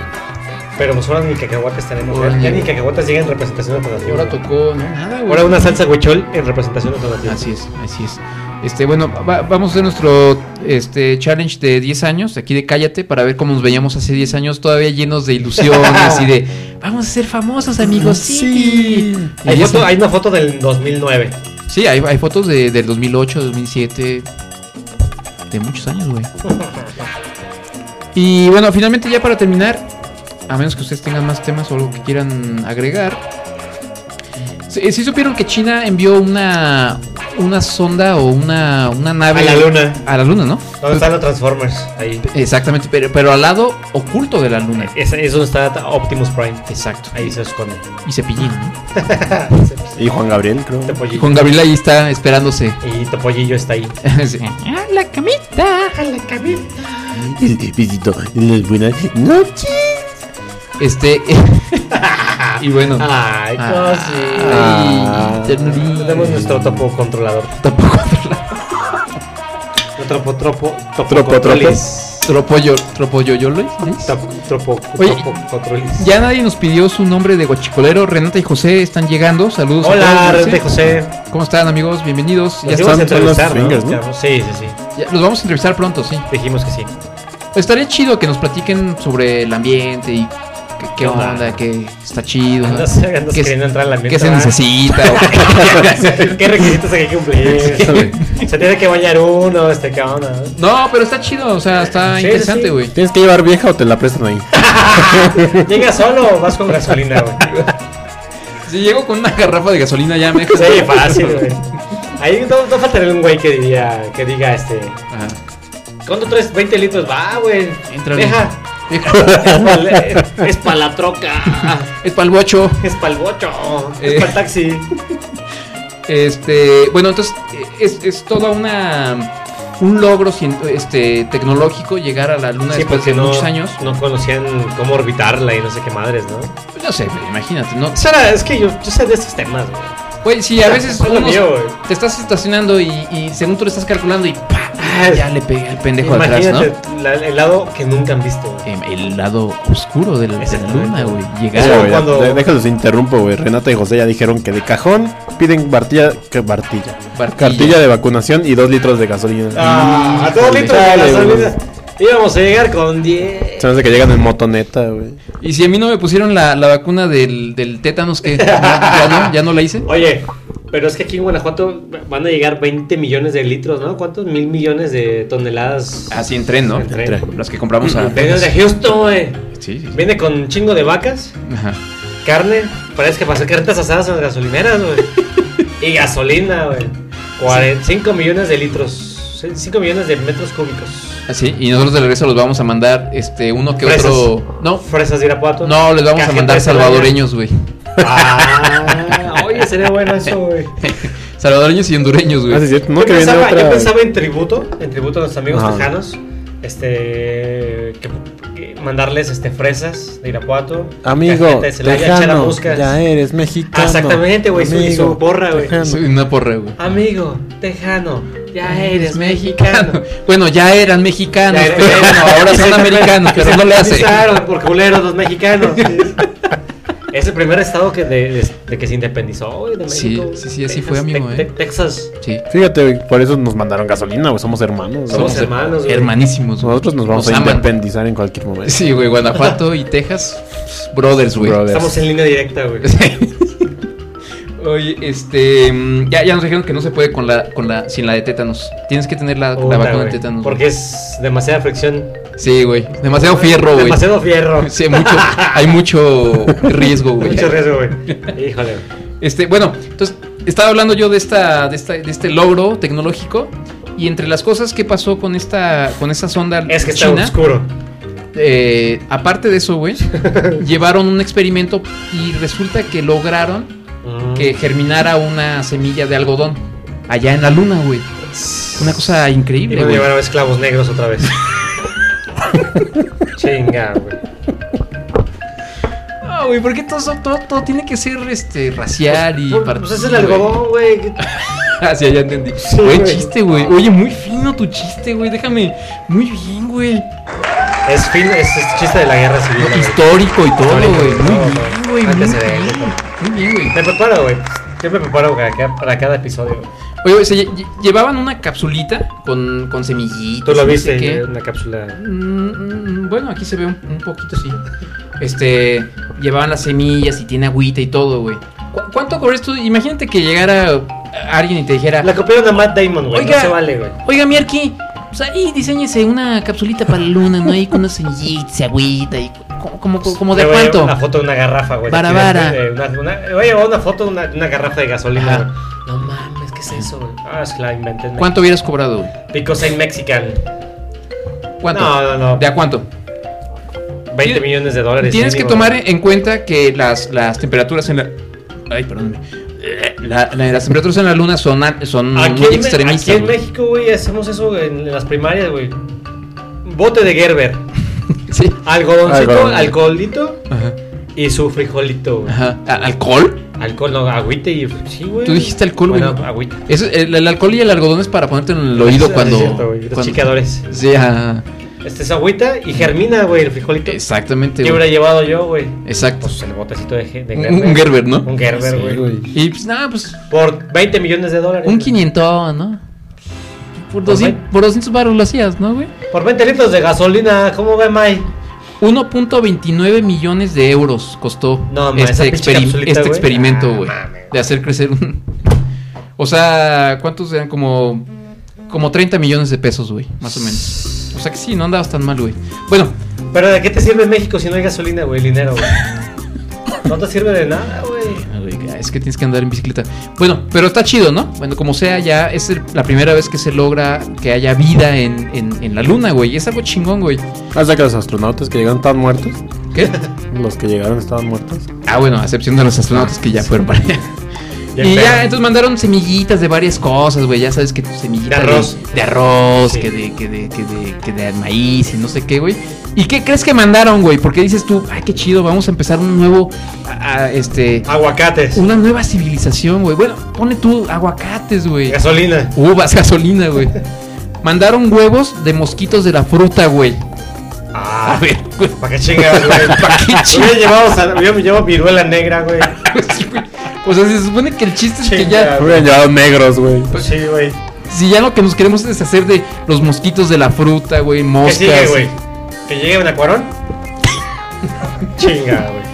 D: Pero pues ahora ni cacahuates tenemos. ya- Ya ni cacahuates llegan en representación de
C: Y
D: donativo.
C: ahora tocó, ¿no? Nada, güey.
D: Ahora una salsa huichol en representación de donativo.
C: Así es, así es. Este, bueno, va- vamos a hacer nuestro este, challenge de 10 años, aquí de Cállate, para ver cómo nos veíamos hace 10 años, todavía llenos de ilusiones y de. Vamos a ser famosos, amigos. Sí. Y
D: Hay,
C: ya
D: foto-
C: se-
D: hay una foto del 2009.
C: Sí, hay, hay fotos de, del 2008, 2007. De muchos años, güey. Y bueno, finalmente ya para terminar, a menos que ustedes tengan más temas o algo que quieran agregar. Si supieron que China envió una una sonda o una, una nave
D: A la luna.
C: A Pues la luna, ¿no?
D: ¿Dónde están los Transformers? Ahí.
C: Exactamente, pero, pero al lado oculto de la luna.
D: Es, es donde está Optimus Prime.
C: Exacto.
D: Ahí se esconde.
C: Y Cepillín. ¿no?
A: Y Juan Gabriel, creo.
D: Topollillo.
C: Juan Gabriel ahí está esperándose.
D: Este Y Topollillo está ahí.
C: Sí.
N: ¡Ah, la camita! ¡Ah, la camita!
A: Visito las buenas noches.
C: Este. Ah, y bueno.
D: Ay,
C: Ay, ternurita.
D: Tenemos nuestro topo controlador. Nuestro Tropo, tropo, topo,
A: Tropo,
D: controlis.
C: Tropoyo, tropoyoyolo, ¿sí?
D: Topo, tropo,
C: Oye,
D: tropo controlis.
C: Ya nadie nos pidió su nombre de guachicolero. Renata y José están llegando. Saludos. a
D: Hola,
C: todos,
D: Renata y
C: dice.
D: José.
C: ¿Cómo están, amigos? Bienvenidos.
D: Nos
C: Ya,
D: íbamos a
A: están todos los
D: entrevistar, ¿no?
A: fingers, ¿no?
D: Ya, Sí, sí, sí.
C: ya- los vamos a entrevistar pronto, sí.
D: Dijimos que sí.
C: Estaría chido que nos platiquen sobre el ambiente y qué, qué
D: No,
C: onda, que está chido.
D: Andas, andas
C: ¿Qué,
D: queriendo entrar al ambiente.
C: qué se
D: ¿verdad?
C: necesita?
D: ¿Qué requisitos hay que cumplir? Se tiene que bañar uno, este cabrón.
C: no, pero está chido, o sea, está
D: Sí, sí, sí.
C: Ah, interesante, güey.
A: ¿Tienes que llevar vieja o te la prestan ahí?
D: Llega solo o vas con gasolina, güey.
C: Si llego con una garrafa de gasolina ya me dejas-
D: Sí, fácil, güey. Ahí no, no faltaría un güey que diría, que diga este.
C: Ajá.
D: ¿Cuánto traes? 20 litros, va, güey.
C: Entrale.
D: Deja. Es para la troca.
C: Es pa'l bocho.
D: Es para el bocho.
C: Eh.
D: Es para el taxi.
C: Este, bueno, entonces eh, es, es toda una un logro cien- este tecnológico llegar a la luna
D: Sí,
C: después
D: porque
C: de
D: no,
C: muchos años.
D: no conocían cómo orbitarla y no sé qué madres, ¿no?
C: Pues No sé, güey, imagínate, no.
D: Sara, es que yo, yo sé de estos temas, güey.
C: Güey, sí, a veces
D: Pues Es lo
C: uno
D: mío, güey.
C: te estás estacionando y, y según tú lo estás calculando y ¡pa!
D: Ay,
C: Ah, ya le pegué al pendejo de atrás, ¿no?
D: Imagínate la- el lado que nunca han visto. güey.
C: Em, El lado oscuro de la, de la
D: Exactamente.
C: luna, güey.
A: Ya,
C: Llegar.
D: Eso,
A: güey, ya,
D: cuando-
A: de- déjalos interrumpo, güey. Renata y José ya dijeron que de cajón piden bartilla, que bartilla,
C: Bartilla.
A: cartilla de vacunación y dos litros de gasolina.
D: Ah, a todo
A: Híjole.
D: litro de
A: Chale,
D: gasolina.
A: güey.
D: Íbamos a llegar con 10.
A: Se me hace que llegan en motoneta, güey.
C: Y si a mí no me pusieron la, la vacuna del, del tétanos que ya no, ya no la hice.
D: Oye, Pero es que aquí en Guanajuato van a llegar 20 millones de litros, ¿no? ¿Cuántos mil millones de toneladas?
C: Así Ah, en tren, ¿no?
D: En tren.
C: Las que compramos a.
D: Viene de Houston, güey.
C: Sí, sí, sí.
D: Viene con un chingo de vacas,
C: Ajá.
D: carne, parece que pasó cartas asadas en las gasolineras, güey. y gasolina, güey. 5 millones de litros, 5 millones de metros cúbicos.
C: Así, Ah, y nosotros de regreso los vamos a mandar este uno que
D: Fresas.
C: otro. No,
D: Fresas de Irapuato.
C: no, les vamos a
D: Cajeta
C: mandar
D: de Celaya.
C: salvadoreños, güey.
D: Ah, oye, sería bueno eso, güey.
C: Salvadoreños y hondureños, güey.
A: Ah, sí, es cierto, ¿no?
D: Yo
A: Que viene
D: pensaba,
A: otra.
D: yo pensaba en tributo, en tributo a nuestros amigos
A: Ajá.
D: tejanos, este, que, que mandarles este fresas de Irapuato,
A: Amigo,
D: cajeta de Celaya,
A: tejano,
D: charamuscas.
A: ya eres mexicano.
D: Ah, exactamente, güey, su-
A: Amigo,
D: su porra, güey.
A: tejano.
C: Soy una porra, güey.
D: Amigo, tejano, Ah, ya eres mexicano.
C: Bueno, ya eran mexicanos,
D: Ya eres-
C: pero bueno, ahora
D: Se
C: son americanos, pero
D: se
C: no le hace.
D: independizaron por culeros los mexicanos. Es el primer estado que de, de- de que se independizó güey, de
C: Sí,
D: México.
C: sí, sí, así
D: Texas,
C: fue, amigo,
D: Te-
C: eh.
D: Te- Texas,
C: Sí.
A: Fíjate, güey, por eso nos mandaron gasolina, güey. Somos hermanos. güey.
D: Somos hermanos, güey.
C: Hermanísimos. güey.
A: Nosotros nos vamos a
C: aman.
A: independizar en cualquier momento.
C: Sí, güey, Guanajuato y Texas. Brothers, güey.
A: Brothers.
D: estamos en línea directa, güey.
C: Oye, este. mm, Ya, ya nos dijeron que no se puede con la, con la, sin la de tétanos. Tienes que tener la, la
D: Puta,
C: vacuna de
D: güey,
C: tétanos.
D: Porque es demasiada fricción.
C: güey. Sí, güey. Demasiado fierro, güey.
D: Demasiado fierro.
C: Sí, mucho, hay mucho riesgo, güey.
D: Mucho riesgo, güey. Híjole.
C: Este, bueno, entonces estaba hablando yo de esta, de esta, de este logro tecnológico y entre las cosas que pasó con esta, con esta sonda
D: Es que está
C: china,
D: oscuro.
C: eh, aparte de eso, güey, llevaron un experimento y resulta que lograron que germinara una semilla de algodón allá en la luna, güey. Una cosa
D: Mm. Y
C: increíble,
D: van a
C: güey.
D: llevar a esclavos negros otra vez. Chinga, güey.
C: Ah, güey, porque todo, son- todo, todo tiene que ser este racial y
D: Pues,
C: partido,
D: pues es el
C: güey.
D: algodón, güey.
C: Ah, sí, ya entendí.
D: Sí,
C: Buen
D: güey.
C: chiste, güey. Oye, muy fino tu chiste, güey. Déjame. Muy bien, güey.
D: Es fin, es, es chiste de la guerra civil. güey.
C: Histórico y pues, todo,
D: Histórico,
C: güey. Muy
D: todo,
C: bien, güey. Muy bien.
D: Antecedentes,
C: Muy bien, güey.
D: Me preparo, güey. Yo me preparo para cada, para cada episodio. güey.
C: Oye, güey, se lle- lle- llevaban una capsulita con, con semillitas.
D: Tú lo
C: no
D: viste
C: sé qué.
D: en una cápsula.
C: Mm, mm, Bueno, aquí se ve un, un poquito, sí. Este, llevaban las semillas y tiene agüita y todo, güey. ¿Cu- ¿Cuánto cobres tú? Imagínate que llegara alguien y te dijera,
D: La copiaron a Matt Damon, güey. No
C: Oiga.
D: se vale, güey.
C: Oiga, Mierky, pues ahí diseñese una capsulita para la luna, ¿no? Ahí con unos semillitas, agüita y como, como, como de
D: Le voy a llevar
C: cuánto.
D: Una foto de una garrafa, güey.
C: Vara,
D: Aquí de-
C: vara.
D: de una- una- le voy a llevar una foto de una, de una garrafa de gasolina,
C: Ajá.
D: güey. No mames, ¿qué es eso, güey? Ah, se la inventé. en
C: ¿Cuánto hubieras cobrado? güey?
D: México. Because I'm Mexican.
C: ¿Cuánto?
D: No, no, no.
C: ¿De a cuánto?
D: 20 millones de dólares.
C: Tienes que
D: mínimo,
C: tomar
D: güey.
C: en cuenta que las, las temperaturas en la. Ay, perdóname. Eh, la- la- las temperaturas en la luna son, al- son
D: Aquí
C: muy
D: en, Me- aquí
C: extremistas.
D: en
C: güey.
D: México, güey, hacemos eso güey, en las primarias, güey. Bote de Gerber.
C: Sí.
D: Algodoncito,
A: Algodón.
D: alcoholito
C: Ajá.
D: y su frijolito, güey.
C: Ajá. ¿A- ¿Alcohol?
D: Alcohol, no, agüite y. Sí, güey.
C: Tú dijiste alcohol, güey.
D: bueno, agüita.
C: Eso- el, el alcohol y el algodón es para ponerte en el
D: Sí,
C: oído
D: sí,
C: cuando.
D: es cierto, güey, los
C: cuando-
D: chicadores.
C: Sí, ajá.
D: Este es agüita y germina, güey, el frijolito.
C: Exactamente.
D: ¿Qué
C: Este, güey.
D: hubiera llevado yo, güey?
C: Exacto.
D: Pues el botecito de, ge- de
C: Un- un Gerber, ¿no?
D: Un Gerber,
A: Sí,
D: güey.
A: güey.
C: Y pues nada, pues
D: Por 20 millones de dólares.
C: un
D: güey.
C: quinientón, ¿no? Pues, Por,
D: Por
C: 200,
D: veinte.
C: por 200 baros lo hacías, ¿no, güey?
D: Por 20 litros de gasolina, ¿cómo ve, May?
C: 1.29 millones de euros costó
D: No, ma,
C: este,
D: esa pinche
C: experim-
D: capsulita,
C: este
D: güey.
C: experimento,
D: Ah,
C: güey.
D: mames.
C: de hacer crecer un... O sea, ¿cuántos eran? Como, como 30 millones de pesos, güey.
D: Ah.
C: Más o menos. O sea que sí, no andabas tan mal, güey. Bueno,
D: Pero ¿de qué te sirve México si no hay gasolina, güey? El dinero, güey. No te sirve de nada, güey.
C: es que tienes que andar en bicicleta. Bueno, pero está chido, ¿no? Bueno, como sea, ya es el- la primera vez que se logra que haya vida en, en- en la luna, güey. Es algo chingón, güey.
A: Hasta que los astronautas que llegaron estaban muertos.
C: ¿Qué?
A: Los que llegaron estaban muertos.
C: Ah, bueno, a excepción de los astronautas que ya fueron para allá.
D: Ya
C: y
D: pedo.
C: ya, entonces mandaron semillitas de varias cosas, güey. Ya sabes que tu semillita
D: De arroz.
C: de arroz,
D: Sí.
C: que, de, que, de, que, de, que de maíz y no sé qué, güey. ¿Y qué crees que mandaron, güey? Porque dices tú, ay, qué chido, vamos a empezar un nuevo, a- a, este,
D: Aguacates.
C: una nueva civilización, güey. Bueno, pone tú aguacates, güey.
D: Gasolina.
C: Uvas, gasolina, güey. Mandaron huevos de mosquitos de la fruta, güey. A
D: Ah,
C: ver, güey.
D: ¿para qué chingas, güey?
C: ¿Para qué
D: Hubiera
C: chingados,
D: llevado, sal- hubiera llevado viruela negra, güey.
C: güey? O sea, se supone que el chiste es que ya
D: Chinga,
A: Me hubieran llevado negros, güey.
D: Sí, güey.
C: Si ya lo que nos queremos es deshacer de los mosquitos de la fruta, güey,
D: ¿Qué
C: moscas.
D: sigue, güey? ¿Que llegue un acuarón? Chinga, güey.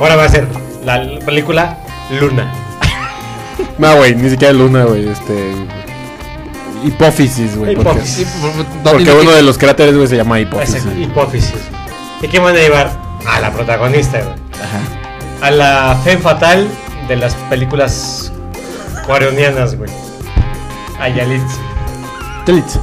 D: Ahora va a ser la l- película Luna.
A: No, güey, ni siquiera Luna, güey. Este. Hipófisis, güey. Porque,
D: Hipófisis.
A: porque uno de los cráteres, güey, se llama hipófisis.
D: Exacto, hipófisis. ¿De qué van a llevar? A la protagonista, güey. A la fe fatal de las películas cuaronianas, güey. A Yalitza.
A: Telitz.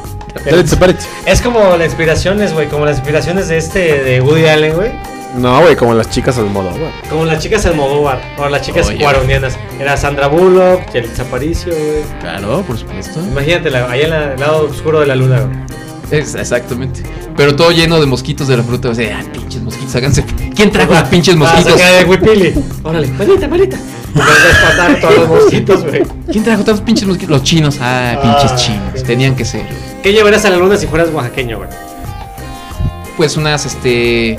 A: Telitz, Pérez.
D: Es como las inspiraciones, güey. Como las inspiraciones de este, de Woody Allen, güey.
A: No, güey, como las chicas al modo, güey.
D: Como las chicas Almodóvar. O las chicas
A: Oye.
D: cuaronianas. Era Sandra Bullock, Yalitza Aparicio, güey.
F: Claro, por supuesto.
D: Imagínate, la- ahí en la- el lado oscuro de la luna, güey.
F: Es, exactamente. Pero todo lleno de mosquitos de la fruta. O sea, ah, pinches mosquitos, háganse. ¿Quién trajo los pinches
D: Ah,
F: mosquitos?
D: se cae de Huipili. Órale, manita, manita. Me va a espantar todos los mosquitos, güey.
F: ¿Quién trajo tantos pinches mosquitos? Los chinos. Ah, pinches
D: Ah.
F: chinos. Tenían que ser.
D: ¿Qué llevarías a la luna si fueras oaxaqueño, güey?
F: Pues unas, este.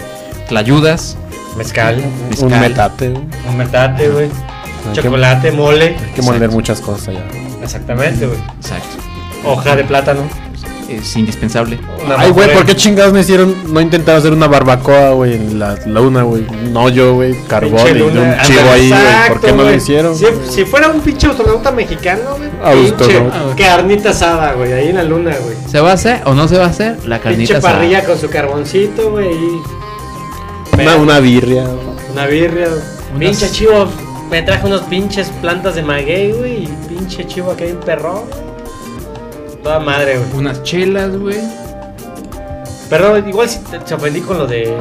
F: Tlayudas.
D: Mezcal.
A: Un metate, güey.
D: Un metate, güey.
A: Ah, qué-
D: Chocolate, mole.
A: Hay que moler muchas cosas allá.
D: Exactamente, güey.
F: Exacto.
D: Hoja de plátano.
F: Es indispensable.
A: Ay, güey, ¿por qué chingados no hicieron, no intentaron hacer una barbacoa, güey, en la luna, güey? No yo, güey, carbón
D: Pinche
A: y un
D: luna.
A: chivo ahí, güey.
D: Exacto,
A: ¿Por qué no lo
D: güey.
A: hicieron?
D: Si, si fuera un pinche astronauta mexicano, güey. Pinche
F: Astronauta.
D: carnita asada, güey. Ahí en la luna, güey.
F: ¿Se va a hacer o no se va a hacer? La carnita
D: Pinche
F: asada.
D: parrilla con su carboncito, güey. y
A: Una, una birria.
D: Una birria. Pinche chivo. Me traje unos pinches plantas de maguey, güey. Y pinche chivo que hay un perro. Toda madre, güey.
F: Unas chelas, güey.
D: Pero igual si te, te ofendí con lo de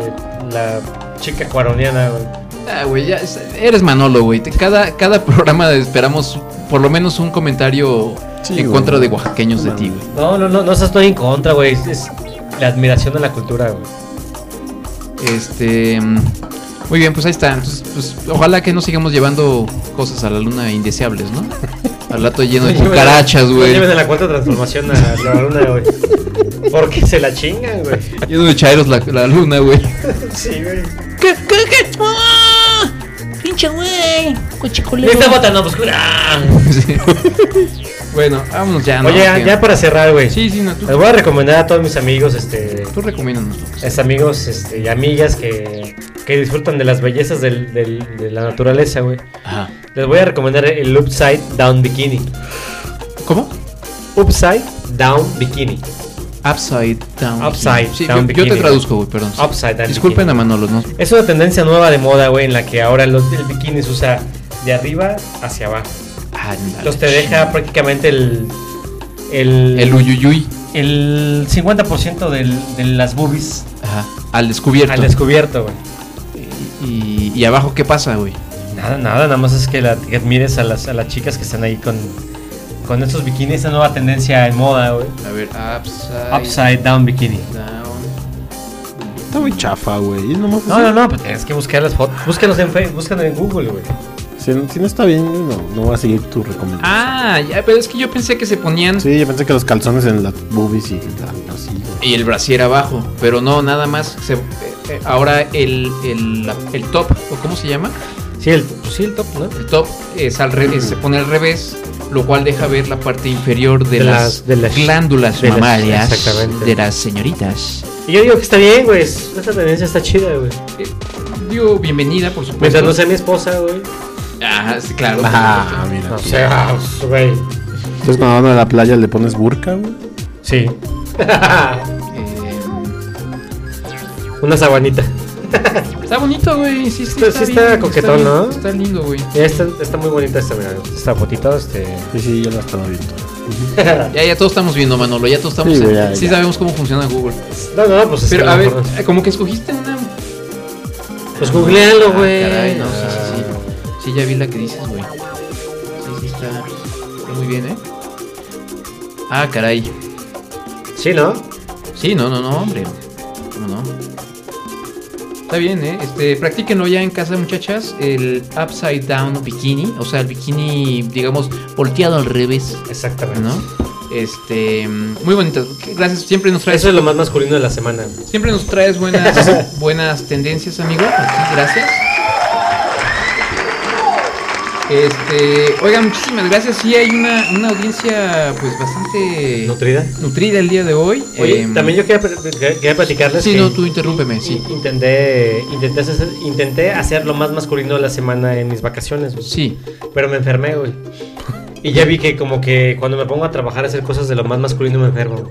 D: la chica cuaroniana, güey.
F: Ah, güey, ya es- eres Manolo, güey. Te- Cada, cada programa esperamos por lo menos un comentario en
D: güey.
F: contra de oaxaqueños Pues de ti, güey.
D: No, no, no, no estás todo en contra, güey. Es, es la admiración de la cultura, güey.
F: Este. mm, Muy bien, pues ahí está. Entonces, pues, ojalá que no sigamos llevando cosas a la luna indeseables, ¿no? Al lato lleno de
D: No lleven-
F: cucarachas,
D: No
F: güey.
D: lleven a la cuarta transformación a la luna, güey. Porque se la chingan, güey.
F: Lleno de chairos la, la luna, güey.
D: Sí, güey.
O: ¿Qué, qué, qué? ¡Ah! ¡Pinche güey! Ah, ¡Cochicolero!
D: Esta bota no pues, oscura.
F: Bueno, vámonos ya, ¿no?
D: Oye, ya,
F: Que-
D: ya para cerrar, güey.
F: Sí, sí, no, tú,
D: Les voy a recomendar a todos mis amigos, este.
F: tú recomiéndanos.
D: Es amigos este, y amigas que, que disfrutan de las bellezas del- del- de la naturaleza, güey.
F: Ajá.
D: Les voy a recomendar el Upside Down Bikini.
F: ¿Cómo?
D: Upside Down Bikini.
F: Upside down.
D: Upside
F: Sí,
D: down
F: yo, yo te
D: bikini.
F: traduzco, güey, perdón.
D: Upside down
F: Disculpen a Manolo, ¿no?
D: Es una tendencia nueva de moda, güey, en la que ahora los, el bikini se usa de arriba hacia abajo.
F: Ándale,
D: Entonces te deja prácticamente el. El,
F: El uyuyuy.
D: el 50% del- de las boobies
F: Ajá. Al descubierto.
D: al descubierto, güey.
F: Y, y abajo, ¿qué pasa, güey?
D: Nada, nada, nada más es que, la, que admires a las, a las chicas que están ahí con, con estos bikinis, esta nueva tendencia en moda, güey.
F: A ver, upside.
D: Upside down bikini.
F: Down.
A: Está muy chafa, güey. nomás
D: No,
A: así.
D: no, no, pues tienes que buscar las fotos. Búscanos en Facebook, búscanos en Google, güey.
A: Si, no- si no está bien, no, no va a seguir tu recomendación.
F: Ah, ya, pero es que yo pensé que se ponían.
A: Sí, yo pensé que los calzones en las boobies y la- así, güey.
F: Y el brasier abajo. Pero no, nada más. se- eh, eh, ahora el, el, la- el top, ¿o cómo se llama?
D: Sí, el, pues sí, el top, ¿no?
F: El top es al revés, se pone al revés, lo cual deja ver la parte inferior de,
D: De
F: las,
D: las- de las-
F: glándulas
D: de las-
F: mamarias
D: exactamente.
F: de las señoritas.
D: Y yo digo que está bien, güey. es- Esta tendencia está chida, güey.
F: Digo, bienvenida, por supuesto.
D: Mientras no sea mi esposa, güey.
F: Ah, sí, claro.
A: Ah, mira.
D: No sea, güey.
A: Entonces cuando van a la playa le pones burka, güey.
D: Sí.
F: Eh,
D: Una sabanita.
F: está bonito, güey. Sí, sí,
D: Está- sí está
F: bien,
D: coquetón,
F: bien,
D: ¿no?
F: Está lindo, güey.
D: Mira, Está, está muy bonita esta, mira. Esta fotito, este.
A: Sí, sí, yo la estaba viendo.
F: Ya, ya todos estamos viendo, Manolo. Ya todos estamos.
A: Sí,
F: Sí,
A: güey, ya, ya.
F: sabemos cómo funciona Google.
D: No, no, pues es que
F: Pero a
D: lo
F: ver,
D: mejor-
F: como que escogiste una.
D: Pues googlealo,
F: Ah,
D: güey.
F: caray, no, sí, sí, sí. Sí, ya vi la que dices, güey. Sí, sí, está, está muy bien, ¿eh? Ah, caray.
D: Sí, ¿no?
F: Sí, no, no, no, hombre. ¿Cómo no? Está bien, ¿eh? Este, practíquenlo ya en casa, muchachas. El upside down bikini. O sea, el bikini, digamos, volteado al revés,
D: Exactamente.
F: ¿no? Este, mm, muy bonito. Gracias, siempre nos traes.
D: Eso es lo más masculino de la semana.
F: Siempre nos traes buenas, buenas tendencias, amigo. Aquí, gracias. Este, oigan, muchísimas gracias. Sí, hay una, una audiencia pues bastante
D: nutrida.
F: Nutrida el día de hoy.
D: Oye,
F: Em,
D: también yo quería, pl- quería platicarles
F: Sí,
D: que
F: no, tú interrúmpeme, sí.
D: intenté, intenté, hacer, intenté hacer lo más masculino de la semana en mis vacaciones, güey.
F: Sí.
D: Pero me enfermé, güey. Y ya vi que como que cuando me pongo a trabajar a hacer cosas de lo más masculino me enfermo. güey.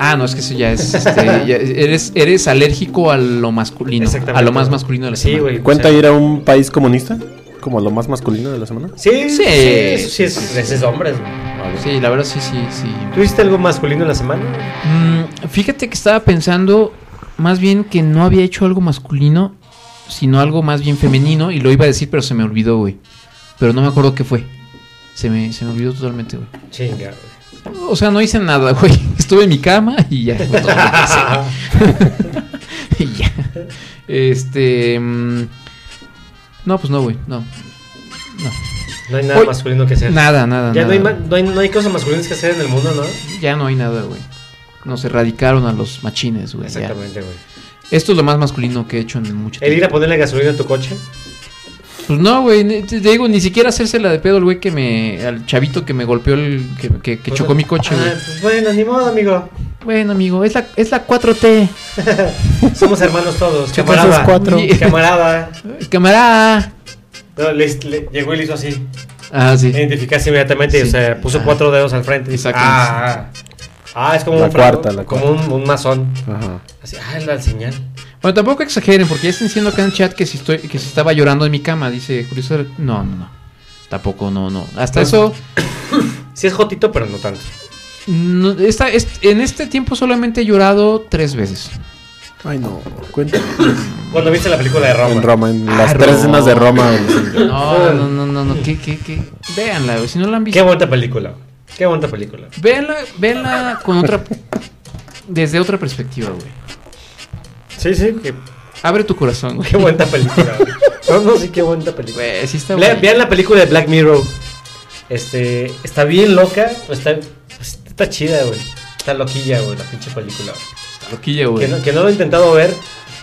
F: Ah, no, es que eso ya es. este, ya eres, eres alérgico a lo masculino.
D: Exactamente.
F: A lo más masculino de la semana.
A: ¿Cuenta ir a un país comunista? Como lo más masculino de la semana.
D: Sí,
F: Sí.
D: sí, eso sí es, ese es hombres, güey.
F: Ah, Sí, la verdad sí, sí, sí.
D: ¿Tuviste algo masculino en la semana?
F: Mm, fíjate que estaba pensando más bien que no había hecho algo masculino, sino algo más bien femenino. Y lo iba a decir, pero se me olvidó, güey. Pero no me acuerdo qué fue. Se me, se me olvidó totalmente, güey.
D: Chinga, güey.
F: O sea, no hice nada, güey. Estuve en mi cama y ya. fue todo lo que hice. y ya. Este. mm, No, pues no, güey. No. No.
D: No hay nada
F: Hoy-
D: masculino que hacer.
F: Nada, nada.
D: Ya
F: nada.
D: No, hay, ma- no, hay, no hay cosas masculinas que hacer en el mundo, ¿no?
F: Ya no hay nada, güey. Nos erradicaron a los machines, güey. ya.
D: Exactamente, güey.
F: Esto es lo más masculino que he hecho en mucho
D: El
F: tiempo.
D: ir a ponerle gasolina a tu coche.
F: Pues no, güey. ni- Te te digo, ni siquiera hacérsela de pedo al güey que me. al chavito que me golpeó el. que, que- que chocó mi coche, güey.
D: Ah, pues bueno, ni modo, amigo.
F: Bueno, amigo, es la, es la 4T.
D: Somos hermanos todos.
F: Chupas los
D: Camarada.
F: cuatro.
D: Camarada.
F: Camarada.
D: No, le- le- llegó y le hizo así.
F: Ah, sí.
D: Identificarse inmediatamente.
F: Sí.
D: O sea, puso
F: Ah.
D: cuatro dedos al frente. Ah, ah. Ah, es como
A: La
D: un franco,
A: cuarta, la
D: como
A: cuarta.
D: un, un masón.
A: Ajá.
D: Así, ah, es la señal.
F: Bueno, tampoco exageren, porque ya están diciendo acá en el chat que si estoy, que si estaba llorando en mi cama, dice Curioso. No, no, no. Tampoco, no, no. Hasta
D: No.
F: eso.
D: Sí es jotito, pero no tanto.
F: no, esta- es- en este tiempo solamente he llorado tres veces.
A: Ay, no. Cuenta.
D: Cuando viste la película de Roma.
A: En Roma, en las
F: Ah,
A: tres
F: Roma.
A: escenas de Roma. güey.
F: No, no, no, no, no. ¿Qué, qué, qué? Véanla, güey, Si no la han visto.
D: Qué bonita película. güey. Qué bonita película.
F: Véanla, véanla con otra. Desde otra perspectiva, güey.
D: Sí, sí. Qué,
F: Abre tu corazón, güey.
D: qué bonita película. güey. No, no, sí, qué bonita película.
F: Güey, sí está
D: Vea-
F: buena.
D: Vean la película de Black Mirror. Este, está bien loca. o Está, pues, está chida, güey. Está loquilla, güey, la pinche película. güey.
F: Loquilla, güey.
D: Que no, que no lo he intentado ver.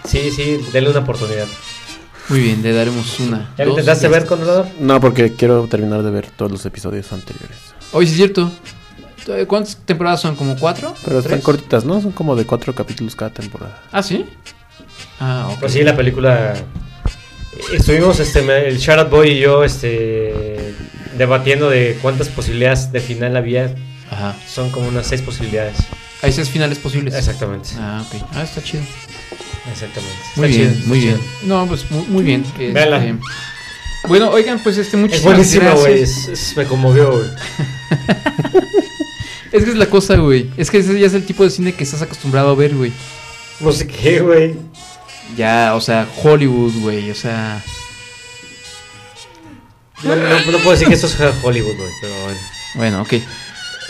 D: Sí, sí, denle una oportunidad.
F: Muy bien, le daremos una.
D: ¿Ya lo
F: dos,
D: intentaste
F: tres.
D: ver, Controlador?
A: No, porque quiero terminar de ver todos los episodios anteriores.
F: Oye, sí es cierto. Eh, ¿Cuántas temporadas son? ¿Como cuatro?
A: Pero están
F: ¿Tres?
A: cortitas, ¿no? Son como de cuatro capítulos cada temporada.
F: Ah, sí. Ah, ok.
D: Pues sí, la película. Estuvimos, este, me- el Charlotte Boy y yo, este. Debatiendo de cuántas posibilidades de final había.
F: Ajá.
D: Son como unas seis posibilidades.
F: Hay seis finales posibles.
D: Exactamente.
F: Ah, ok. Ah, está chido.
D: Exactamente.
F: Muy
D: Está
F: bien,
D: chido,
F: muy
D: está
F: bien.
D: chido.
F: No, pues mu- muy, bien. Este,
D: Véala.
F: Bueno, oigan, pues este,
D: Es
F: muchísimas
D: buenísima,
F: gracias.
D: güey. es- es- Me conmovió, güey.
F: Es que es la cosa, güey. Es que ese ya es el tipo de cine que estás acostumbrado a ver, güey.
D: No sé qué, güey.
F: Ya, o sea, Hollywood, güey. O sea,
D: No, no- no puedo decir que esto es Hollywood, güey. Pero bueno.
F: bueno, ok.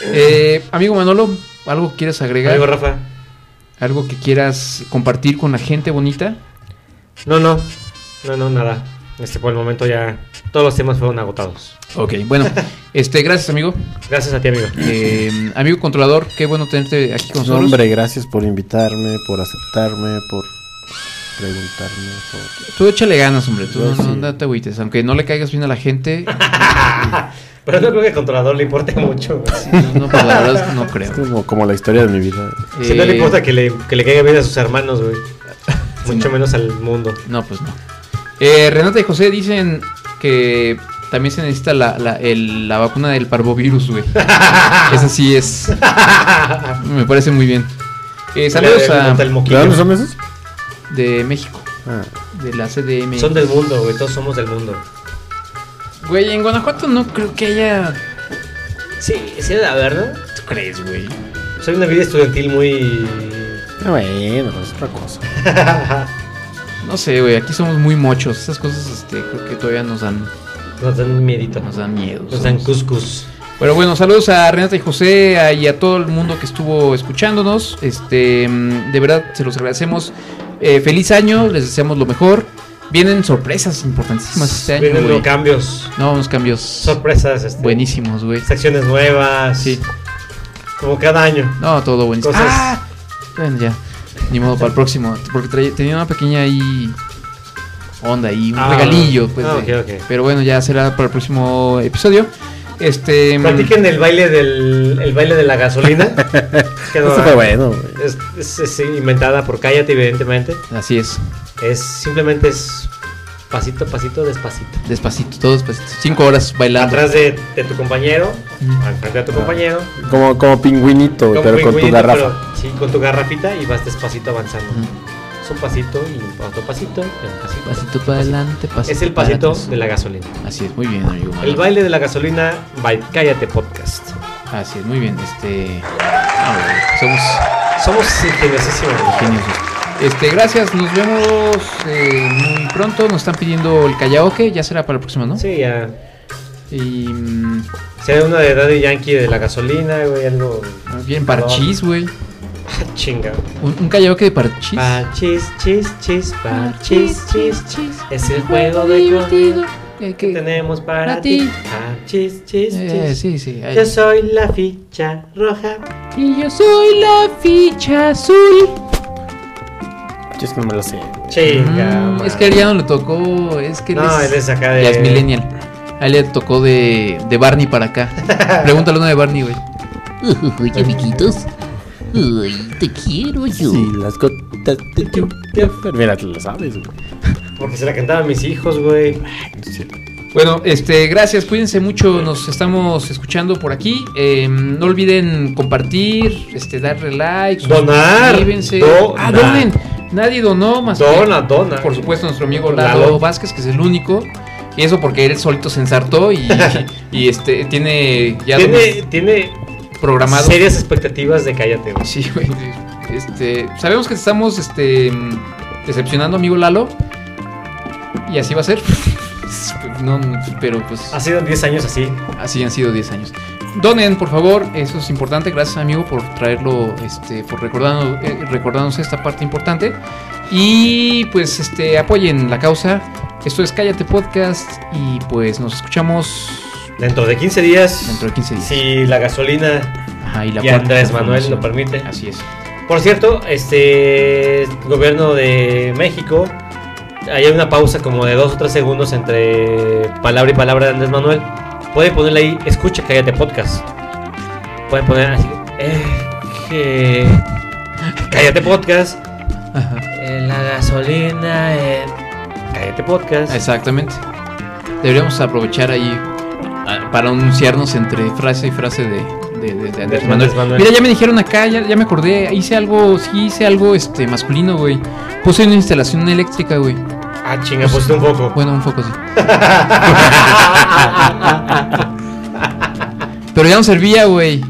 F: Eh, amigo Manolo, ¿algo que quieras agregar?
D: Amigo Rafa.
F: ¿Algo que quieras compartir con la gente bonita?
D: No, no. No, no, nada. Este, por el momento ya. Todos los temas fueron agotados.
F: Ok, bueno, este, gracias, amigo.
D: Gracias a ti, amigo.
F: Eh, amigo controlador, qué bueno tenerte aquí con
A: No,
F: nosotros.
A: hombre, gracias por invitarme, por aceptarme, por preguntarme, por...
F: Tú échale ganas, hombre. Tú
A: Yo
F: no, no,
A: sí.
F: no te agüites. Aunque no le caigas bien a la gente,
D: Pero no creo que al controlador le importe mucho, güey.
F: no, no, pues, la verdad no creo.
A: Es como, como la historia de mi vida.
D: Si no le
F: Eh,
D: importa que le, que le caiga bien a sus hermanos, güey. Mucho menos al mundo.
F: No, pues no. Eh, Renata y José dicen que también se necesita la, la- el- la vacuna del parvovirus, güey. Esa sí es. Me parece muy bien. Eh, saludos a,
D: Del
A: ¿De dónde son
D: moquillo.
A: esos?
F: de México,
A: Ah,
F: de la CDM.
D: Son del mundo, güey. Todos somos del mundo.
F: Güey, en Guanajuato no creo que haya.
D: Sí, sí, la verdad.
F: ¿Tú crees, güey?
D: Soy una vida estudiantil muy.
A: ah, bueno, es otra cosa.
F: No sé, güey. Aquí somos muy mochos. Esas cosas, este, creo que todavía nos dan,
D: Nos dan miedito.
F: nos dan miedo.
D: Nos dan cuscus.
F: Pero bueno, saludos a Renata y José a- y a todo el mundo que estuvo escuchándonos. Este, mm, de verdad se los agradecemos. Eh, feliz año, les deseamos lo mejor. Vienen sorpresas importantísimas este año.
D: Vienen
F: güey.
D: los cambios.
F: No, unos cambios
D: Sorpresas, este.
F: buenísimos, güey.
D: Secciones nuevas.
F: Sí.
D: Como cada año.
F: No, todo buenísimo.
D: Cosas-
F: Ah, bueno, ya. Ni modo para el próximo. Porque traía- tenía una pequeña ahí onda y un
P: Ah,
F: regalillo. Pues,
P: ah,
F: de-
P: ok, ok.
F: Pero bueno, ya será para el próximo episodio. Este, mm,
D: Platiquen el baile del el baile de la gasolina. Quedó-
F: Eso fue bueno, güey.
D: Es, es- es inventada por Cállate, evidentemente.
F: Así es.
D: Es simplemente es pasito a pasito, despacito.
F: Despacito, todo despacito. Cinco horas bailando.
D: Atrás de, de tu compañero, al frente de tu compañero.
A: Como, como pingüinito, güey,
D: Como
A: pero con tu
D: pingüinito,
A: garrafa.
D: pero- sí, con tu garrafita y vas despacito avanzando. Es un pasito y otro pasito, y un pasito.
F: Pasito para adelante, pasito
D: Es el
F: para
D: pasito
F: atrás.
D: de la gasolina.
F: Así es, muy bien, amigo.
D: El baile de la gasolina by Cállate Podcast.
F: Así es, muy bien. Este. ah, bueno, somos.
D: Somos ingeniosísimos.
F: Ingeniosos. Este, gracias, nos vemos eh, muy pronto. Nos están pidiendo el karaoke, ya será para el próximo, ¿no?
D: Sí, ya.
F: Y. mm,
D: Si hay una de Daddy Yankee de la gasolina, güey, algo.
F: Bien, parchís, güey.
D: Chinga.
F: Un, un karaoke de parchís.
D: Parchis, chis, chis, parchis, Ah, chis, chis. Es el juego divertido
F: Eh,
D: que, tenemos para
F: para
D: ti.
F: ti.
D: Parchis, chis,
F: Eh,
D: chis.
F: sí, sí, ahí.
D: Yo soy la ficha roja.
F: Y yo soy la ficha azul.
A: Yo es que no me lo sé.
D: Chinga.
F: Mm,
D: madre.
F: es que él ya no le tocó. Es que
D: No, él es acá de-
F: Ya es Millennial. A él le tocó de, de Barney para acá. Pregúntale uno de Barney, güey.
Q: Oye, amiguitos. Ay, te quiero yo.
A: Sí, las gotas de Pero Mira, te lo sabes, güey.
D: Porque se la cantaban mis hijos, güey.
F: Bueno, este, gracias, cuídense mucho, nos estamos escuchando por aquí. Eh, no olviden compartir, este, darle like,
D: Donar,
F: suscríbanse.
D: donar.
F: Ah, donen. Nadie donó más. que,
D: Dona, dona.
F: Por supuesto, nuestro amigo Lalo,
D: Lalo.
F: Vázquez, que es el único. Y eso porque él solito se ensartó y, y, este tiene ya
D: Tiene,
F: dones
D: tiene
F: programado.
D: serias expectativas de Cállate, güey.
F: Sí, güey. sí. Este, sabemos que te estamos este, mm, decepcionando, amigo Lalo. Y así va a ser. No, no, pero pues.
D: Ha sido 10 años así.
F: Así han sido 10 años. Donen, por favor, eso es importante. Gracias, amigo, por traerlo, este, por recordarnos, eh, recordarnos esta parte importante. Y pues este, apoyen la causa. Esto es Cállate Podcast y pues nos escuchamos
D: Dentro de 15 días.
F: dentro de 15 días.
D: Si la gasolina
F: Ajá, y la
D: y
F: cuarta
D: Andrés Manuel lo
F: transformación.
D: permite.
F: Así es.
D: Por cierto, este gobierno de México, ahí hay una pausa como de dos o tres segundos entre palabra y palabra de Andrés Manuel. Puede ponerle ahí, escucha, cállate podcast. Puede poner así, eh, que- cállate podcast. Eh, la gasolina, eh, cállate podcast.
F: Exactamente. Deberíamos aprovechar ahí ah, para anunciarnos entre frase y frase de, de- de- de Andrés Manuel.
D: Andrés Manuel.
F: Mira, ya me dijeron acá, ya, ya me acordé, hice algo, sí hice algo este masculino, güey. Puse una instalación eléctrica, güey.
D: Ah, chinga, pusiste un poco.
F: Bueno, un foco sí. Pero ya no servía, güey.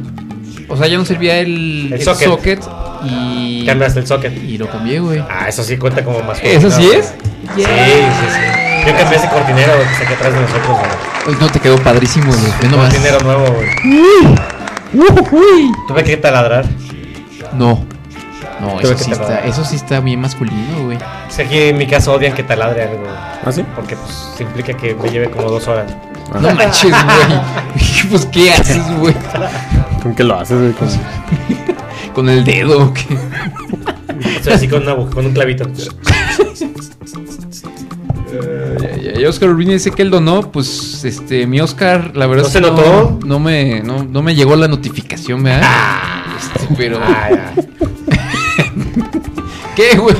F: O sea, ya no servía el,
D: El
F: el
D: socket.
F: socket y
D: Cambiaste el socket.
F: y lo cambié, güey.
D: Ah, eso sí cuenta como más.
F: ¿Eso sí es?
D: Sí, sí, sí. Yo cambié ese cortinero que está aquí atrás de nosotros, güey.
F: Uy, no te quedó padrísimo, güey. Ve nomás.
D: Cortinero nuevo, güey.
F: Uy.
D: Tuve que taladrar.
F: No. No,
D: Tuve
F: eso
D: que
F: sí,
D: tardar.
F: está, eso sí está bien masculino, güey.
D: Es que aquí en mi casa odian que taladre algo. güey.
A: ¿Ah, sí?
D: Porque pues implica que me lleve como dos horas.
F: No manches, güey. pues, ¿qué haces, güey?
A: ¿Con qué lo haces, güey? Con-
F: Con el dedo, ¿o qué?
D: Estoy así con, una, bu- con un clavito.
F: Ya, ya, ya Oscar Urbina dice que él donó, pues, este, mi Oscar, la verdad
D: ¿No
F: es
D: se
F: que
D: notó?
F: No me, no, no me llegó la notificación, ¿verdad? Este, pero...
D: Ah, ya.
F: ¿Qué, güey?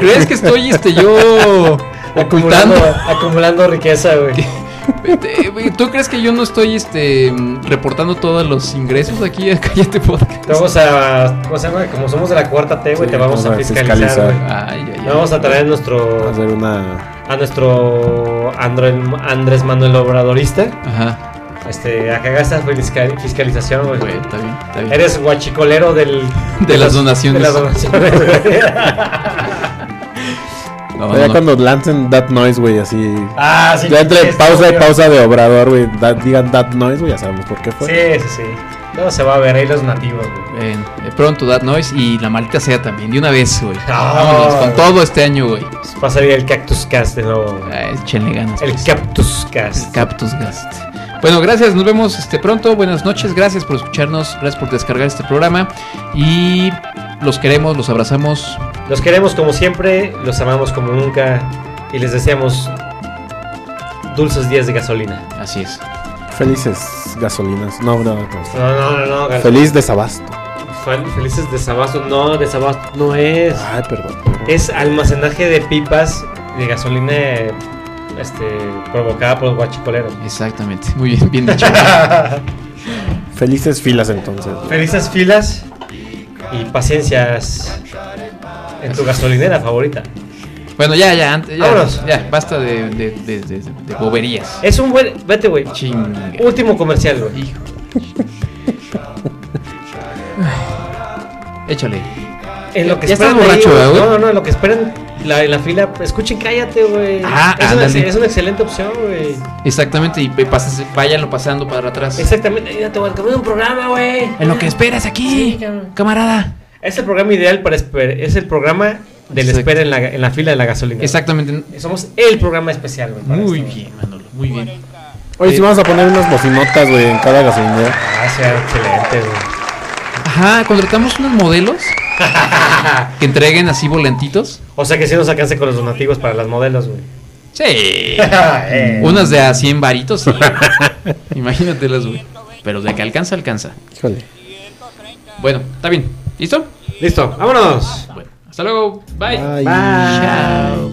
F: ¿Crees que estoy, este, yo...
D: acumulando,
F: Ocultando?
D: acumulando riqueza, güey.
F: Eh, güey, ¿Tú crees que yo no estoy, este, reportando todos los ingresos aquí a Cállate Podcast?
D: Te Vamos a. ¿Cómo se llama? Como somos de la cuarta T, güey,
A: Sí,
D: te vamos a
A: vamos a
D: fiscalizar,
A: fiscalizar.
D: güey.
F: Ay, ay, ay.
D: Le Vamos a traer nuestro.
A: Hacer una.
D: A nuestro Andro- Andrés Manuel Obradorista.
F: Ajá,
D: Este, a que haga esta fiscal- fiscalización, güey.
F: güey, está bien, está bien.
D: Eres guachicolero del,
F: De las donaciones.
D: De las donaciones. güey.
F: No,
A: ya
F: no, no.
A: cuando lancen That Noise, güey, así.
D: ah, sí.
A: ya entre
D: esto,
A: pausa y
D: güey.
A: pausa de obrador, güey. that- digan That Noise, güey, ya sabemos por qué fue.
D: Sí, sí, sí. Luego se va a ver ahí los nativos, güey.
F: Eh, eh, pronto That Noise y la maldita sea también, de una vez, güey.
D: Ah.
F: Vámonos con todo este año, güey.
D: Pues, Va a salir el Cactus Cast de nuevo. güey.
F: Ah, Échenle ganas.
D: El
F: pues.
D: Cactus
F: El
D: Cast.
F: Cactus Gast. Bueno, gracias, nos vemos este pronto. Buenas noches, gracias por escucharnos, gracias por descargar este programa y Los queremos, los abrazamos.
D: Los queremos como siempre, los amamos como nunca y les deseamos dulces días de gasolina.
F: Así es.
A: Felices gasolinas. No, no, no.
D: No, no, no, no.
A: Feliz desabasto.
D: Fel- Felices desabasto. No, desabasto no es.
A: Ay, perdón.
D: Es almacenaje de pipas de gasolina este, provocada por los guachicoleros.
F: Exactamente. Muy bien, bien dicho.
A: Felices filas entonces.
D: Felices filas y paciencias en tu gasolinera favorita.
F: Bueno, ya, ya, antes, ya,
D: Vámonos. Eh.
F: ya, basta de, de, de- de- de boberías.
D: Es un buen. Vete, güey.
F: Chinga.
D: Último comercial, güey.
F: Échale.
D: En lo que
F: Ya estás
D: esperan ahí,
F: borracho,
D: güey.
F: ¿verdad, güey?
D: No, no, no, en lo que esperan la, en la fila. Escuchen, cállate, güey.
F: Ah,
D: es, una,
F: ándale.
D: es una excelente opción, güey.
F: Exactamente, y pe- pasas, váyanlo pasando para atrás.
D: Exactamente. Mira, te voy a cambiar un programa, güey.
F: En lo que esperas aquí, camarada.
D: Es el programa ideal para esper- Es el programa del
F: Exacto.
D: espera en la, en la fila de la gasolina.
F: Exactamente.
D: Somos el programa especial, güey. para
F: Muy
D: esto, güey.
F: bien, Manolo, muy bien.
A: Oye, si vamos a poner unas bocinotas, güey, en cada gasolinera.
D: Gracias, excelente, güey.
F: Ajá, contratamos unos modelos que entreguen así volentitos.
D: O sea que sí nos alcance con los donativos para las modelos, güey.
F: Sí.
D: Eh.
F: Unas de a 100 varitos, sí. Imagínatelas, güey. Pero de que alcanza, alcanza.
A: Híjole.
F: Bueno, está bien. ¿Listo?
D: Listo, vámonos.
F: Hasta luego. Bye.
A: Ay.
F: Chao.